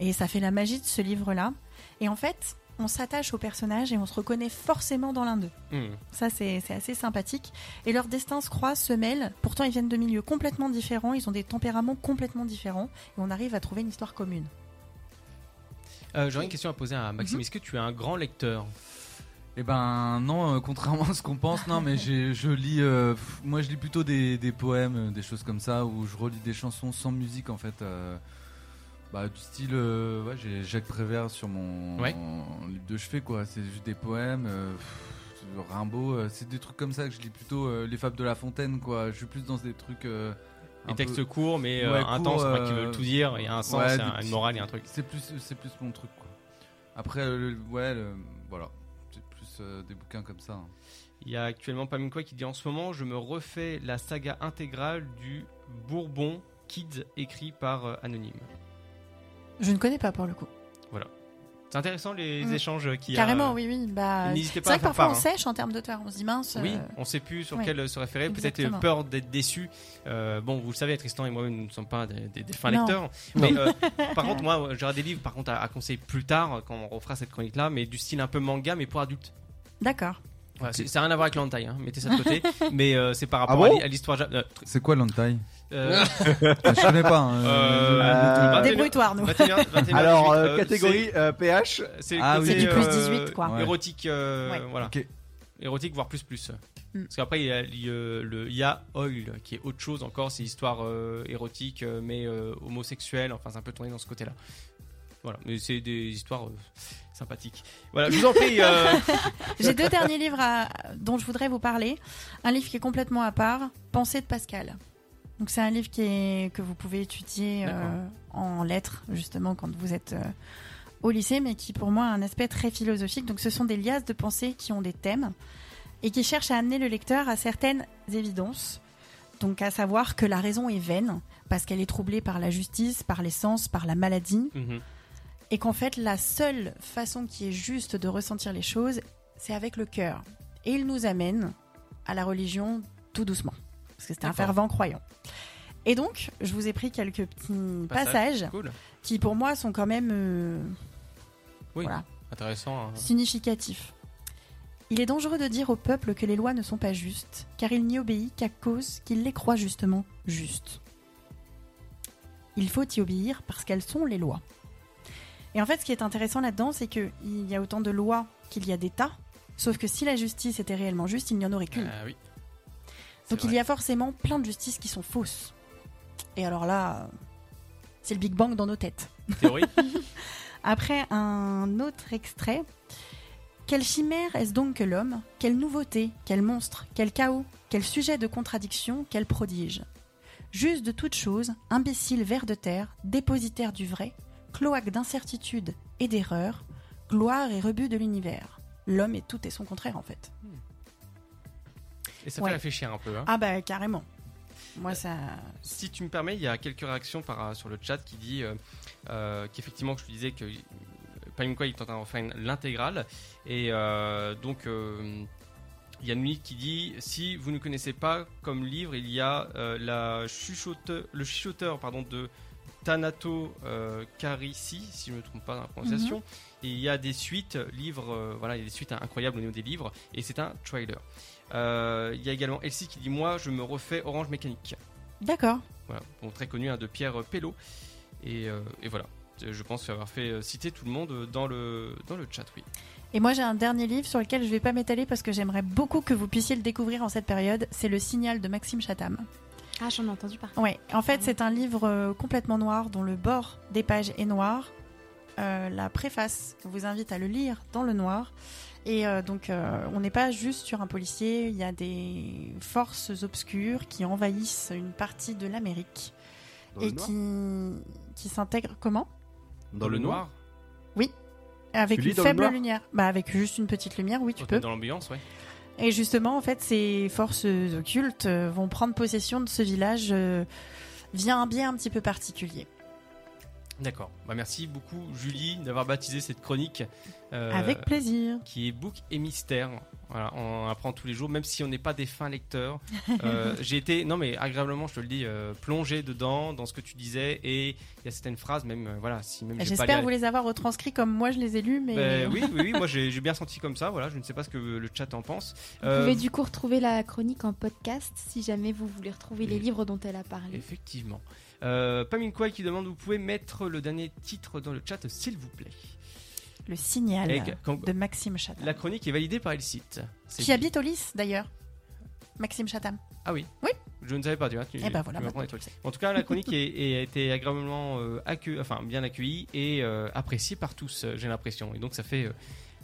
Speaker 4: Et ça fait la magie de ce livre-là. Et en fait, on s'attache aux personnages et on se reconnaît forcément dans l'un d'eux.
Speaker 2: Hmm.
Speaker 4: Ça, c'est c'est assez sympathique. Et leurs destins se croisent, se mêlent. Pourtant, ils viennent de milieux complètement différents. Ils ont des tempéraments complètement différents. Et on arrive à trouver une histoire commune.
Speaker 2: Euh, J'aurais une question à poser à
Speaker 8: Mhm.
Speaker 2: Maxime. Est-ce que tu es un grand lecteur
Speaker 8: Eh ben non, euh, contrairement à ce qu'on pense, non, mais j'ai- je lis, euh, pff, moi je lis plutôt des, des poèmes, euh, des choses comme ça, où je relis des chansons sans musique en fait, euh, bah, du style, euh, ouais, j'ai Jacques Prévert sur mon
Speaker 2: Ouais.
Speaker 8: mon livre de chevet quoi, c'est juste des poèmes, euh, pff, Rimbaud, euh, c'est des trucs comme ça que je lis plutôt, euh, les fables de La Fontaine quoi, je suis plus dans des trucs. euh,
Speaker 2: Les
Speaker 8: un peu-
Speaker 2: textes courts mais euh,
Speaker 8: Ouais, court,
Speaker 2: intenses, enfin, qui
Speaker 8: euh,
Speaker 2: veulent tout dire, et un sens,
Speaker 8: ouais,
Speaker 2: et
Speaker 8: des
Speaker 2: un-
Speaker 8: petits-
Speaker 2: une morale et un truc.
Speaker 8: C'est plus, c'est plus mon truc quoi. Après, euh, le- ouais, le- voilà, c'est plus euh, des bouquins comme ça. hein.
Speaker 2: Il y a actuellement Paminkoa qui dit en ce moment je me refais la saga intégrale du Bourbon Kids écrit par euh, Anonyme.
Speaker 4: Je ne connais pas pour le coup.
Speaker 2: C'est intéressant les
Speaker 4: Mm.
Speaker 2: échanges euh, qui
Speaker 4: Carrément, oui, oui. Bah,
Speaker 2: N'hésitez
Speaker 4: c'est
Speaker 2: pas à
Speaker 4: vrai que
Speaker 2: faire
Speaker 4: parfois
Speaker 2: part,
Speaker 4: on
Speaker 2: hein.
Speaker 4: sèche en termes d'auteur. On se dit mince.
Speaker 2: Oui,
Speaker 4: euh,
Speaker 2: on sait plus sur
Speaker 4: ouais.
Speaker 2: quel se référer, peut-être euh,
Speaker 4: Exactement.
Speaker 2: peur d'être déçu. Euh, bon, vous le savez, Tristan et moi, nous ne sommes pas des, des- des fins
Speaker 4: Non.
Speaker 2: lecteurs. Mais
Speaker 4: [LAUGHS]
Speaker 2: euh, par contre, moi, j'aurai des livres par contre, à, à conseiller plus tard, euh, quand on refera cette chronique-là, mais du style un peu manga, mais pour adultes.
Speaker 4: D'accord.
Speaker 2: Voilà, c'est- Ça n'a rien à voir avec l'hentai, hein, mettez ça de
Speaker 4: [LAUGHS]
Speaker 2: côté. mais euh, c'est par
Speaker 5: Ah
Speaker 2: rapport
Speaker 5: bon
Speaker 2: à l'i- à l'histoire... ja- euh, tr-
Speaker 8: C'est quoi l'entaille
Speaker 2: euh,
Speaker 8: [LAUGHS] Je connais pas. hein.
Speaker 2: euh,
Speaker 5: Ah,
Speaker 4: Débrouille-toi, Arnaud.
Speaker 2: 21,
Speaker 8: [LAUGHS]
Speaker 2: 21,
Speaker 5: Alors, euh,
Speaker 2: 18, euh,
Speaker 5: catégorie euh, PH.
Speaker 2: c'est- C'est
Speaker 8: Ah
Speaker 2: le
Speaker 8: oui.
Speaker 2: côté,
Speaker 8: C'est du plus
Speaker 2: euh,
Speaker 4: 18, quoi.
Speaker 8: Ouais.
Speaker 2: Érotique, euh,
Speaker 4: Ouais.
Speaker 2: voilà.
Speaker 8: Ok.
Speaker 2: Érotique, voire plus plus.
Speaker 4: Mm.
Speaker 2: Parce qu'après, il y a il y a le Ya Oil, qui est autre chose encore, c'est histoire euh, érotique, euh, mais euh, homosexuelle, enfin, c'est un peu tourné dans ce côté-là. Voilà, mais c'est des histoires euh, sympathiques. Voilà, je vous en prie. euh,
Speaker 4: [LAUGHS] J'ai deux derniers livres à- dont je voudrais vous parler. Un livre qui est complètement à part, Pensée de Pascal. Donc c'est un livre qui est, que vous pouvez étudier euh,
Speaker 2: D'accord.
Speaker 4: en lettres, justement, quand vous êtes euh, au lycée, mais qui pour moi a un aspect très philosophique. Donc ce sont des liasses de pensée qui ont des thèmes et qui cherchent à amener le lecteur à certaines évidences. Donc à savoir que la raison est vaine, parce qu'elle est troublée par la justice, par les sens, par la maladie,
Speaker 2: Mhm.
Speaker 4: et qu'en fait la seule façon qui est juste de ressentir les choses, c'est avec le cœur. Et il nous amène à la religion tout doucement. parce que c'était un fervent croyant. Et donc, je vous ai pris quelques petits
Speaker 2: Passage,
Speaker 4: passages
Speaker 2: cool.
Speaker 4: qui, pour moi, sont quand même euh,
Speaker 2: Oui,
Speaker 4: Voilà.
Speaker 2: intéressant. hein.
Speaker 4: significatifs. Il est dangereux de dire au peuple que les lois ne sont pas justes, car il n'y obéit qu'à cause qu'il les croit justement justes. Il faut y obéir parce qu'elles sont les lois. Et en fait, ce qui est intéressant là-dedans, c'est qu'il y a autant de lois qu'il y a d'États, sauf que si la justice était réellement juste, il n'y en aurait qu'une.
Speaker 2: Ah oui. C'est
Speaker 4: Donc il
Speaker 2: vrai.
Speaker 4: y a forcément plein de justices qui sont fausses. Et alors là, c'est le Big Bang dans nos têtes. [LAUGHS]
Speaker 2: Théorie
Speaker 4: Après un autre extrait. Quelle chimère est-ce donc que l'homme Quelle nouveauté Quel monstre Quel chaos Quel sujet de contradiction Quel prodige Juste de toutes choses, imbécile ver de terre, dépositaire du vrai, cloaque d'incertitude et d'erreur, gloire et rebut de l'univers. L'homme est tout et son contraire en fait.
Speaker 2: Et ça
Speaker 4: Ouais.
Speaker 2: fait réfléchir un peu. hein.
Speaker 4: Ah bah carrément. Moi ça...
Speaker 2: Si tu me permets, il y a quelques réactions par, sur le chat qui dit euh, euh, qu'effectivement, que je te disais que Palimkoa il tente d'en faire une- l'intégrale. Et euh, donc, euh, il y a Nuit qui dit Si vous ne connaissez pas comme livre, il y a euh, la chuchote- le chuchoteur pardon, de Thanato euh, Karissi, si je ne me trompe pas dans la prononciation. Et il y a des suites, livres, euh, voilà, il y a des suites incroyables au niveau des livres. Et c'est un trailer. Euh, Il y a également Elsie qui dit Moi, je me refais Orange Mécanique.
Speaker 4: D'accord.
Speaker 2: Voilà, bon, très connu hein, de Pierre Pello. Et, euh, et voilà, je pense avoir fait euh, citer tout le monde dans le, dans le chat, oui.
Speaker 4: Et moi, j'ai un dernier livre sur lequel je vais pas m'étaler parce que j'aimerais beaucoup que vous puissiez le découvrir en cette période. C'est Le Signal de Maxime Chatham.
Speaker 9: Ah, j'en ai entendu parler.
Speaker 4: Ouais, en fait, c'est un livre euh, complètement noir dont le bord des pages est noir. Euh, la préface vous invite à le lire dans le noir. Et euh, donc, euh, on n'est pas juste sur un policier, il y a des forces obscures qui envahissent une partie de l'Amérique
Speaker 5: Dans le
Speaker 4: et
Speaker 5: noir
Speaker 4: qui, qui s'intègrent comment
Speaker 5: Dans le noir
Speaker 4: Avec
Speaker 5: Tu lis
Speaker 4: une
Speaker 5: dans le
Speaker 4: faible
Speaker 5: noir
Speaker 4: lumière. Bah, avec juste une petite lumière, oui, tu
Speaker 2: Autant
Speaker 4: peux.
Speaker 2: Dans l'ambiance, ouais.
Speaker 4: Et justement, en fait, ces forces occultes euh, vont prendre possession de ce village euh, via un biais un petit peu particulier.
Speaker 2: D'accord. Bah, merci beaucoup, Julie, d'avoir baptisé cette chronique. euh,
Speaker 4: Avec plaisir.
Speaker 2: qui est Book et Mystère. Voilà, on apprend tous les jours, même si on n'est pas des fins
Speaker 4: [LAUGHS]
Speaker 2: lecteurs. Euh, J'ai été, non mais agréablement, je te le dis, euh, plongé dedans, dans ce que tu disais, et il y a certaines phrases, même, euh, voilà, si même j'ai pas
Speaker 4: J'espère
Speaker 2: l'air-
Speaker 4: vous les avoir retranscrits comme moi je les ai lus, mais euh.
Speaker 2: Ben oui, oui, oui, moi j'ai j'ai bien senti comme ça, voilà, je ne sais pas ce que le chat en pense.
Speaker 9: Vous
Speaker 2: Euh,
Speaker 9: pouvez du coup retrouver la chronique en podcast si jamais vous voulez retrouver les
Speaker 2: Et-
Speaker 9: livres dont elle a parlé.
Speaker 2: Effectivement. Euh, Paminkwai qui demande vous pouvez mettre le dernier titre dans le chat s'il vous plaît.
Speaker 4: [LAUGHS] le signal
Speaker 2: Egg, quand-
Speaker 4: de Maxime Chatham.
Speaker 2: La chronique est validée par Elsite. C'est
Speaker 4: Qui
Speaker 2: dit.
Speaker 4: habite au Lys d'ailleurs. Maxime Chatham.
Speaker 2: Ah oui.
Speaker 4: Oui.
Speaker 2: Je ne savais pas, tu vois. Tu,
Speaker 4: Eh ben voilà,
Speaker 2: tu m'apprends
Speaker 4: maintenant
Speaker 2: des trucs. En tout cas, la chronique est- est- a été agréablement euh, accue- enfin bien accueillie et euh, appréciée par tous, euh, j'ai l'impression. Et donc ça fait euh,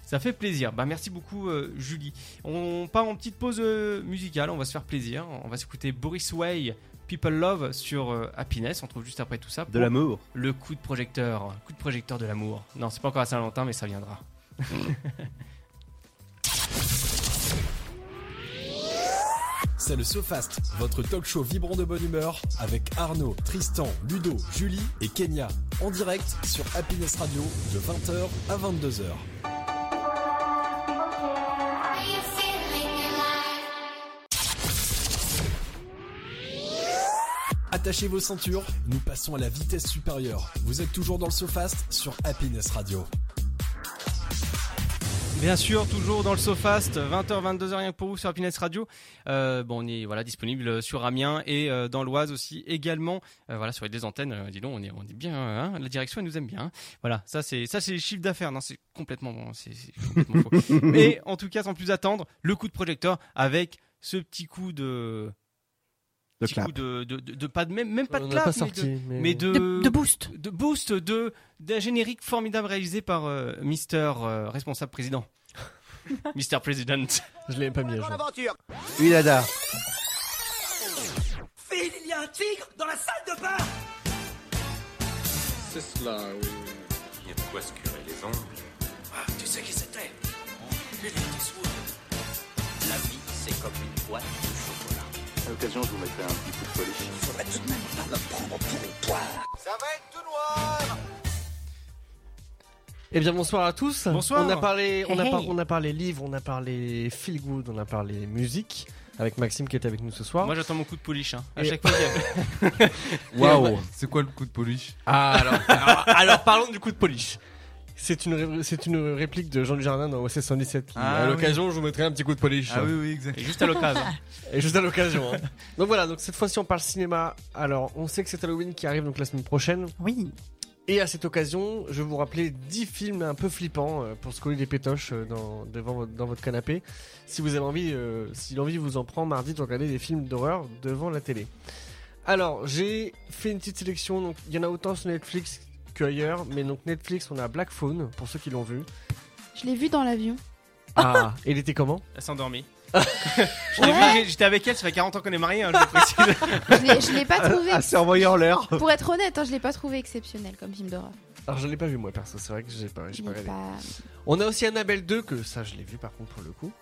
Speaker 2: ça fait plaisir. Bah merci beaucoup euh, Julie. On part en petite pause euh, musicale, on va se faire plaisir. On va s'écouter Boris Way, People Love sur euh, Happiness. On trouve juste après tout ça.
Speaker 5: De
Speaker 2: pour
Speaker 5: l'amour.
Speaker 2: le coup de projecteur, coup de projecteur de l'amour. Non, c'est pas encore à Saint-Valentin, mais ça viendra.
Speaker 1: C'est le SoFast, votre talk show vibrant de bonne humeur avec Arnaud, Tristan, Ludo, Julie et Kenya en direct sur Happiness Radio de 20h à 22h. Attachez vos ceintures, nous passons à la vitesse supérieure. Vous êtes toujours dans le SoFast sur Happiness Radio.
Speaker 2: Bien sûr, toujours dans le SoFast, 20h, 22h, rien que pour vous sur Happiness Radio. Euh, bon, on est voilà disponible sur Amiens et euh, dans l'Oise aussi également. Euh, voilà sur les deux antennes. euh, dis donc, on est on est bien. euh, hein, la direction elle nous aime bien. hein. Voilà, ça c'est ça c'est chiffre d'affaires. Non, c'est complètement bon, c'est c'est complètement
Speaker 5: [LAUGHS]
Speaker 2: faux. Mais en tout cas, sans plus attendre, le coup de projecteur avec ce petit coup de
Speaker 5: De
Speaker 2: petit coup
Speaker 5: clap.
Speaker 2: de, de, de- de- pas de même même pas de
Speaker 3: On n'a
Speaker 2: clap,
Speaker 3: pas
Speaker 2: mais de-
Speaker 3: sorti. Mais,
Speaker 2: mais de,
Speaker 4: De, de boost.
Speaker 2: de boost de d'un générique formidable réalisé par euh, Mister euh, responsable
Speaker 3: [LAUGHS]
Speaker 2: président. Mister President.
Speaker 3: Je l'ai pas mis à jour.
Speaker 5: Oui, Dada.
Speaker 7: Phil, il y a un tigre dans la salle de bain
Speaker 10: C'est cela, oui. Il y a de quoi se curer les ongles.
Speaker 7: Ah, tu sais qui c'était Il était sourd. La vie, c'est comme une boîte de chocolat.
Speaker 10: À l'occasion, je vous mettrai un petit coup de polish.
Speaker 7: Il faudrait tout de même pas le prendre pour une poire.
Speaker 6: Ça va être tout noir
Speaker 3: Eh bien bonsoir à tous.
Speaker 2: Bonsoir.
Speaker 3: On a parlé, on a, par-
Speaker 4: Hey.
Speaker 3: on a parlé livres, on a parlé feel good, on a parlé musique. avec Maxime qui est avec nous ce soir.
Speaker 2: Moi j'attends mon coup de polish hein. à
Speaker 3: Et-
Speaker 2: chaque fois.
Speaker 8: [LAUGHS]
Speaker 2: il y a-
Speaker 3: Waouh
Speaker 8: C'est quoi le coup de polish
Speaker 3: Ah, alors, alors-
Speaker 2: alors, parlons du coup de polish.
Speaker 3: C'est une, ré- c'est une réplique de Jean Dujardin dans OC 117 qui,
Speaker 8: Ah
Speaker 3: à
Speaker 8: oui.
Speaker 3: l'occasion, je vous mettrai un petit coup de polish.
Speaker 8: Ah oui, oui, exact. Et juste à l'occasion.
Speaker 3: [LAUGHS] Et juste à l'occasion. hein. Donc voilà, donc cette fois-ci, on parle cinéma. Alors, on sait que c'est Halloween qui arrive donc la semaine prochaine.
Speaker 4: Oui.
Speaker 3: Et à cette occasion, je vais vous rappeler 10 films un peu flippants euh, pour se coller des pétoches euh, dans, devant votre, dans votre canapé. Si vous avez envie, euh, si l'envie vous en prend mardi, de regarder des films d'horreur devant la télé. Alors, j'ai fait une petite sélection. Donc, il y en a autant sur Netflix qu'ailleurs. Mais donc, Netflix, on a Black Phone, pour ceux qui l'ont vu.
Speaker 9: Je l'ai vu dans l'avion.
Speaker 3: Ah, il était comment
Speaker 2: Elle s'est
Speaker 3: [LAUGHS]
Speaker 2: endormie. Je l'ai vu, j'ai- j'étais avec elle, ça fait 40 ans qu'on est mariés, hein, je le
Speaker 3: [LAUGHS]
Speaker 9: Je l'ai-
Speaker 2: précise.
Speaker 9: je l'ai pas trouvé.
Speaker 3: Ah, c'est envoyé en l'air.
Speaker 9: Pour être honnête, hein, je l'ai pas trouvé exceptionnel comme film d'horreur.
Speaker 3: Alors, je l'ai pas vu, moi, perso. C'est vrai que j'ai pas, j'ai
Speaker 9: Il
Speaker 3: pas
Speaker 9: est
Speaker 3: regardé.
Speaker 9: pas-
Speaker 3: On a aussi Annabelle 2, que ça, je l'ai vu, par contre, pour le coup.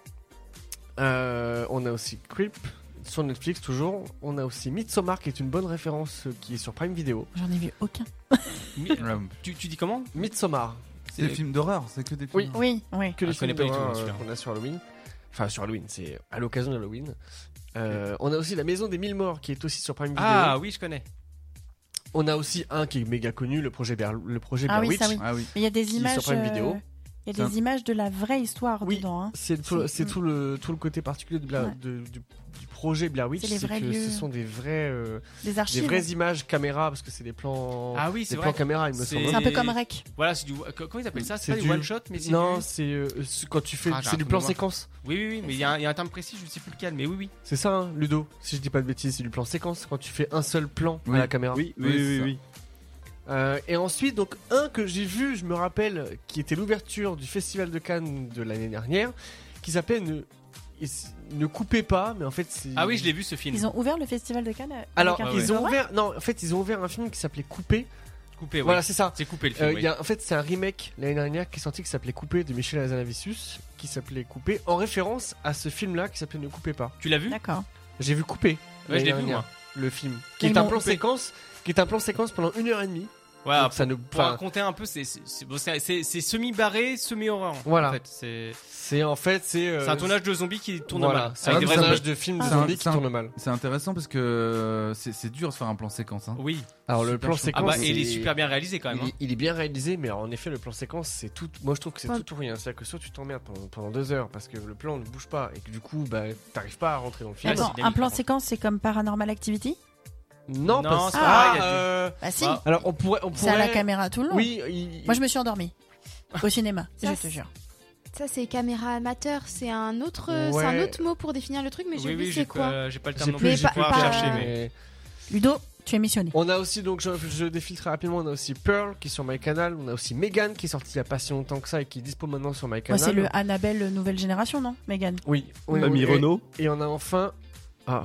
Speaker 3: Euh, on a aussi Creep sur Netflix toujours. On a aussi Midsommar qui est une bonne référence euh, qui est sur Prime Video.
Speaker 4: J'en ai vu aucun.
Speaker 2: [LAUGHS] tu, tu dis comment
Speaker 3: Midsommar.
Speaker 8: C'est des films d'horreur, c'est que des films.
Speaker 3: Oui,
Speaker 4: Oui, oui.
Speaker 3: Que
Speaker 2: Ah,
Speaker 3: les
Speaker 2: je connais
Speaker 3: films
Speaker 2: pas du tout,
Speaker 4: hein,
Speaker 3: d'horreur,
Speaker 2: celui-là.
Speaker 3: euh, qu'on a sur Halloween. Enfin, sur Halloween, c'est à l'occasion d'Halloween. Euh, On a aussi La Maison des Mille Morts qui est aussi sur Prime Video.
Speaker 2: Ah oui, je connais.
Speaker 3: On a aussi un qui est méga connu, le projet Blair, le projet
Speaker 4: Ah
Speaker 3: Blair
Speaker 4: oui, ça oui.
Speaker 3: Witch.
Speaker 4: Il y a
Speaker 3: qui
Speaker 4: des
Speaker 3: est
Speaker 4: images.
Speaker 3: sur Prime Video.
Speaker 4: euh, Il y
Speaker 3: C'est
Speaker 4: a
Speaker 3: un-
Speaker 4: des images de la vraie histoire dedans. hein.
Speaker 3: C'est tout, c'est
Speaker 4: Mm.
Speaker 3: tout le, tout le côté particulier de Blair-
Speaker 4: Ouais.
Speaker 3: de- du, du projet Blair Witch,
Speaker 4: C'est les
Speaker 3: c'est
Speaker 4: vrais
Speaker 3: que
Speaker 4: lieux.
Speaker 3: ce sont des vrais, euh,
Speaker 4: Des archives.
Speaker 3: vraies images caméra parce que c'est des plans,
Speaker 2: Ah oui,
Speaker 3: des
Speaker 2: c'est
Speaker 3: plans
Speaker 2: vrai.
Speaker 3: caméra, il me semble.
Speaker 4: C'est un peu comme Rec.
Speaker 2: Voilà, c'est du. euh, Comment ils appellent ça C'est pas
Speaker 3: du-
Speaker 2: du one shot, mais c'est.
Speaker 3: non,
Speaker 2: du-
Speaker 3: c'est euh, c'est quand tu fais,
Speaker 2: Ah, j'ai
Speaker 3: c'est
Speaker 2: un
Speaker 3: du
Speaker 2: trou de
Speaker 3: plan
Speaker 2: mémoire.
Speaker 3: séquence.
Speaker 2: Oui, oui, oui, mais il y, a un- il y a un terme précis, je ne sais plus lequel, mais oui, oui.
Speaker 3: C'est ça, hein, Ludo. Si je dis pas de bêtises, c'est du plan séquence quand tu fais un seul plan
Speaker 8: Oui.
Speaker 3: à la caméra.
Speaker 8: Oui, oui, Oui, oui, c'est ça. oui.
Speaker 3: Euh, et ensuite, donc un que j'ai vu, je me rappelle, qui était l'ouverture du Festival de Cannes de l'année dernière, qui s'appelle ne... ne coupez pas, mais en fait c'est.
Speaker 2: Ah oui, je l'ai vu ce film.
Speaker 4: Ils ont ouvert le festival de Cannes. euh, avec
Speaker 3: Alors,
Speaker 4: un
Speaker 3: ils
Speaker 4: film
Speaker 3: ont
Speaker 4: d'horreur
Speaker 3: ouvert. Non, en fait, ils ont ouvert un film qui s'appelait Coupé.
Speaker 2: Coupé, ouais.
Speaker 3: Voilà, c'est ça.
Speaker 2: C'est coupé le
Speaker 3: Euh,
Speaker 2: film.
Speaker 3: il y a- en fait, c'est un remake l'année dernière qui est sorti qui s'appelait Coupé de Michel Hazanavicius, qui s'appelait Coupé en référence à ce film-là qui s'appelait Ne coupez pas.
Speaker 2: Tu l'as vu
Speaker 4: D'accord.
Speaker 3: J'ai vu Coupé.
Speaker 2: Ouais, je l'ai
Speaker 3: l'année
Speaker 2: vu,
Speaker 3: dernière,
Speaker 2: moi.
Speaker 3: Le film. Qui
Speaker 2: Ils
Speaker 3: est un
Speaker 2: m'ont
Speaker 3: plan
Speaker 2: coupé.
Speaker 3: séquence, qui est un plan séquence pendant une heure et demie.
Speaker 2: Voilà,
Speaker 3: Donc
Speaker 2: pour,
Speaker 3: ça ne.
Speaker 2: pour
Speaker 3: enfin,
Speaker 2: raconter un peu, c'est- c'est c'est- bon, c'est- c'est- c'est semi-barré, semi-horreur. en
Speaker 3: Voilà.
Speaker 2: fait. C'est
Speaker 3: C'est en fait, c'est. euh,
Speaker 2: c'est un tournage de zombies qui tourne
Speaker 3: voilà,
Speaker 2: mal.
Speaker 3: C'est un
Speaker 2: Avec des vrais
Speaker 3: tournage
Speaker 2: zombies.
Speaker 3: de film de
Speaker 8: Ah, C'est un-
Speaker 3: zombies qui
Speaker 8: c'est un-
Speaker 3: tourne mal.
Speaker 8: C'est intéressant parce que euh, c'est c'est dur de faire un plan séquence. hein.
Speaker 2: Oui.
Speaker 3: Alors le
Speaker 8: Super
Speaker 3: plan
Speaker 8: chaud.
Speaker 3: séquence,
Speaker 2: Ah bah, et il est
Speaker 3: c'est-
Speaker 2: super bien réalisé, quand même,
Speaker 3: Il,
Speaker 2: hein.
Speaker 3: il est bien réalisé, mais alors, en effet le plan séquence c'est tout. Moi je trouve que c'est
Speaker 4: Ouais.
Speaker 3: tout ou rien. C'est-à-dire que soit tu t'emmerdes pendant, pendant deux heures parce que le plan ne bouge pas et que du coup bah t'arrives pas à rentrer dans le film.
Speaker 2: Bah,
Speaker 4: Attends, un plan séquence, c'est comme Paranormal Activity
Speaker 3: Non,
Speaker 2: Non,
Speaker 3: parce
Speaker 2: c'est
Speaker 3: que
Speaker 2: pareil, il y a des-
Speaker 3: euh,
Speaker 4: Bah si.
Speaker 2: Ah.
Speaker 3: alors on pourrait, on
Speaker 4: C'est à
Speaker 3: pourrait.
Speaker 4: la caméra tout le long.
Speaker 3: Oui, il-
Speaker 4: Moi, je me
Speaker 3: [LAUGHS]
Speaker 4: suis endormie au cinéma.
Speaker 9: Ça,
Speaker 4: je te
Speaker 9: c'est-
Speaker 4: jure.
Speaker 9: Ça, c'est caméra amateur. C'est un autre, euh, c'est un
Speaker 3: Ouais.
Speaker 9: autre mot pour définir le truc, mais j'ai
Speaker 2: Oui,
Speaker 9: oublié
Speaker 2: oui,
Speaker 9: c'est
Speaker 2: j'ai
Speaker 9: quoi.
Speaker 2: pas, j'ai pas le
Speaker 3: j'ai
Speaker 2: terme non
Speaker 3: plus,
Speaker 2: plus. Je
Speaker 9: Mais
Speaker 3: j'ai
Speaker 2: vais
Speaker 9: pas-
Speaker 2: pouvoir
Speaker 9: pas-
Speaker 2: chercher, mais.
Speaker 3: mais-
Speaker 4: Ludo, tu es missionné.
Speaker 3: On a aussi donc je, je défile très rapidement. On a aussi Pearl qui est sur MyCanal. On a aussi Megan qui est sortie il y a pas si longtemps que ça et qui est dispo maintenant sur
Speaker 4: Moi,
Speaker 3: MyCanal.
Speaker 4: c'est le Annabelle nouvelle génération, non, Megan
Speaker 3: Oui. oui,
Speaker 5: Mamie
Speaker 3: oui, et-
Speaker 5: Renault.
Speaker 3: Et on a enfin. Ah.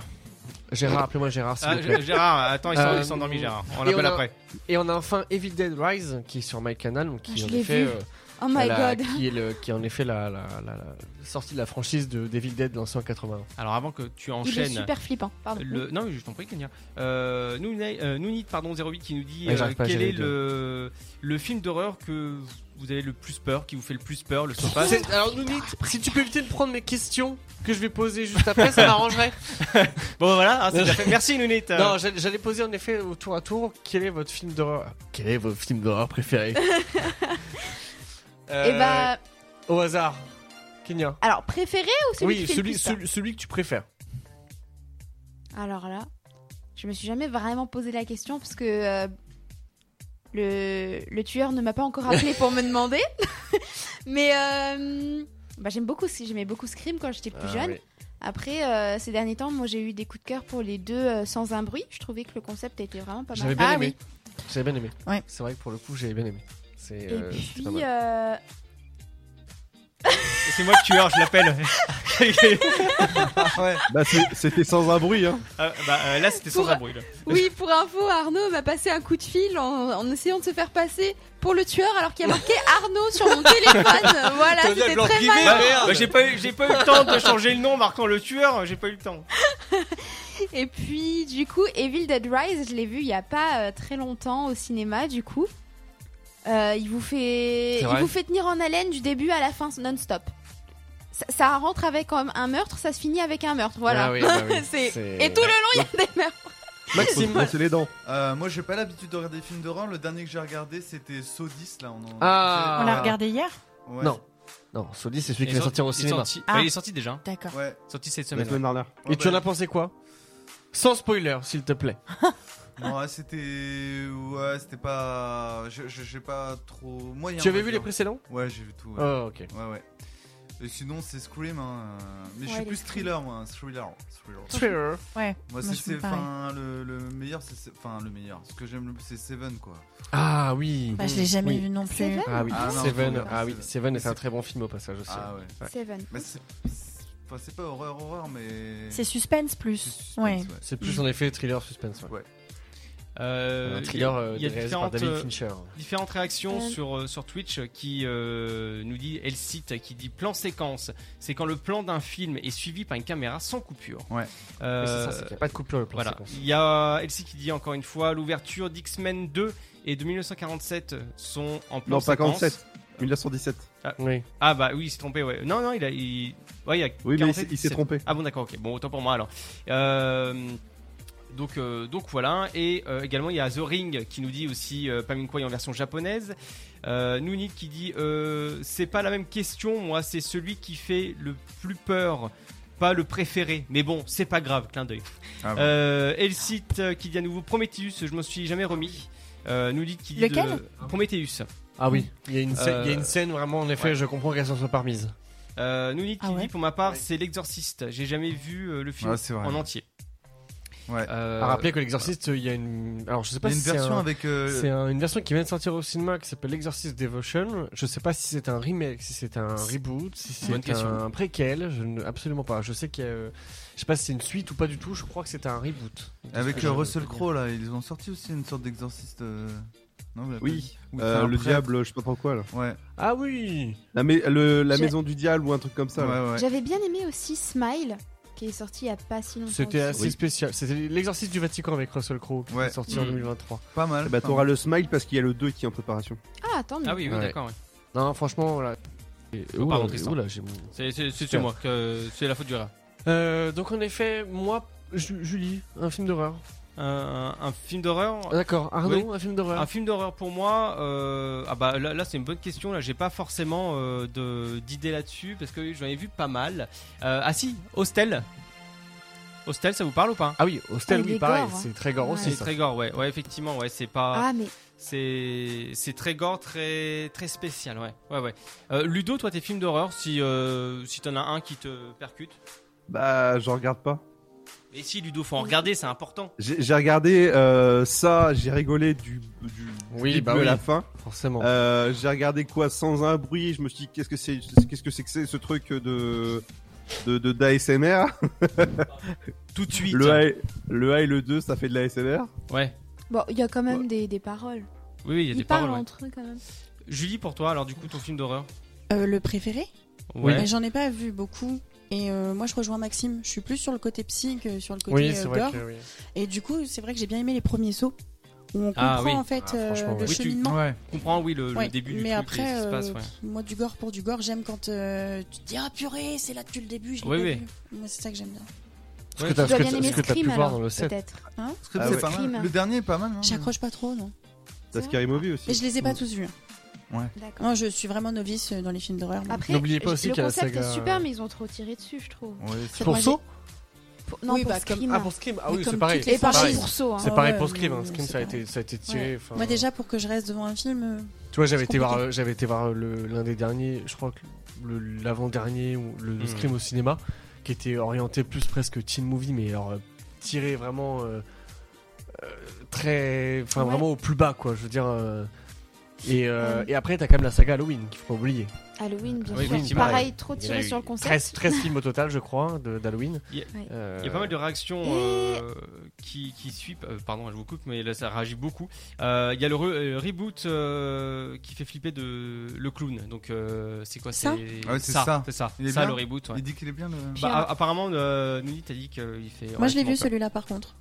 Speaker 3: Gérard, appelez-moi Gérard, s'il
Speaker 2: Ah,
Speaker 3: vous plaît.
Speaker 2: G- Gérard, attends, il s'en-
Speaker 3: Euh,
Speaker 2: il s'est endormi, Gérard. On
Speaker 3: et
Speaker 2: l'appelle
Speaker 3: on a-
Speaker 2: après.
Speaker 3: Et on a enfin Evil Dead Rise qui est sur MyCanal, donc qui
Speaker 9: Ah, je
Speaker 3: en
Speaker 9: l'ai
Speaker 3: effet,
Speaker 9: vu.
Speaker 3: euh,
Speaker 9: Oh my
Speaker 3: la-
Speaker 9: god.
Speaker 3: qui est le, qui est en effet la, la, la- la sortie de la franchise de d'Evil Dead lancée en 81.
Speaker 2: Alors, avant que tu
Speaker 9: Il est
Speaker 2: enchaînes.
Speaker 9: super flippant. Pardon.
Speaker 2: Le... Non, mais je t'en prie, Kenya. Euh, Nounai- euh, Nounit, pardon, 08 qui nous dit
Speaker 3: Ouais,
Speaker 2: euh,
Speaker 3: j'arrive pas à
Speaker 2: quel
Speaker 3: gérer
Speaker 2: est
Speaker 3: les
Speaker 2: le... le film d'horreur que vous avez le plus peur, qui vous fait le plus peur, le sofa
Speaker 3: C'est- Alors nous dites, si tu peux éviter de prendre mes questions que je vais poser juste après, ça
Speaker 2: [LAUGHS]
Speaker 3: m'arrangerait. bah,
Speaker 2: Bon, voilà, hein,
Speaker 3: [LAUGHS]
Speaker 2: c'est déjà fait. Merci, Nounit. euh.
Speaker 3: Non, j'allais j'allais poser en effet au tour à tour quel est votre film d'horreur. Quel est votre film d'horreur [LAUGHS] préféré Euh,
Speaker 9: Et bah,
Speaker 3: au hasard, Kenya.
Speaker 9: alors préféré Ah, ou celui qui
Speaker 3: Oui,
Speaker 9: fait le
Speaker 3: celui,
Speaker 9: plus peur Ah.
Speaker 3: celui, celui que tu préfères.
Speaker 9: Alors là, je me suis jamais vraiment posé la question parce que euh, le, le tueur ne m'a pas encore appelé pour me demander. [LAUGHS] Mais euh, bah, j'aime beaucoup, j'aimais beaucoup Scream quand j'étais plus
Speaker 3: Ah,
Speaker 9: jeune.
Speaker 3: oui.
Speaker 9: Après, euh, ces derniers temps, moi j'ai eu des coups de cœur pour les deux euh, sans un bruit. Je trouvais que le concept était vraiment pas mal.
Speaker 3: J'avais bien
Speaker 9: ah
Speaker 3: aimé.
Speaker 9: oui. Eh ben,
Speaker 3: J'avais bien aimé.
Speaker 4: Ouais.
Speaker 3: C'est vrai que pour le coup, j'avais bien aimé. C'est.
Speaker 9: Et
Speaker 3: euh, c'était
Speaker 9: puis,
Speaker 3: pas mal.
Speaker 9: euh,
Speaker 2: C'est moi le tueur, oh, je l'appelle.
Speaker 8: Ah ouais.
Speaker 5: Bah, c'est- c'était sans un bruit, hein.
Speaker 2: Euh, bah, euh, là, c'était sans
Speaker 9: Pour-
Speaker 2: un bruit. là.
Speaker 9: oui, pour info, Arnaud m'a passé un coup de fil en, en essayant de se faire passer pour le tueur alors qu'il y a marqué Arnaud sur
Speaker 3: [LAUGHS]
Speaker 9: mon téléphone. [LAUGHS] voilà,
Speaker 3: T'as dit à
Speaker 9: c'était
Speaker 3: Blanc
Speaker 9: très
Speaker 3: Privé,
Speaker 9: mal.
Speaker 2: Bah,
Speaker 3: merde.
Speaker 2: bah, j'ai pas, eu- j'ai pas eu le temps de changer le nom marquant le tueur, j'ai pas eu le temps.
Speaker 9: Et puis, du coup, Evil Dead Rise, je l'ai vu il y a pas euh, très longtemps au cinéma, du coup. Euh, il vous fait,
Speaker 3: C'est
Speaker 9: il
Speaker 3: vrai.
Speaker 9: vous fait tenir en haleine du début à la fin non-stop. ça, ça rentre avec quand même un meurtre, ça se finit avec un meurtre. Voilà.
Speaker 8: Ah oui, bah oui.
Speaker 9: [LAUGHS] C'est-
Speaker 8: C'est-
Speaker 9: Et tout le long, il y a des meurtres.
Speaker 3: Maxime.
Speaker 5: brosser les dents.
Speaker 8: Euh, moi, j'ai pas l'habitude de regarder des films d'horreur. Le dernier que j'ai regardé, c'était Saw 10. Là, on en-
Speaker 3: Ah.
Speaker 4: On l'a regardé hier
Speaker 8: Ouais.
Speaker 3: Non. Non, Soli, c'est celui qui
Speaker 2: Il est
Speaker 3: va sortir au
Speaker 2: sorti- il est
Speaker 3: cinéma.
Speaker 2: sorti-
Speaker 9: Ah.
Speaker 2: ouais, il est sorti déjà.
Speaker 4: D'accord.
Speaker 8: Ouais.
Speaker 2: Sorti cette
Speaker 5: La
Speaker 2: semaine.
Speaker 5: semaine dernière.
Speaker 3: Et
Speaker 9: bah.
Speaker 3: tu en as pensé quoi Sans spoiler, s'il te
Speaker 9: [LAUGHS]
Speaker 3: plaît.
Speaker 8: Non, ouais, c'était. Ouais, c'était pas. je- je- J'ai pas trop. Moyen,
Speaker 3: Tu avais
Speaker 8: on va
Speaker 3: vu les
Speaker 8: dire.
Speaker 3: précédents
Speaker 8: Ouais, j'ai vu tout. Ouais.
Speaker 3: Oh, ok.
Speaker 8: Ouais, ouais. Et sinon, c'est Scream. Hein. euh, Mais je
Speaker 4: Ouais,
Speaker 8: suis
Speaker 4: les
Speaker 8: plus
Speaker 4: Scream.
Speaker 8: thriller, moi. hein, Thriller. thriller.
Speaker 3: Thriller.
Speaker 8: Moi,
Speaker 4: Ouais. moi,
Speaker 8: c'est.
Speaker 4: je suis
Speaker 8: c'est-
Speaker 4: pareil.
Speaker 8: Enfin, le, le meilleur, c'est. c'est- Enfin, le meilleur. Ce que j'aime le plus, c'est Seven, quoi.
Speaker 3: Ah oui.
Speaker 4: Bah, je l'ai jamais
Speaker 3: Oui.
Speaker 4: vu non plus.
Speaker 9: Seven
Speaker 3: Ah oui,
Speaker 8: Ah non, faut
Speaker 3: Seven.
Speaker 8: regarder
Speaker 3: Ah oui,
Speaker 8: Seven.
Speaker 3: Seven, c'est un très bon film au passage aussi.
Speaker 8: Ah ouais.
Speaker 9: Seven.
Speaker 8: Mais c'est. c'est- Enfin, c'est pas horreur, horreur, mais.
Speaker 4: C'est suspense plus. Ouais.
Speaker 3: C'est plus en effet thriller suspense. ouais.
Speaker 2: Euh,
Speaker 3: Un thriller euh,
Speaker 2: il y a
Speaker 3: réalisé par
Speaker 2: différentes,
Speaker 3: David
Speaker 2: euh,
Speaker 3: Fincher.
Speaker 2: différentes réactions
Speaker 9: Euh.
Speaker 2: sur, euh, sur Twitch euh, qui euh, nous dit, elle cite, qui dit plan séquence, c'est quand le plan d'un film est suivi par une caméra sans coupure.
Speaker 8: Ouais.
Speaker 2: Euh,
Speaker 3: Mais c'est ça, c'est qu'il n'y a pas de coupure le plan
Speaker 2: voilà.
Speaker 3: séquence.
Speaker 2: Il y a Elsie qui dit encore une fois l'ouverture d'X-Men 2 et de 1947 sont en plan
Speaker 5: Non, pas
Speaker 2: séquence.
Speaker 5: 47. 1917. Euh,
Speaker 3: Oui.
Speaker 2: Ah bah oui, il s'est trompé, ouais. Non, non, il a. Il... Ouais, il y a
Speaker 5: Oui, mais il s'est-
Speaker 2: 47,
Speaker 5: il s'est
Speaker 2: c'est-
Speaker 5: trompé.
Speaker 2: Ah bon, d'accord, ok. Bon, autant pour moi alors. Euh, Donc, euh, donc voilà, et euh, également il y a The Ring qui nous dit aussi euh, Paminkwai en version japonaise. Euh, Nounit qui dit euh, C'est pas la même question, moi c'est celui qui fait le plus peur, pas le préféré. Mais bon, c'est pas grave, clin d'œil.
Speaker 8: Ah bon.
Speaker 2: Euh, Elsit euh, qui dit à nouveau Prometheus, je me suis jamais remis. Euh, Nounit qui dit
Speaker 4: Lequel
Speaker 2: de- Prometheus.
Speaker 3: Ah oui, il y, a une scène-
Speaker 2: Euh,
Speaker 3: il y a une scène vraiment, en effet,
Speaker 2: ouais.
Speaker 3: je comprends qu'elle s'en soit pas remise.
Speaker 2: Euh, Nounit qui
Speaker 4: Ah ouais
Speaker 2: dit pour ma part c'est l'exorciste. J'ai jamais vu euh, le film
Speaker 8: Ouais, Ah, c'est vrai.
Speaker 2: en entier.
Speaker 8: Ouais.
Speaker 2: Euh,
Speaker 3: À rappeler que l'exorciste, il y a une. Alors, je sais
Speaker 8: Il
Speaker 3: pas
Speaker 8: y a une
Speaker 3: si c'est
Speaker 8: version
Speaker 3: un-
Speaker 8: avec. euh,
Speaker 3: C'est un- une version qui vient de sortir au cinéma qui s'appelle L'Exorcist Devotion. Je sais pas si c'est un remake, si c'est un reboot, si
Speaker 2: Bonne
Speaker 3: c'est
Speaker 2: question.
Speaker 3: un préquel. Je ne, absolument pas. Je sais qu'il y a. euh, Je sais pas si c'est une suite ou pas du tout. Je crois que c'est un reboot.
Speaker 8: Avec
Speaker 3: Je-
Speaker 8: euh, Russell Crowe, là. Ils ont sorti aussi une sorte d'exorciste. euh, Non, vous l'avez
Speaker 5: Oui.
Speaker 8: pas vu Où
Speaker 5: Euh,
Speaker 8: c'est un
Speaker 5: le
Speaker 8: prêtre.
Speaker 5: diable, je sais pas trop quoi là.
Speaker 8: Ouais.
Speaker 3: Ah oui
Speaker 5: La, mai- le- la
Speaker 9: J'ai-
Speaker 5: maison du diable ou un truc comme ça. là.
Speaker 8: ouais, ouais.
Speaker 9: J'avais bien aimé aussi Smile, qui est sorti il y a pas si longtemps.
Speaker 3: C'était
Speaker 9: aussi.
Speaker 3: assez spécial. C'était l'exorciste du Vatican avec Russell Crowe qui
Speaker 8: Ouais.
Speaker 3: est sorti en
Speaker 2: Mhm.
Speaker 3: 2023.
Speaker 8: Pas mal.
Speaker 5: Eh
Speaker 2: ben,
Speaker 5: Bah, t'auras le smile parce qu'il y a le 2 qui est en préparation.
Speaker 9: Ah, attends, mais.
Speaker 2: Ah oui, oui,
Speaker 3: Ouais.
Speaker 2: d'accord. ouais.
Speaker 3: Non, non, franchement, voilà. Et-
Speaker 2: Oh, pardon,
Speaker 3: oula,
Speaker 2: Tristan.
Speaker 3: oula, j'ai mon-
Speaker 2: C'est- C'est c'est- c'est moi, que- c'est la faute du rat.
Speaker 3: Euh, donc en effet, moi, Ju- Julie, un film d'horreur.
Speaker 2: Un, un film d'horreur.
Speaker 3: D'accord, Arnaud, un film d'horreur.
Speaker 2: Un film d'horreur pour moi, euh, ah bah là, là, c'est une bonne question. Là, j'ai pas forcément euh, de- d'idée là-dessus parce que j'en ai vu pas mal. Euh, ah si, Hostel. Hostel, ça vous parle ou pas
Speaker 3: Ah oui, Hostel,
Speaker 4: Oh,
Speaker 9: Ah, il
Speaker 3: oui,
Speaker 9: est
Speaker 3: pareil,
Speaker 9: gore, hein.
Speaker 3: c'est très gore
Speaker 9: Ouais.
Speaker 3: aussi.
Speaker 2: C'est
Speaker 3: ça.
Speaker 2: très gore, ouais, ouais, effectivement, ouais, c'est pas,
Speaker 9: Ah, mais
Speaker 2: c'est, c'est très gore, très, très spécial, ouais, ouais, ouais. Euh, Ludo, toi, tes films d'horreur, si, euh, si t'en as un qui te percute.
Speaker 5: Bah, j'en regarde pas.
Speaker 2: Mais si, Ludo, faut en regarder, c'est important.
Speaker 5: J'ai j'ai regardé euh, ça, j'ai rigolé du, du
Speaker 3: Oui,
Speaker 5: début
Speaker 3: bah
Speaker 5: à
Speaker 3: oui.
Speaker 5: la fin.
Speaker 3: Forcément.
Speaker 5: Euh, j'ai regardé quoi sans un bruit. Je me suis dit qu'est-ce que c'est, qu'est-ce que c'est que c'est ce truc de de de- d'ASMR.
Speaker 2: [LAUGHS] Tout de suite.
Speaker 5: Le A, et- le A et le 2, ça fait de l'ASMR.
Speaker 2: Ouais.
Speaker 9: bon, il y a quand même des, des paroles.
Speaker 2: Oui, oui, il y a
Speaker 9: Ils
Speaker 2: des
Speaker 9: parlent
Speaker 2: paroles. ouais.
Speaker 9: entre eux quand même.
Speaker 2: Julie, pour toi, alors du coup, ton film d'horreur.
Speaker 4: Euh, le préféré
Speaker 2: Ouais.
Speaker 4: Mais J'en ai pas vu beaucoup. Et euh, moi, je rejoins Maxime. Je suis plus sur le côté psy que sur le côté
Speaker 3: oui,
Speaker 4: euh,
Speaker 3: c'est vrai
Speaker 4: gore.
Speaker 3: que oui.
Speaker 4: Et du coup, c'est vrai que j'ai bien aimé les premiers sauts. Où on comprend
Speaker 2: Ah oui.
Speaker 4: en fait
Speaker 3: Ah,
Speaker 4: euh,
Speaker 3: franchement,
Speaker 4: le
Speaker 3: oui.
Speaker 2: Oui, tu-
Speaker 4: cheminement.
Speaker 8: Ouais.
Speaker 2: comprends, oui, le, le
Speaker 4: Ouais,
Speaker 2: début du
Speaker 4: mais
Speaker 2: truc,
Speaker 4: après,
Speaker 2: et ce qui se
Speaker 4: euh,
Speaker 2: passe, ouais.
Speaker 4: pff, moi du gore pour du gore, j'aime quand euh, tu te dis ah purée, c'est là depuis le début, je l'ai
Speaker 2: Oui,
Speaker 4: pas
Speaker 2: oui.
Speaker 4: vu. Moi c'est ça que j'aime bien.
Speaker 3: Ce
Speaker 2: Ouais,
Speaker 3: que
Speaker 2: tu
Speaker 3: t'as
Speaker 9: Tu dois
Speaker 3: ce que
Speaker 9: bien
Speaker 3: t'as-
Speaker 9: aimer
Speaker 3: ce que t'as pu
Speaker 9: Scream
Speaker 3: voir
Speaker 9: alors,
Speaker 3: dans le set.
Speaker 9: peut-être.
Speaker 4: hein
Speaker 8: Scream,
Speaker 5: Ah
Speaker 8: c'est
Speaker 5: ouais.
Speaker 8: pas mal.
Speaker 9: Scream.
Speaker 8: Le dernier est pas mal. hein. non
Speaker 4: J'accroche pas trop, non.
Speaker 5: T'as Scary Movie aussi.
Speaker 4: Mais je les ai pas
Speaker 3: Mm.
Speaker 4: tous vus.
Speaker 9: D'accord.
Speaker 4: Moi je suis vraiment novice euh, dans les films d'horreur. moi.
Speaker 9: Après,
Speaker 3: N'oubliez pas
Speaker 9: je-
Speaker 3: aussi
Speaker 9: le
Speaker 3: qu'il y a la
Speaker 9: concept
Speaker 3: saga- euh,
Speaker 9: est super, mais ils ont trop tiré dessus, je trouve.
Speaker 8: Ouais, c'est-
Speaker 3: Pour
Speaker 4: Moi, j'ai-
Speaker 3: Saw
Speaker 9: Pour- Non,
Speaker 4: Oui,
Speaker 9: pour
Speaker 4: bah, comme-
Speaker 9: Scream.
Speaker 3: Ah, pour Scream Ah
Speaker 4: Mais
Speaker 3: oui,
Speaker 4: comme
Speaker 3: c'est pareil.
Speaker 4: toutes les
Speaker 9: Et
Speaker 3: C'est
Speaker 9: pas
Speaker 3: pareil.
Speaker 9: pour Saw, hein.
Speaker 3: C'est
Speaker 4: Ah
Speaker 3: pareil
Speaker 4: ouais,
Speaker 3: pour Scream, hein.
Speaker 4: mais
Speaker 3: Scream
Speaker 4: c'est
Speaker 3: ça a
Speaker 4: pareil.
Speaker 3: été, ça a été tiré. enfin,
Speaker 4: Moi déjà pour que je reste devant un film, euh,
Speaker 3: Tu vois, j'avais
Speaker 4: c'est
Speaker 3: été voir, euh, j'avais été voir le- l'un des derniers, je crois que le- l'avant-dernier ou le, le
Speaker 2: Mhm.
Speaker 3: Scream au cinéma, qui était orienté plus presque teen movie, mais alors euh, tiré vraiment euh, euh, très, enfin
Speaker 9: Ouais.
Speaker 3: vraiment au plus bas, quoi. Je veux dire. euh, et, euh, et après, t'as quand même la saga Halloween qu'il faut pas oublier.
Speaker 9: Halloween, bien
Speaker 2: Oui,
Speaker 9: sûr.
Speaker 2: effectivement.
Speaker 9: Pareil, trop
Speaker 3: Il y
Speaker 9: tiré
Speaker 3: en a
Speaker 9: sur
Speaker 3: eu
Speaker 9: le concept.
Speaker 3: 13,
Speaker 9: [LAUGHS]
Speaker 3: 13 films au total, je crois, de- d'Halloween.
Speaker 2: Il y a-
Speaker 3: Euh,
Speaker 2: Il y a pas mal de réactions euh, qui, qui suivent. euh, pardon, je vous coupe, mais là ça réagit beaucoup. Euh, Il y a le re- euh, reboot euh, qui fait flipper de le clown. Donc euh, c'est quoi
Speaker 4: Ça
Speaker 2: C'est
Speaker 8: Ah ouais, c'est ça.
Speaker 2: C'est ça.
Speaker 8: Il est
Speaker 2: Ça,
Speaker 8: bien
Speaker 2: le reboot. ouais.
Speaker 8: Il dit qu'il est bien le.
Speaker 4: Puis
Speaker 2: Bah,
Speaker 4: un-
Speaker 2: a- apparemment, euh, Nouni t'as dit qu'il fait.
Speaker 3: euh,
Speaker 4: moi je l'ai
Speaker 2: relativement
Speaker 4: vu
Speaker 2: peur.
Speaker 4: celui-là par contre.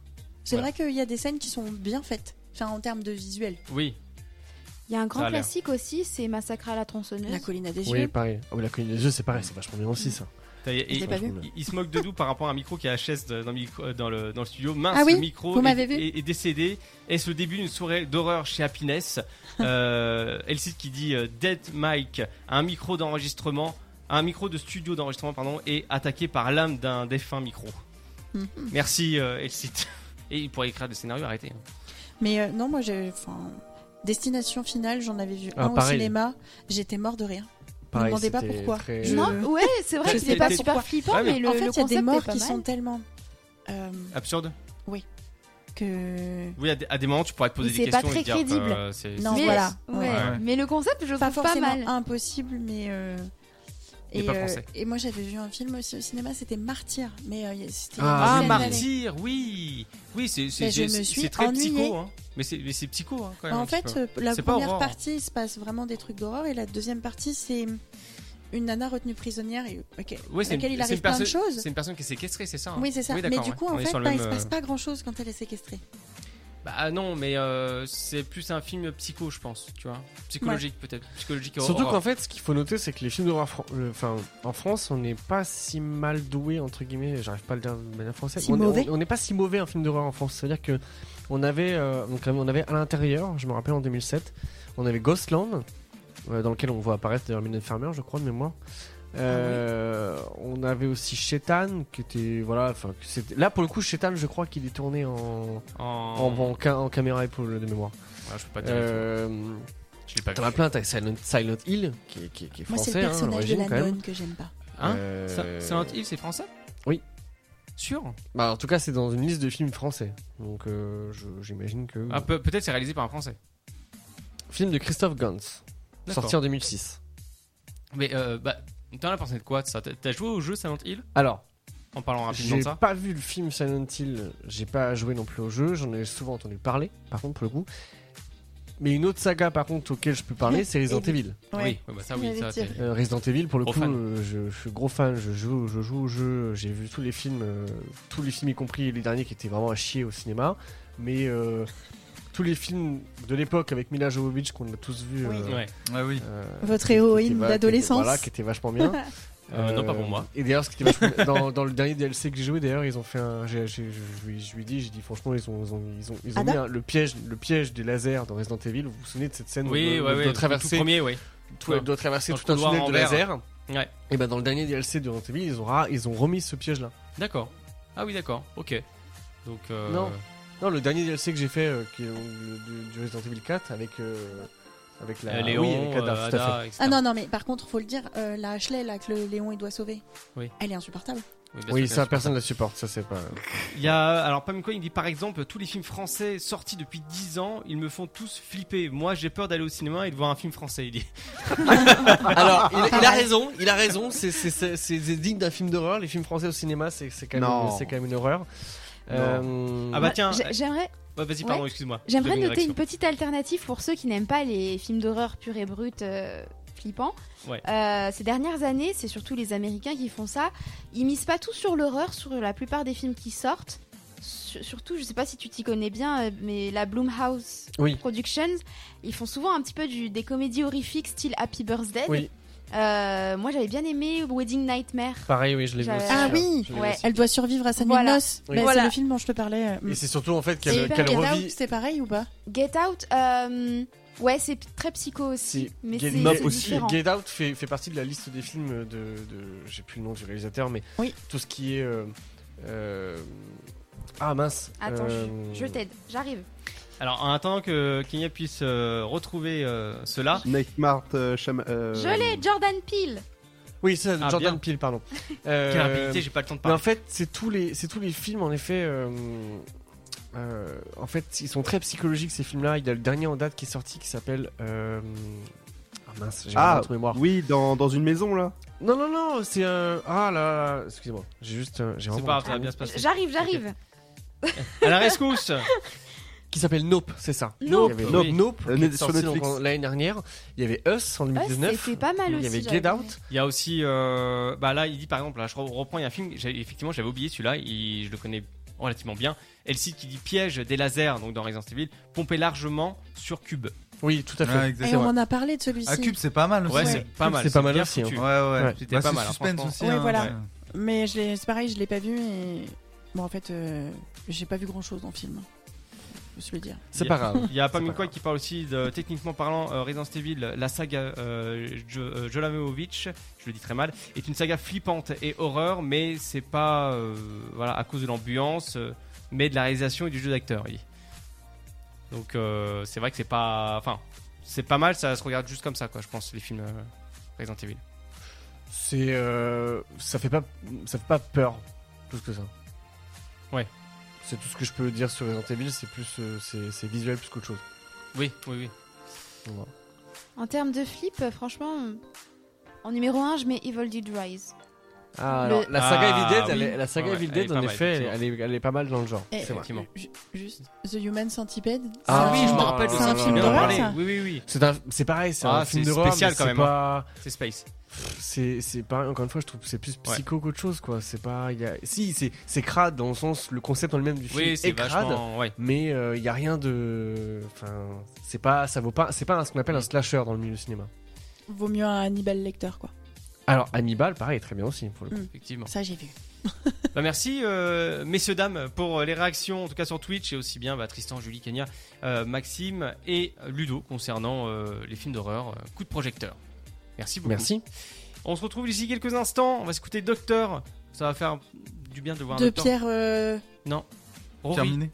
Speaker 4: C'est
Speaker 2: Voilà.
Speaker 4: vrai qu'il y a des scènes qui sont bien faites, enfin en termes de visuel.
Speaker 2: Oui.
Speaker 9: Il y a un grand
Speaker 3: Ça a l'air.
Speaker 9: classique aussi, c'est Massacre à la tronçonneuse. La colline à des Mm.
Speaker 3: Oui, pareil. Oh, mais la colline des yeux, c'est pareil, c'est vachement bien aussi ça.
Speaker 2: Ça y est,
Speaker 9: Je l'ai
Speaker 2: il,
Speaker 9: pas vu.
Speaker 2: il- il se moque de nous par rapport à un micro qui est HS de- dans le, micro- dans le, dans le studio. Mince,
Speaker 12: Ah oui,
Speaker 2: le micro
Speaker 12: vous
Speaker 2: est,
Speaker 12: m'avez vu.
Speaker 2: est- est décédé. Est-ce le début d'une soirée d'horreur chez
Speaker 4: [LAUGHS]
Speaker 2: Happiness euh, Elsie qui dit euh, Dead Mike, un micro d'enregistrement, un micro de studio d'enregistrement, pardon, est attaqué par l'âme d'un défunt micro.
Speaker 4: Mhm.
Speaker 2: Merci euh, Elsie. [LAUGHS] Et il pourrait écrire des scénarios, arrêtez. hein.
Speaker 4: Mais euh, non, moi, j'ai. Enfin, Destination finale, j'en avais vu
Speaker 2: Ah,
Speaker 4: un
Speaker 2: pareil.
Speaker 4: au cinéma. J'étais mort de rire. Ne me
Speaker 2: Pareil,
Speaker 4: demandez pas
Speaker 2: c'était
Speaker 4: pourquoi.
Speaker 2: très-
Speaker 4: Je-
Speaker 2: Non,
Speaker 9: Euh, ouais, c'est vrai
Speaker 4: Je
Speaker 9: qu'il
Speaker 4: sais
Speaker 9: est pas
Speaker 4: pas
Speaker 9: super
Speaker 4: pourquoi.
Speaker 9: flippant, Ouais, mais mais- le-
Speaker 4: en fait, il
Speaker 9: le
Speaker 4: y a des
Speaker 9: concept est
Speaker 4: morts
Speaker 9: pas
Speaker 4: qui
Speaker 9: mal.
Speaker 4: sont tellement. euh,
Speaker 2: Absurde
Speaker 4: oui. Que.
Speaker 2: Oui, à des, à des moments, tu pourrais te poser
Speaker 4: Mais
Speaker 2: des
Speaker 4: c'est pas
Speaker 2: questions et
Speaker 4: très
Speaker 2: te dire.
Speaker 4: crédible.
Speaker 2: euh, c'est-
Speaker 4: Non,
Speaker 2: c'est-
Speaker 4: voilà.
Speaker 9: Ouais. Mais le concept, je le
Speaker 4: pas
Speaker 9: trouve pas
Speaker 4: forcément
Speaker 9: mal.
Speaker 4: impossible, mais. euh,
Speaker 2: Il est
Speaker 4: Et,
Speaker 2: pas
Speaker 4: euh,
Speaker 2: français.
Speaker 4: et moi j'avais vu un film aussi au cinéma, c'était Martyr. Mais euh, c'était.
Speaker 2: Ah,
Speaker 4: il y a une dizaine d'années.
Speaker 2: Martyr, oui Oui, c'est c'est-
Speaker 4: Mais je
Speaker 2: c'est-
Speaker 4: me
Speaker 2: c'est-
Speaker 4: suis
Speaker 2: c'est très psycho,
Speaker 4: ennuyée.
Speaker 2: hein. mais c'est mais c'est psycho hein, quand même.
Speaker 4: Bah,
Speaker 2: un
Speaker 4: en
Speaker 2: petit
Speaker 4: fait,
Speaker 2: peu.
Speaker 4: euh, la
Speaker 2: C'est pas
Speaker 4: première
Speaker 2: horreur, hein.
Speaker 4: partie, il se passe vraiment des trucs d'horreur, et la deuxième partie, c'est une nana retenue prisonnière et ok,
Speaker 2: Ouais, c'est une-
Speaker 4: laquelle il
Speaker 2: c'est
Speaker 4: arrive
Speaker 2: une
Speaker 4: plein de
Speaker 2: personne-
Speaker 4: choses.
Speaker 2: C'est une personne qui est séquestrée, c'est ça hein
Speaker 4: Oui, c'est ça. Mais
Speaker 2: d'accord,
Speaker 4: du
Speaker 2: ouais.
Speaker 4: coup,
Speaker 2: On
Speaker 4: en
Speaker 2: est
Speaker 4: fait,
Speaker 2: sur le
Speaker 4: bah, il
Speaker 2: même,
Speaker 4: se passe
Speaker 2: euh,
Speaker 4: pas grand chose quand elle est séquestrée.
Speaker 2: Bah non, mais euh, c'est plus un film psycho, je pense, tu vois. Psychologique peut-être. Psychologique et
Speaker 3: Surtout
Speaker 2: horreur.
Speaker 3: qu'en fait, ce qu'il faut noter, c'est que les films d'horreur, fran- euh, enfin, en France, on n'est pas si mal doué entre guillemets. J'arrive pas à le dire de manière française.
Speaker 4: Si
Speaker 3: on,
Speaker 4: mauvais.
Speaker 3: on- on n'est pas si mauvais en film d'horreur en France. C'est-à-dire que on avait, euh, donc on avait à l'intérieur, je me rappelle en 2007, on avait Ghostland, euh, dans lequel on voit apparaître d'ailleurs Mylène Farmer, je crois de mémoire. Euh,
Speaker 4: Ah
Speaker 3: On avait aussi Shetan, qui était voilà, enfin, que c'était- là pour le coup, Shetan, je crois qu'il est tourné en
Speaker 2: En-
Speaker 3: en, en ca- en caméra épaule de mémoire.
Speaker 2: Ouais, Ah, je peux pas dire du tout. Je l'ai pas
Speaker 3: T'en
Speaker 2: vu.
Speaker 3: as plein, Euh, t'as Silent, Silent Hill qui, est- qui est- qui est
Speaker 4: Moi, c'est
Speaker 3: français,
Speaker 4: le
Speaker 3: hein, à
Speaker 4: personnage de
Speaker 3: l'origine
Speaker 4: la
Speaker 3: quand même.
Speaker 4: nonne que j'aime pas.
Speaker 2: Hein
Speaker 3: Euh,
Speaker 2: Sa- Silent Hill, c'est français
Speaker 3: Oui.
Speaker 2: Sûr
Speaker 3: Bah, en tout cas, c'est dans une liste de films français. Donc, euh, je- j'imagine que.
Speaker 2: Ah, peu- Peut-être c'est réalisé par un français.
Speaker 3: Film de Christophe Gans,
Speaker 2: D'accord.
Speaker 3: sorti en 2006.
Speaker 2: Mais euh, bah, t'en as pensé de quoi de ça T'as- T'as joué au jeu Silent Hill
Speaker 3: Alors.
Speaker 2: En parlant rapidement
Speaker 3: J'ai
Speaker 2: de ça
Speaker 3: pas vu le film Silent Hill, j'ai pas joué non plus au jeu, j'en ai souvent entendu parler, par contre, pour le coup. Mais une autre saga, par contre, auquel je peux parler, c'est Resident Evil.
Speaker 2: Oui, ouais, bah ça, oui, ça, t'es-
Speaker 3: Euh, Resident Evil, pour le
Speaker 2: Gros
Speaker 3: coup,
Speaker 2: fan.
Speaker 3: euh, je, je suis gros fan. Je joue, je joue au jeu. J'ai vu tous les films, euh, tous les films y compris les derniers qui étaient vraiment à chier au cinéma. Mais euh, tous les films de l'époque avec Mila Jovovich qu'on a tous vu.
Speaker 2: Oui.
Speaker 3: euh,
Speaker 2: Ouais.
Speaker 8: oui.
Speaker 3: euh,
Speaker 4: Votre
Speaker 3: qui- qui
Speaker 4: héroïne
Speaker 3: était va- qui était-
Speaker 4: d'adolescence.
Speaker 3: Voilà, qui était vachement bien.
Speaker 2: Euh, non, pas pour moi.
Speaker 3: Et d'ailleurs, ce qui était vachement bien- dans, dans le dernier DLC que j'ai joué, d'ailleurs, ils ont fait un. j'ai- j'ai- je, lui- je lui dis, j'ai dit franchement, ils ont, ils ont, ils ont, ils ont
Speaker 4: Ada
Speaker 3: mis un- le piège, le piège des lasers dans Resident Evil. Vous vous souvenez de cette scène où
Speaker 2: Oui,
Speaker 3: on
Speaker 2: ouais,
Speaker 3: doit
Speaker 2: ouais, le tout
Speaker 3: traverser
Speaker 2: premier, ouais.
Speaker 3: tout- elle doit traverser
Speaker 2: Dans le
Speaker 3: tout un
Speaker 2: couloir
Speaker 3: tunnel
Speaker 2: en
Speaker 3: de
Speaker 2: verre.
Speaker 3: laser.
Speaker 2: Ouais.
Speaker 3: Et ben dans le dernier DLC de Resident Evil, ils ont, ra- ils ont remis ce piège là.
Speaker 2: D'accord. Ah oui, d'accord. Ok. Donc. euh,
Speaker 3: Non. Non, le dernier DLC que j'ai fait euh, qui est, euh, du, du Resident Evil 4 avec euh, avec la
Speaker 2: Euh, Léon,
Speaker 3: oui, avec Ada,
Speaker 2: euh,
Speaker 3: tout à
Speaker 2: Ada,
Speaker 3: fait.
Speaker 2: etc.
Speaker 4: [LAUGHS] Ah non, non, mais par contre, faut le dire, euh, la Ashley, là, que le Léon, il doit sauver,
Speaker 2: Oui.
Speaker 4: elle est insupportable.
Speaker 2: Oui, bien
Speaker 3: Oui,
Speaker 2: sûr,
Speaker 3: ça
Speaker 2: bien sûr.
Speaker 3: personne ne la supporte, ça c'est pas
Speaker 2: Il y a alors Pamcoin il dit par exemple tous les films français sortis depuis 10 ans, ils me font tous flipper. Moi, j'ai peur d'aller au cinéma et de voir un film français,
Speaker 3: [LAUGHS]
Speaker 2: il dit.
Speaker 3: Alors, il, il a raison, il a raison, c'est- c'est- c'est c'est digne d'un film d'horreur, les films français au cinéma, c'est c'est quand, même-
Speaker 2: Non.
Speaker 3: c'est quand même une horreur.
Speaker 2: Non.
Speaker 3: Euh,
Speaker 2: Ah bah tiens, Bah,
Speaker 9: J'ai- J'aimerais.
Speaker 2: Ouais, vas-y, pardon,
Speaker 9: Ouais.
Speaker 2: excuse-moi.
Speaker 9: J'aimerais
Speaker 2: J'avais une
Speaker 9: noter une
Speaker 2: réaction.
Speaker 9: petite alternative pour ceux qui n'aiment pas les films d'horreur purs et bruts euh, flippants.
Speaker 2: Ouais.
Speaker 9: Euh, ces dernières années, c'est surtout les Américains qui font ça. Ils misent pas tout sur l'horreur, sur la plupart des films qui sortent. Sur- Surtout, je sais pas si tu t'y connais bien, euh, mais la Blumhouse
Speaker 3: Oui.
Speaker 9: Productions, ils font souvent un petit peu du- des comédies horrifiques style Happy Birthday.
Speaker 3: Oui.
Speaker 9: Euh, moi, j'avais bien aimé Wedding Nightmare.
Speaker 3: Pareil, oui, je l'ai vu
Speaker 9: J'avais-
Speaker 3: aussi.
Speaker 4: Ah oui,
Speaker 3: Je l'ai vu
Speaker 9: Ouais.
Speaker 3: aussi.
Speaker 4: Elle doit survivre à sa nuit de
Speaker 9: Voilà.
Speaker 4: noces.
Speaker 3: Oui.
Speaker 4: Bah,
Speaker 9: Voilà.
Speaker 4: C'est le film dont je te parlais. euh,
Speaker 3: Et c'est surtout en fait
Speaker 9: C'est
Speaker 3: qu'elle
Speaker 9: hyper
Speaker 3: qu'elle
Speaker 9: Get
Speaker 3: revit
Speaker 4: Out, c'est pareil ou pas
Speaker 9: Get Out, euh, ouais, c'est p- très psycho aussi, mais c'est
Speaker 3: Out
Speaker 9: c'est différent.
Speaker 3: Get Out fait, fait partie de la liste des films de, de- j'ai plus le nom du réalisateur, mais tout ce qui est euh, euh, ah mince.
Speaker 9: Attends,
Speaker 3: euh,
Speaker 9: je, je t'aide, j'arrive.
Speaker 2: Alors, en attendant que Kenya puisse euh, retrouver euh, cela,
Speaker 5: Nightmare euh, Shama- euh,
Speaker 9: Je l'ai, Jordan Peele.
Speaker 3: Oui, c'est
Speaker 2: Ah,
Speaker 3: Jordan
Speaker 2: bien.
Speaker 3: Peele, pardon. Euh,
Speaker 2: Quelle rapidité, j'ai pas le temps de
Speaker 3: mais
Speaker 2: parler.
Speaker 3: en fait, c'est tous les, c'est tous les films en effet. euh, euh, en fait, ils sont très psychologiques ces films-là. Il y a le dernier en date qui est sorti qui s'appelle. euh, ah mince, j'ai
Speaker 5: Ah,
Speaker 3: un trou de mémoire.
Speaker 5: oui, dans, dans une maison là.
Speaker 3: Non, non, non, c'est. euh, Ah là, là, excusez-moi, j'ai juste. euh, j'ai
Speaker 2: c'est
Speaker 3: vraiment
Speaker 2: pas
Speaker 3: un
Speaker 2: grave, ça
Speaker 3: trou
Speaker 2: va
Speaker 3: de
Speaker 2: bien se passer.
Speaker 9: J'arrive, j'arrive.
Speaker 2: À la rescousse
Speaker 3: [LAUGHS] qui s'appelle Nope, c'est ça.
Speaker 9: Nope.
Speaker 3: il y avait
Speaker 2: Nope,
Speaker 3: Nope,
Speaker 2: oui.
Speaker 3: Nope,
Speaker 2: Euh,
Speaker 3: qui est
Speaker 2: sur
Speaker 3: sorti donc
Speaker 2: Netflix.
Speaker 3: en- l'année dernière. Il y avait Us en
Speaker 9: Ah,
Speaker 3: 2019.
Speaker 9: C'était pas mal
Speaker 3: Il
Speaker 9: aussi.
Speaker 3: y avait
Speaker 9: j'avais
Speaker 3: Get
Speaker 9: aimé.
Speaker 3: Out.
Speaker 2: Il y a aussi, euh, bah là, il dit par exemple, là, je re- reprends, il y a un film, j'ai- effectivement, j'avais oublié celui-là, il- je le connais relativement bien. Elsie qui dit piège des lasers, donc dans Resident Evil, pompé largement sur cube.
Speaker 3: Oui, tout à fait.
Speaker 8: Ah, exactement.
Speaker 12: Et on en a parlé de celui-ci.
Speaker 8: À Cube, c'est pas mal aussi.
Speaker 2: Ouais, c'est pas mal.
Speaker 3: C'est pas mal
Speaker 2: bien
Speaker 3: aussi, hein.
Speaker 2: foutu.
Speaker 8: Ouais, ouais.
Speaker 2: C'était
Speaker 8: Bah,
Speaker 2: pas
Speaker 8: c'est
Speaker 2: mal. hein,
Speaker 8: suspense
Speaker 2: franchement.
Speaker 8: aussi,
Speaker 4: Ouais,
Speaker 8: hein,
Speaker 4: voilà.
Speaker 8: ouais.
Speaker 4: Mais je l'ai- c'est pareil, je l'ai pas vu et. Bon, en fait, euh, j'ai pas vu grand chose dans le film. Je suis ah. le dire.
Speaker 3: C'est pas grave.
Speaker 2: [LAUGHS] Il y a Pam
Speaker 3: C'est pas
Speaker 2: Mikoy qui parle aussi de, techniquement parlant, euh, Resident Evil, la saga euh, Jo- euh, Joel Jovovich, je le dis très mal, est une saga flippante et horreur, mais c'est pas euh, voilà à cause de l'ambiance, euh, mais de la réalisation et du jeu d'acteur. il dit. Donc euh, c'est vrai que c'est pas, enfin c'est pas mal, ça se regarde juste comme ça quoi, je pense les films euh, Resident Evil.
Speaker 3: C'est euh, ça fait pas ça fait pas peur plus que ça.
Speaker 2: Ouais.
Speaker 3: C'est tout ce que je peux dire sur Resident Evil, c'est plus euh, c'est c'est visuel plus qu'autre chose.
Speaker 2: Oui, oui, oui.
Speaker 3: Donc, voilà.
Speaker 9: En termes de flip, euh, franchement, euh, en numéro 1, je mets Evil Dead Rise.
Speaker 3: Ah,
Speaker 9: Le-
Speaker 3: alors, la saga
Speaker 2: Ah,
Speaker 3: Evil Dead, elle
Speaker 2: oui.
Speaker 3: est- la saga
Speaker 2: Ouais,
Speaker 3: Evil
Speaker 2: elle
Speaker 3: Dead,
Speaker 2: est pas
Speaker 3: en
Speaker 2: mal,
Speaker 3: effet, elle,
Speaker 2: effectivement.
Speaker 3: elle est, elle est pas mal dans le genre.
Speaker 4: Et-
Speaker 3: C'est vrai.
Speaker 2: Effectivement.
Speaker 4: Ju- Juste, The Human Centipede.
Speaker 3: Ah
Speaker 4: c'est-
Speaker 3: oui, je me rappelle de
Speaker 4: C'est
Speaker 3: ça, je
Speaker 4: un film
Speaker 3: viens d'en
Speaker 4: d'horreur,
Speaker 3: parler.
Speaker 4: ça
Speaker 2: Oui, oui, oui.
Speaker 3: C'est un- c'est pareil, c'est
Speaker 2: Ah,
Speaker 3: un film
Speaker 2: c'est
Speaker 3: d'horreur,
Speaker 2: spécial
Speaker 3: mais
Speaker 2: quand
Speaker 3: c'est
Speaker 2: même, hein.
Speaker 3: pas-
Speaker 2: C'est Space.
Speaker 3: c'est c'est pareil encore une fois je trouve que c'est plus
Speaker 2: Ouais.
Speaker 3: psycho qu'autre chose quoi c'est pas il y a... si c'est c'est crade dans le sens le concept en lui-même du film
Speaker 2: Oui, c'est
Speaker 3: est crade
Speaker 2: vachement. Ouais.
Speaker 3: mais euh, il y a rien de enfin c'est pas ça vaut pas c'est pas un- ce qu'on appelle un
Speaker 2: Mm.
Speaker 3: slasher dans le milieu du cinéma
Speaker 4: Vaut mieux un Hannibal Lecter, quoi. Mm.
Speaker 3: alors Hannibal pareil est très bien aussi pour le coup.
Speaker 2: Effectivement.
Speaker 4: Ça, j'ai vu.
Speaker 2: Bah, merci, euh, messieurs, dames, pour les réactions, en tout cas sur Twitch, et aussi bien bah, Tristan, Julie, Kenya, euh, Maxime et Ludo concernant euh, les films d'horreur. euh, coup de projecteur. Merci beaucoup.
Speaker 3: merci
Speaker 2: On se retrouve d'ici quelques instants. On va s'écouter Docteur. Ça va faire du bien de voir un
Speaker 4: de
Speaker 2: docteur.
Speaker 4: Pierre. euh,
Speaker 2: Non. Rory.
Speaker 8: Terminé.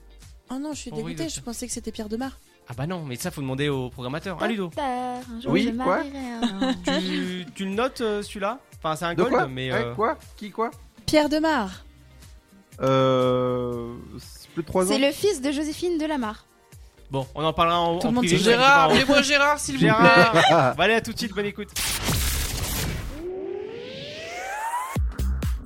Speaker 4: Oh non, je suis
Speaker 2: Oh oui,
Speaker 4: dégoûtée,
Speaker 2: d'accord.
Speaker 4: je pensais que c'était Pierre Demar.
Speaker 2: Ah bah non, mais ça, faut demander au programmateur. Ah,
Speaker 4: [LAUGHS]
Speaker 2: Ludo,
Speaker 9: Docteur, un jour
Speaker 5: Oui,
Speaker 9: je
Speaker 5: quoi
Speaker 9: marierai un-
Speaker 2: tu, tu le notes euh, celui-là Enfin, c'est un
Speaker 5: De
Speaker 2: gold,
Speaker 5: quoi
Speaker 2: mais.
Speaker 5: Ouais,
Speaker 2: euh,
Speaker 5: Quoi Qui quoi
Speaker 4: Pierre Demar
Speaker 5: Euh. c'est Plus de 3 ans
Speaker 9: C'est le fils de Joséphine Delamarre.
Speaker 2: Bon, on en parlera en,
Speaker 4: Tout
Speaker 2: en
Speaker 4: le monde
Speaker 2: privé.
Speaker 4: dit
Speaker 2: On en-
Speaker 12: moi Gérard, s'il
Speaker 2: Gérard Bah, Allez, à tout de suite, bonne écoute.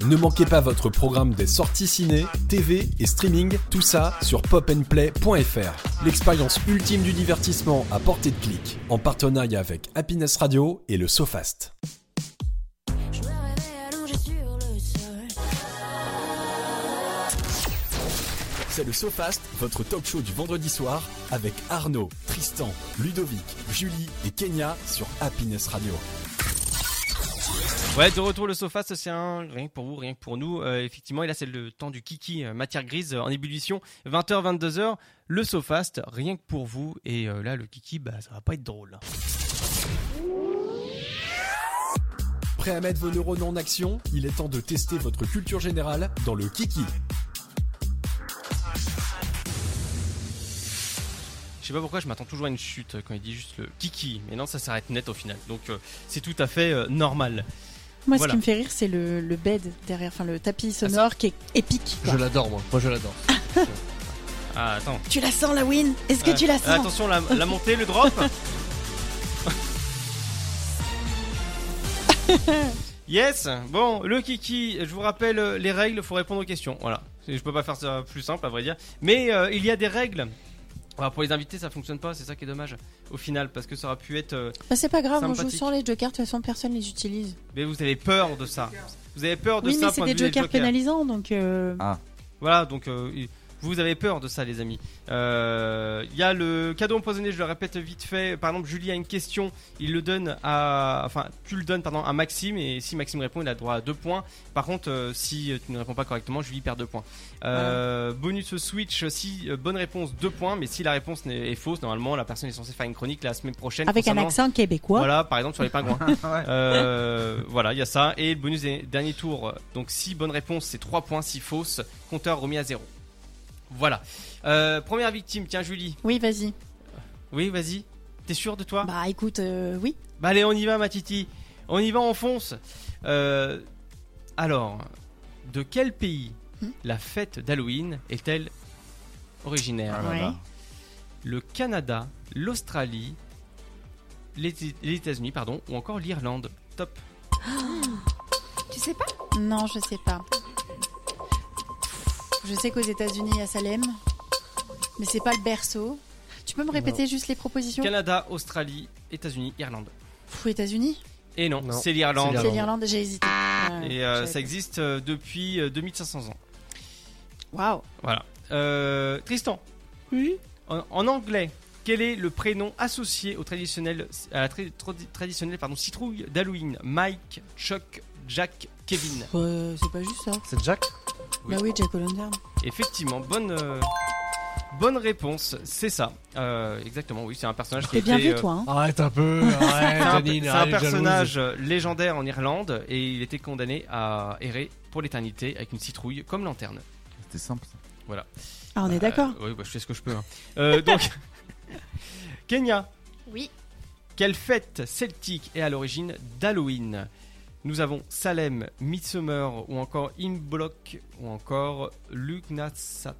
Speaker 1: Ne manquez pas votre programme des sorties ciné, TV et streaming, tout ça sur popandplay.fr. L'expérience ultime du divertissement à portée de clic, en partenariat avec Happiness Radio et le SoFast.
Speaker 12: Je me réveille allongé sur le sol.
Speaker 1: C'est le SoFast, votre talk show du vendredi soir, avec Arnaud, Tristan, Ludovic, Julie et Kenya sur Happiness Radio.
Speaker 2: Ouais, de retour le sofa, ça, c'est un rien que pour vous, rien que pour nous. Euh, effectivement, et là c'est le temps du kiki, euh, matière grise euh, en ébullition, 20h 22h, le sofast, rien que pour vous et euh, là le kiki bah ça va pas être drôle.
Speaker 1: Prêt à mettre vos neurones en action Il est temps de tester votre culture générale dans le Kiki.
Speaker 2: Je sais pas pourquoi je m'attends toujours à une chute euh, quand il dit juste le kiki, mais non, ça s'arrête net au final. Donc euh, c'est tout à fait euh, normal.
Speaker 4: Moi,
Speaker 2: Voilà.
Speaker 4: ce qui me fait rire, c'est le, le bed derrière, enfin le tapis
Speaker 3: Ah,
Speaker 4: sonore qui est épique. quoi.
Speaker 3: je l'adore moi moi je l'adore [LAUGHS]
Speaker 2: Ah attends.
Speaker 4: Tu la sens, la win Est-ce que
Speaker 2: Ah,
Speaker 4: tu la
Speaker 2: ah,
Speaker 4: sens
Speaker 2: Attention la, la montée, le
Speaker 4: [LAUGHS]
Speaker 2: drop.
Speaker 4: Bah,
Speaker 2: [LAUGHS] yes. Bon, le kiki. Je vous rappelle euh, les règles. Faut répondre aux questions. Voilà. Je peux pas faire ça plus simple à vrai dire. Mais euh, il y a des règles. Alors, pour les invités, ça fonctionne pas. C'est ça qui est dommage. Au final, parce que ça aurait pu être. euh,
Speaker 4: Bah, C'est pas grave, moi je
Speaker 2: Sympathique.
Speaker 4: sens les jokers, de toute façon personne les utilise.
Speaker 2: mais vous avez peur de ça. Vous avez peur Oh, de
Speaker 4: Oui,
Speaker 2: ça.
Speaker 4: mais c'est
Speaker 2: point de vue
Speaker 4: des jokers pénalisants donc. [GASPS] euh,
Speaker 2: Voilà, donc euh, vous avez peur de ça, les amis. Euh, Il y a le cadeau empoisonné, je le répète vite fait. Par exemple, Julie a une question, il le donne à. Enfin, tu le donnes, pardon, à Maxime, et si Maxime répond, il a droit à deux points. Par contre, euh, si tu ne réponds pas correctement, Julie perd deux points. Euh, Bonus switch, si euh, bonne réponse, deux points, mais si la réponse n'est- est fausse, normalement, la personne est censée faire une chronique la semaine prochaine.
Speaker 4: Avec un
Speaker 2: concernant-
Speaker 4: accent québécois.
Speaker 2: voilà, par exemple sur les
Speaker 4: [LAUGHS]
Speaker 2: pingouins.
Speaker 8: Ouais.
Speaker 2: Euh, [LAUGHS] voilà, il y a ça. Et le bonus des derniers tours. Donc, si bonne réponse, c'est 3 points. Si fausse, compteur remis à 0. Voilà. Euh, première victime, tiens, Julie.
Speaker 4: Oui, vas-y.
Speaker 2: Oui, vas-y. T'es sûr de toi bah.
Speaker 4: Bah écoute, euh, oui.
Speaker 2: allez, on y va, ma titi. On y va, on fonce. Euh, alors, de quel pays
Speaker 4: Hmm
Speaker 2: la fête d'Halloween est-elle originaire
Speaker 8: Ah là là.
Speaker 4: Ouais.
Speaker 2: Le Canada, l'Australie, les, les États-Unis, pardon, ou encore l'Irlande. Top.
Speaker 9: Tu sais pas
Speaker 4: Non, je sais pas. Je sais qu'aux États-Unis, il y a Salem, mais c'est pas le berceau. Tu peux me répéter juste les propositions
Speaker 2: Canada, Australie, États-Unis, Irlande.
Speaker 4: Pff, États-Unis
Speaker 2: Et non,
Speaker 3: Non,
Speaker 2: c'est l'Irlande.
Speaker 3: c'est
Speaker 4: C'est l'Irlande, j'ai hésité. Ouais,
Speaker 2: Et euh,
Speaker 4: j'avais
Speaker 2: ça
Speaker 4: pas.
Speaker 2: existe euh, depuis euh, 2500 ans.
Speaker 4: Waouh
Speaker 2: Voilà. Euh, Tristan. Oui. En, en anglais, Quel est le prénom associé au traditionnel, à la tra- tra- traditionnelle pardon, citrouille d'Halloween Mike, Chuck, Jack, Kevin.
Speaker 4: Euh, c'est pas juste ça.
Speaker 3: C'est Jack
Speaker 4: Bah oui, Jack O'Lantern.
Speaker 2: Effectivement, bonne, euh, bonne réponse, c'est ça. Euh, exactement, oui, c'est un personnage qui
Speaker 4: T'es bien
Speaker 2: était,
Speaker 4: vu,
Speaker 2: euh,
Speaker 4: toi, hein.
Speaker 3: Arrête un
Speaker 4: [LAUGHS]
Speaker 3: peu,
Speaker 2: c'est
Speaker 3: arrête,
Speaker 2: un,
Speaker 3: Janine,
Speaker 2: c'est un
Speaker 3: arrête, jalouse.
Speaker 2: personnage euh, légendaire en Irlande et il était condamné à errer pour l'éternité avec une citrouille comme lanterne.
Speaker 8: C'était simple.
Speaker 2: Voilà.
Speaker 4: Ah, on est
Speaker 2: Euh,
Speaker 4: d'accord.
Speaker 2: Oui, bah, je fais ce que je peux. hein. Euh, donc, Kenya,
Speaker 9: Oui.
Speaker 2: quelle fête celtique est à l'origine d'Halloween Nous avons Salem, Midsummer ou encore Imblock ou encore Lugnasat.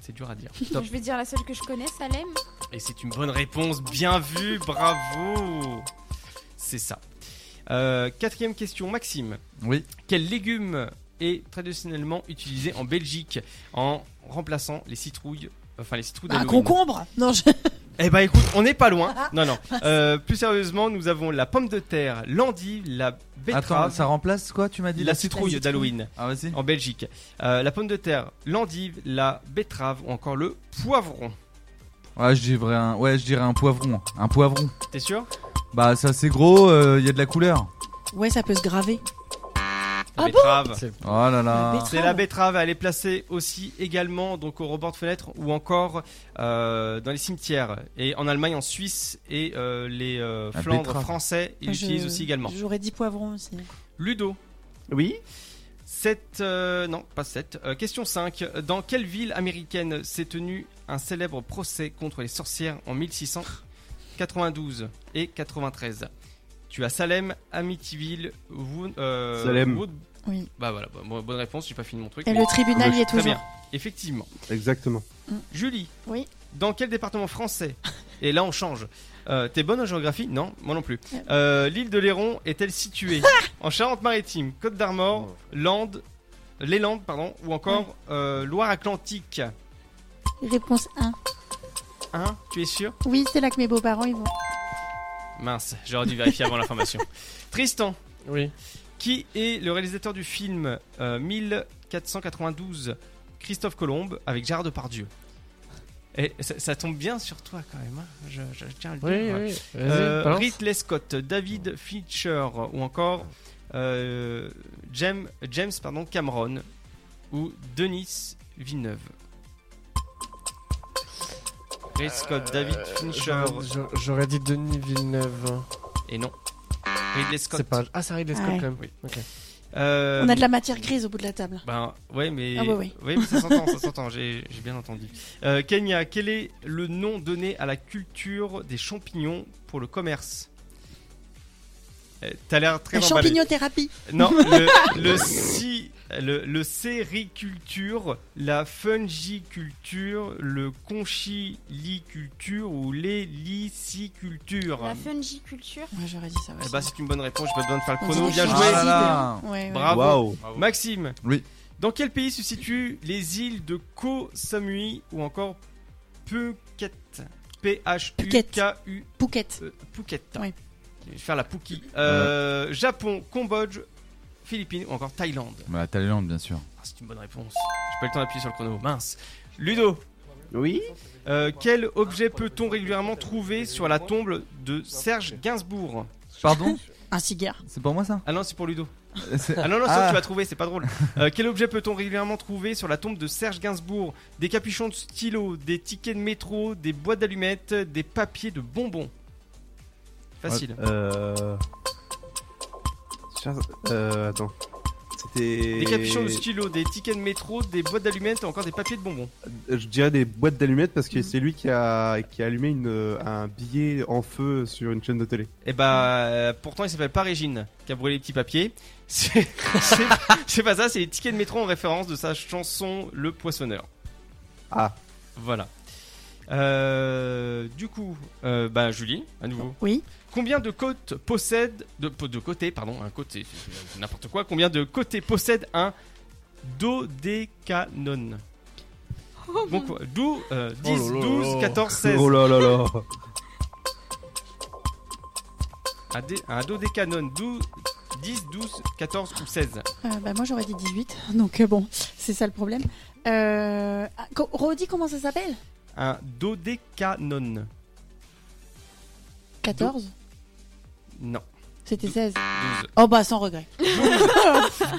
Speaker 2: C'est dur à dire. Top.
Speaker 9: Je vais dire la seule que je connais, Salem.
Speaker 2: Et c'est une bonne réponse, bien vu, bravo C'est ça. Euh, quatrième question, Maxime.
Speaker 8: Oui.
Speaker 2: Quel légume est traditionnellement utilisé en Belgique en remplaçant les citrouilles Enfin, les citrouilles
Speaker 7: Bah,
Speaker 4: Un
Speaker 2: d'Halloween
Speaker 4: Bah, concombre Non, je...
Speaker 2: Eh ben écoute, on n'est pas
Speaker 4: [LAUGHS]
Speaker 2: loin. Non, non. Euh, plus sérieusement, nous avons la pomme de terre, l'endive, la
Speaker 8: Attends,
Speaker 2: betterave.
Speaker 8: ça remplace quoi tu m'as dit
Speaker 2: La citrouille d'Halloween
Speaker 8: Ah vas-y.
Speaker 2: en Belgique. Euh, la pomme de terre, l'endive, la betterave ou encore le poivron.
Speaker 8: Ouais, je dirais un, ouais, je dirais un poivron. Un poivron.
Speaker 2: T'es sûr
Speaker 8: Bah, ça c'est gros, euh, il y a de la couleur.
Speaker 4: Ouais, ça peut se graver. Ah
Speaker 2: La betterave.
Speaker 8: Oh là là.
Speaker 2: C'est la betterave, elle est placée aussi également donc au rebord de fenêtre ou encore euh, dans les cimetières et en Allemagne, en Suisse et euh, les euh,
Speaker 8: La
Speaker 2: Flandres
Speaker 8: betterave.
Speaker 2: français ils
Speaker 4: Moi, Ah, je-
Speaker 2: l'utilisent aussi également.
Speaker 4: J'aurais dit poivron aussi.
Speaker 2: Ludo,
Speaker 5: Oui
Speaker 2: 7 non pas 7. question 5. Dans quelle ville américaine s'est tenu un célèbre procès contre les sorcières en 1692 et 93 Tu as Salem, Amityville, Wo- euh,
Speaker 5: Salem.
Speaker 2: Wood-
Speaker 4: Oui.
Speaker 2: Bah voilà, bon- bonne réponse, j'ai pas fini mon truc.
Speaker 4: Et
Speaker 2: mais-
Speaker 4: le tribunal y est
Speaker 2: Très
Speaker 4: toujours.
Speaker 2: bien, effectivement.
Speaker 5: Exactement.
Speaker 2: Julie,
Speaker 4: Oui.
Speaker 2: dans quel département français Et là, on change. Euh, T'es bonne en géographie Non, moi non plus. Euh, L'île de Léron est-elle située en Charente-Maritime, Côte d'Armor, Landes, les Landes, pardon, ou encore euh, Loire-Atlantique
Speaker 12: Réponse 1.
Speaker 2: Hein Tu es sûr
Speaker 12: Oui, c'est là que mes beaux-parents ils vont.
Speaker 2: Mince, j'aurais dû vérifier avant
Speaker 3: [LAUGHS]
Speaker 2: l'information. Tristan,
Speaker 3: Oui.
Speaker 2: qui est le réalisateur du film euh, 1492 Christophe Colomb avec Gérard Depardieu Et ça, ça tombe bien sur toi quand même, hein. je, je tiens à le
Speaker 3: Oui,
Speaker 2: dire.
Speaker 3: oui. vas-y,
Speaker 2: Euh,
Speaker 3: balance.
Speaker 2: Ridley Scott, David Fincher ou encore euh, James, James pardon, Cameron ou Denis Villeneuve. Ridley Scott, David Fincher
Speaker 3: Euh, J'aurais- j'aurais- J'aurais dit Denis Villeneuve.
Speaker 2: et non. Ridley Scott.
Speaker 3: C'est pas. Ah, c'est Ridley Scott
Speaker 4: Ah ouais.
Speaker 3: quand même.
Speaker 2: Oui.
Speaker 3: Ok.
Speaker 2: Euh,
Speaker 4: On a de la matière grise au bout de la table.
Speaker 2: Ben ouais mais,
Speaker 4: Ah ouais, ouais.
Speaker 2: Oui, mais ça s'entend,
Speaker 4: [LAUGHS]
Speaker 2: ça s'entend, j'ai j'ai bien entendu. Euh, Kenya, quel est le nom donné à la culture des champignons pour le commerce Euh, T'as l'air très
Speaker 4: La
Speaker 2: emballé.
Speaker 4: champignothérapie.
Speaker 2: Non,
Speaker 4: [LAUGHS]
Speaker 2: le, le, si, le, le sériculture, la fungiculture, le conchiliculture ou l'héliciculture.
Speaker 9: La fungiculture.
Speaker 4: Moi, j'aurais dit ça
Speaker 2: Eh
Speaker 4: aussi.
Speaker 2: ben, c'est une bonne réponse, j'ai pas besoin de faire le chrono.
Speaker 4: On dirait
Speaker 2: Bien joué.
Speaker 4: que je
Speaker 8: Ah
Speaker 4: suis
Speaker 8: là
Speaker 4: idée. hein. Ouais, ouais.
Speaker 2: Bravo.
Speaker 5: Waouh.
Speaker 2: Maxime.
Speaker 8: Oui.
Speaker 2: Dans quel pays se situent les îles de Koh Samui ou encore Phuket P-H-U-K-U
Speaker 4: Pouquette.
Speaker 2: euh, Phuket.
Speaker 4: Oui.
Speaker 2: Je vais faire la Phuket. Euh, Japon, Cambodge, Philippines ou encore Thaïlande.
Speaker 8: Bah, la Thaïlande, bien sûr.
Speaker 2: Ah, c'est une bonne réponse. J'ai pas eu le temps d'appuyer sur le chrono, mince. Ludo,
Speaker 5: Oui
Speaker 2: euh, quel objet peut-on régulièrement trouver sur la tombe de Serge Gainsbourg
Speaker 8: Pardon
Speaker 4: Un cigare.
Speaker 8: C'est pour moi ça
Speaker 2: Ah non, c'est pour Ludo.
Speaker 8: [LAUGHS] C'est-
Speaker 2: Ah non, non, ça
Speaker 8: Ah.
Speaker 2: tu vas trouver, c'est pas drôle. Euh, quel objet peut-on régulièrement trouver sur la tombe de Serge Gainsbourg Des capuchons de stylo, des tickets de métro, des boîtes d'allumettes, des papiers de bonbons. Facile.
Speaker 5: Euh. Tiens, Euh. Attends. C'était.
Speaker 2: Des capuchons de stylo, des tickets de métro, des boîtes d'allumettes et encore des papiers de bonbons.
Speaker 5: Je dirais des boîtes d'allumettes parce que c'est lui qui a, qui a allumé une, euh, un billet en feu sur une chaîne de télé.
Speaker 2: Et bah, euh, pourtant, il s'appelle pas Régine qui a brûlé les petits papiers. [LAUGHS] C'est c'est- c'est pas ça, c'est les tickets de métro en référence de sa chanson Le Poissonneur.
Speaker 5: Ah.
Speaker 2: Voilà. Euh, du coup, euh, bah, Julie, à nouveau.
Speaker 4: Oui.
Speaker 2: Combien de côtes possède. De, de côtés, pardon, un côté, c'est n'importe quoi. Combien de côtés possède un dodécanon Bon, quoi, dou- euh, 10,
Speaker 5: Oh là là
Speaker 2: 12,
Speaker 5: là.
Speaker 2: 14, 16.
Speaker 5: Oh là là là
Speaker 2: Un, dé- un dodécanon, 12, 10, 12, 14 ou 16.
Speaker 4: Euh, bah, moi, j'aurais dit 18. [LAUGHS] Donc, euh, bon, c'est ça le problème. Euh... ah, co- Rodi, comment ça s'appelle
Speaker 2: Un dodécanon.
Speaker 4: 14 [LAUGHS]
Speaker 2: Non.
Speaker 4: C'était 16.
Speaker 2: Douze.
Speaker 4: Oh bah sans regret.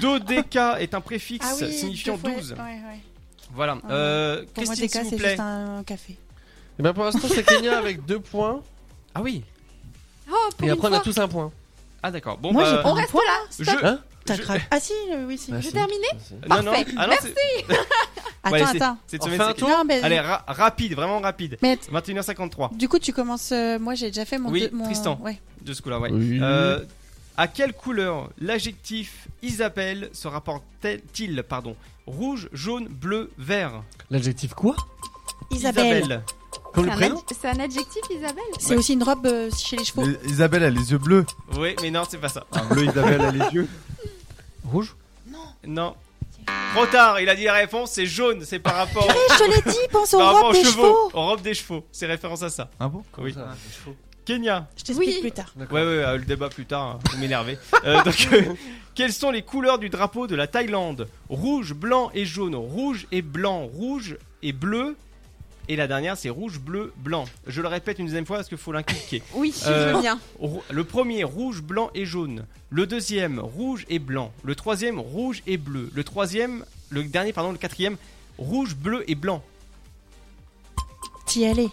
Speaker 2: Dodéca est un
Speaker 4: Ah
Speaker 2: préfixe signifiant 12. Voilà.
Speaker 4: Ouais.
Speaker 2: Euh,
Speaker 4: Ah. Pour moi,
Speaker 2: Christine,
Speaker 4: DK,
Speaker 2: s'il vous
Speaker 4: c'est
Speaker 2: plaît.
Speaker 4: juste un café.
Speaker 3: Et ben pour l'instant, c'est Kenya avec deux points.
Speaker 2: Ah oui.
Speaker 4: Oh,
Speaker 3: Et après, on a tous un point.
Speaker 2: Ah d'accord. Bon,
Speaker 3: Moi,
Speaker 2: bah,
Speaker 3: j'ai pas
Speaker 4: On reste là
Speaker 2: stop. Je-
Speaker 3: Hein
Speaker 4: T'as craqué. Ah si, euh, oui, si.
Speaker 3: Bah,
Speaker 4: J'ai
Speaker 3: si.
Speaker 4: terminé
Speaker 2: Non, non.
Speaker 4: Parfait.
Speaker 2: Ah non, c'est-
Speaker 4: [LAUGHS] attends,
Speaker 2: Ouais, c'est-
Speaker 4: attends.
Speaker 2: Cette semaine, c'est-
Speaker 4: Non, mais-
Speaker 2: Allez, ra- rapide, vraiment rapide.
Speaker 4: Mais-
Speaker 2: 21h53.
Speaker 4: Du coup, tu commences. euh, moi, j'ai déjà fait mon.
Speaker 2: Oui,
Speaker 4: deux- mon-
Speaker 2: Tristan.
Speaker 4: Ouais.
Speaker 2: De ce coup-là, ouais. Euh, à quelle couleur l'adjectif Isabelle se rapporte-t-il Pardon. Rouge, jaune, bleu, vert.
Speaker 3: L'adjectif quoi
Speaker 4: Isabelle.
Speaker 8: Comme le
Speaker 9: C'est un
Speaker 8: prénom
Speaker 9: ad- C'est un adjectif, Isabelle
Speaker 4: C'est aussi une robe euh, chez les chevaux.
Speaker 8: Les- Isabelle a les yeux bleus.
Speaker 2: Oui, mais non, c'est pas ça.
Speaker 8: bleu, Isabelle a les [LAUGHS] yeux.
Speaker 3: Rouge
Speaker 2: Non. Trop tard, il a dit la réponse, c'est jaune, c'est par rapport.
Speaker 4: je te l'ai dit, pense aux
Speaker 2: Par rapport
Speaker 4: robes des chevaux.
Speaker 2: Aux robes des chevaux, c'est référence à ça.
Speaker 8: Ah bon
Speaker 2: Oui. Kenya.
Speaker 4: Je t'explique plus tard.
Speaker 2: Ouais, ouais, euh, le débat plus tard, hein, vous m'énervez. Euh, [LAUGHS] donc, euh, quelles sont les couleurs du drapeau de la Thaïlande Rouge, blanc et jaune. Rouge et blanc. Rouge et bleu. Et la dernière, c'est rouge, bleu, blanc. Je le répète une deuxième fois parce qu'il faut l'inculquer. Euh,
Speaker 9: Oui, je veux bien.
Speaker 2: rou- Le premier, rouge, blanc et jaune. Le deuxième, rouge et blanc. Le troisième, rouge et bleu. Le troisième, le dernier, pardon, le quatrième, rouge, bleu et blanc.
Speaker 4: T'y allais.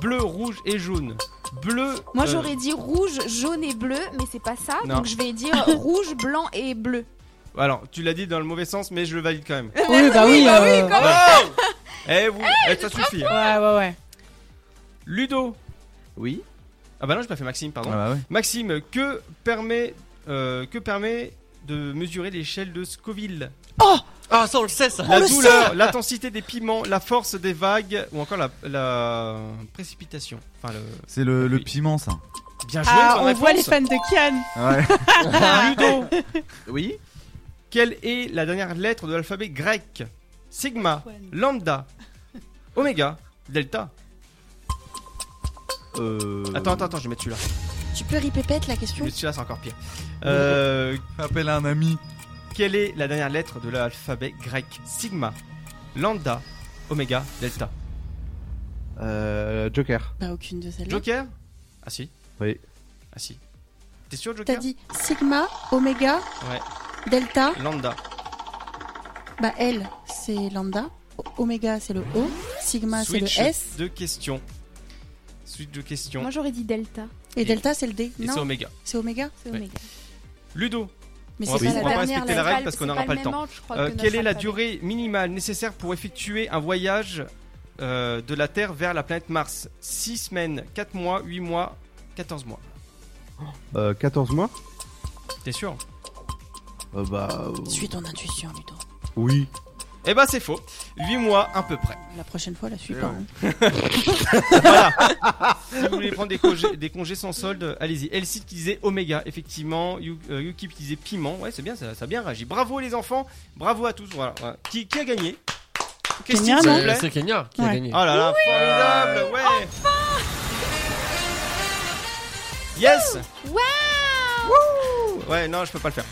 Speaker 2: Bleu, rouge et jaune. Bleu.
Speaker 9: Moi,
Speaker 2: euh,
Speaker 9: j'aurais dit rouge, jaune et bleu, mais c'est pas ça.
Speaker 2: Non.
Speaker 9: Donc, je vais dire [LAUGHS] rouge, blanc et bleu.
Speaker 2: Alors, tu l'as dit dans le mauvais sens, mais je le valide quand même.
Speaker 4: Oui, bah oui. euh,
Speaker 2: Eh, vous, eh, ça suffit.
Speaker 4: Ouais, ouais, ouais.
Speaker 2: Ludo.
Speaker 5: Oui.
Speaker 2: Ah bah non, j'ai pas fait Maxime, pardon.
Speaker 8: Ah bah ouais.
Speaker 2: Maxime, que permet, euh, que permet de mesurer l'échelle de Scoville
Speaker 3: Ah, ça, on le sait, ça.
Speaker 2: La douleur, l'intensité des piments, la force des vagues ou encore la, la précipitation. Enfin, le...
Speaker 8: C'est le, le piment, ça.
Speaker 2: Bien joué,
Speaker 4: Ah,
Speaker 2: bonne
Speaker 4: on
Speaker 2: réponse.
Speaker 4: voit les fans de Kian.
Speaker 8: Ouais.
Speaker 4: [LAUGHS]
Speaker 2: Ludo, [LAUGHS]
Speaker 5: Oui.
Speaker 2: quelle est la dernière lettre de l'alphabet grec Sigma, lambda, oméga, delta.
Speaker 5: Euh...
Speaker 2: Attends, attends, attends, je vais mettre celui-là.
Speaker 4: Tu peux répéter la
Speaker 2: Je vais
Speaker 4: question
Speaker 2: mettre celui-là, c'est encore pire.
Speaker 5: Oh.
Speaker 2: Euh,
Speaker 8: Appelle un ami.
Speaker 2: Quelle est la dernière lettre de l'alphabet grec Sigma, lambda, oméga, delta.
Speaker 5: Euh, Joker.
Speaker 4: Bah, aucune de celles-là.
Speaker 2: Joker Ah si.
Speaker 5: Oui.
Speaker 2: Ah si. T'es sûr
Speaker 4: T'as
Speaker 2: Joker
Speaker 4: dit Sigma, Oméga,
Speaker 2: Ouais.
Speaker 4: Delta.
Speaker 2: Lambda.
Speaker 4: Bah, L, c'est lambda. O- Oméga, c'est le O. Sigma, c'est le
Speaker 2: Switch
Speaker 4: S.
Speaker 2: de questions. Switch de questions.
Speaker 9: Moi, j'aurais dit delta.
Speaker 4: Et Delta, c'est le D.
Speaker 2: Et c'est
Speaker 4: Non,
Speaker 2: oméga.
Speaker 4: c'est Oméga.
Speaker 9: C'est
Speaker 2: Ouais.
Speaker 9: oméga.
Speaker 2: Ludo,
Speaker 4: Mais
Speaker 2: on va, on
Speaker 4: c'est pas
Speaker 2: va
Speaker 4: la
Speaker 2: pas
Speaker 4: dernière.
Speaker 2: respecter la
Speaker 9: là. C'est
Speaker 2: règle
Speaker 9: pas-
Speaker 2: parce qu'on
Speaker 9: c'est
Speaker 2: n'aura
Speaker 9: pas
Speaker 2: pas
Speaker 9: le
Speaker 2: le
Speaker 9: même
Speaker 2: temps.
Speaker 9: ordre, je crois, que
Speaker 2: Euh,
Speaker 9: notre
Speaker 2: quelle est la
Speaker 9: alphabet.
Speaker 2: durée minimale nécessaire pour effectuer un voyage euh, de la Terre vers la planète Mars 6 semaines, 4 mois, 8 mois, 14 mois.
Speaker 5: Euh, 14 mois
Speaker 2: T'es sûr
Speaker 5: euh, Bah. euh,
Speaker 4: Suis ton intuition, Ludo.
Speaker 5: Oui.
Speaker 2: Eh ben c'est faux. 8 mois à peu près. Eh
Speaker 4: La prochaine fois, la hein. suis pas. hein.
Speaker 2: [LAUGHS] Si vous voulez prendre des congés, des congés sans solde, allez-y. Elsie qui disait Oméga, effectivement. Yu- euh, Yuki qui disait Piment. Ouais, c'est bien, ça, ça a bien réagi. Bravo les enfants, bravo à tous. Voilà. voilà. Qui, qui a gagné Christine,
Speaker 4: Kenya,
Speaker 2: s'il vous
Speaker 4: non
Speaker 3: Bah,
Speaker 2: plaît.
Speaker 3: C'est Kenya qui a
Speaker 4: Ouais.
Speaker 3: gagné.
Speaker 2: Oh là là, formidable, ouais Yes [LAUGHS] Wouh Ouais, non, je peux pas le faire.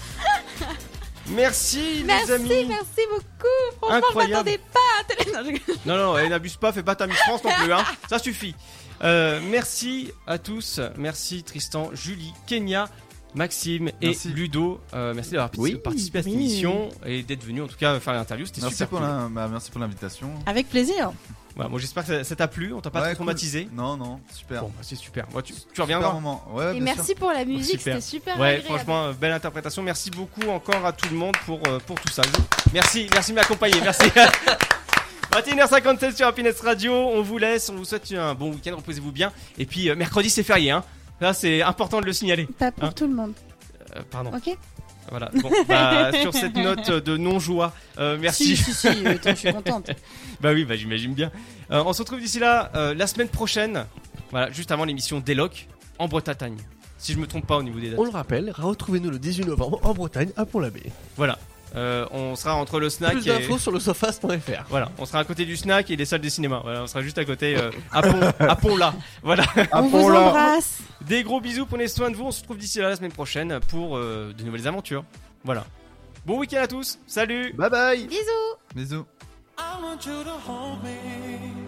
Speaker 2: Merci, les amis.
Speaker 9: Merci, merci beaucoup. Franchement,
Speaker 2: Incroyable.
Speaker 9: je m'attendais pas. à tel- Non, je-
Speaker 2: Non, non, et n'abuse pas, fais pas ta Miss France non plus, hein. Ça suffit. Euh, merci à tous. Merci Tristan, Julie, Kenya, Maxime et
Speaker 8: Merci.
Speaker 2: Ludo. Euh, merci d'avoir partic-
Speaker 5: Oui,
Speaker 2: participé à cette
Speaker 4: oui.
Speaker 2: émission et d'être venu en tout cas faire l'interview. C'était
Speaker 8: Merci
Speaker 2: super
Speaker 8: pour,
Speaker 2: cool.
Speaker 8: la- bah, merci pour l'invitation.
Speaker 4: Avec plaisir.
Speaker 2: Voilà, moi j'espère que ça- ça t'a plu. On t'a pas
Speaker 8: Ouais,
Speaker 2: trop
Speaker 8: cool.
Speaker 2: traumatisé.
Speaker 8: Non, non, super.
Speaker 2: Bon, bah, c'est super. Moi, tu, tu
Speaker 8: Super
Speaker 2: reviendras.
Speaker 8: moment. Ouais,
Speaker 9: Et
Speaker 8: bien sûr.
Speaker 9: merci pour la musique,
Speaker 2: Super.
Speaker 9: c'était super.
Speaker 2: Ouais,
Speaker 9: agréable.
Speaker 2: franchement, euh, belle interprétation. Merci beaucoup encore à tout le monde pour, euh, pour tout ça. Je- Merci, merci de m'accompagner. Merci. [LAUGHS] 21h57 sur Happiness Radio. On vous laisse. On vous souhaite un bon week-end. Reposez-vous bien. Et puis, euh, mercredi, c'est férié. Hein. Là, c'est important de le signaler.
Speaker 4: Pas pour
Speaker 2: Hein
Speaker 4: tout le monde,
Speaker 2: Euh, pardon.
Speaker 4: ok
Speaker 2: Voilà.
Speaker 4: [LAUGHS]
Speaker 2: Bon, bah, sur cette note de non-joie, euh, merci.
Speaker 4: Si, si, si, euh, attends, je suis contente.
Speaker 2: [LAUGHS] Bah oui, bah j'imagine bien. Euh, on se retrouve d'ici là euh, la semaine prochaine. Voilà, juste avant l'émission Déloc en Bretagne. Si je me trompe pas au niveau des dates.
Speaker 3: On le rappelle, retrouvez-nous le 18 novembre en Bretagne à Pont-l'Abbé.
Speaker 2: Voilà. Euh, on sera entre le snack
Speaker 3: Plus
Speaker 2: et.
Speaker 3: d'infos sur le sofast.fr.
Speaker 2: Voilà, on sera à côté du snack et des salles de cinéma. Voilà, on sera juste à côté, euh, à Pont, à Pont là. Voilà.
Speaker 4: On vous embrasse.
Speaker 2: Des gros bisous, prenez soin de vous. On se retrouve d'ici là la semaine prochaine pour euh, de nouvelles aventures. Voilà. Bon week-end à tous. Salut.
Speaker 5: Bye bye
Speaker 9: Bisous.
Speaker 8: Bisous.
Speaker 7: I want you to hold me.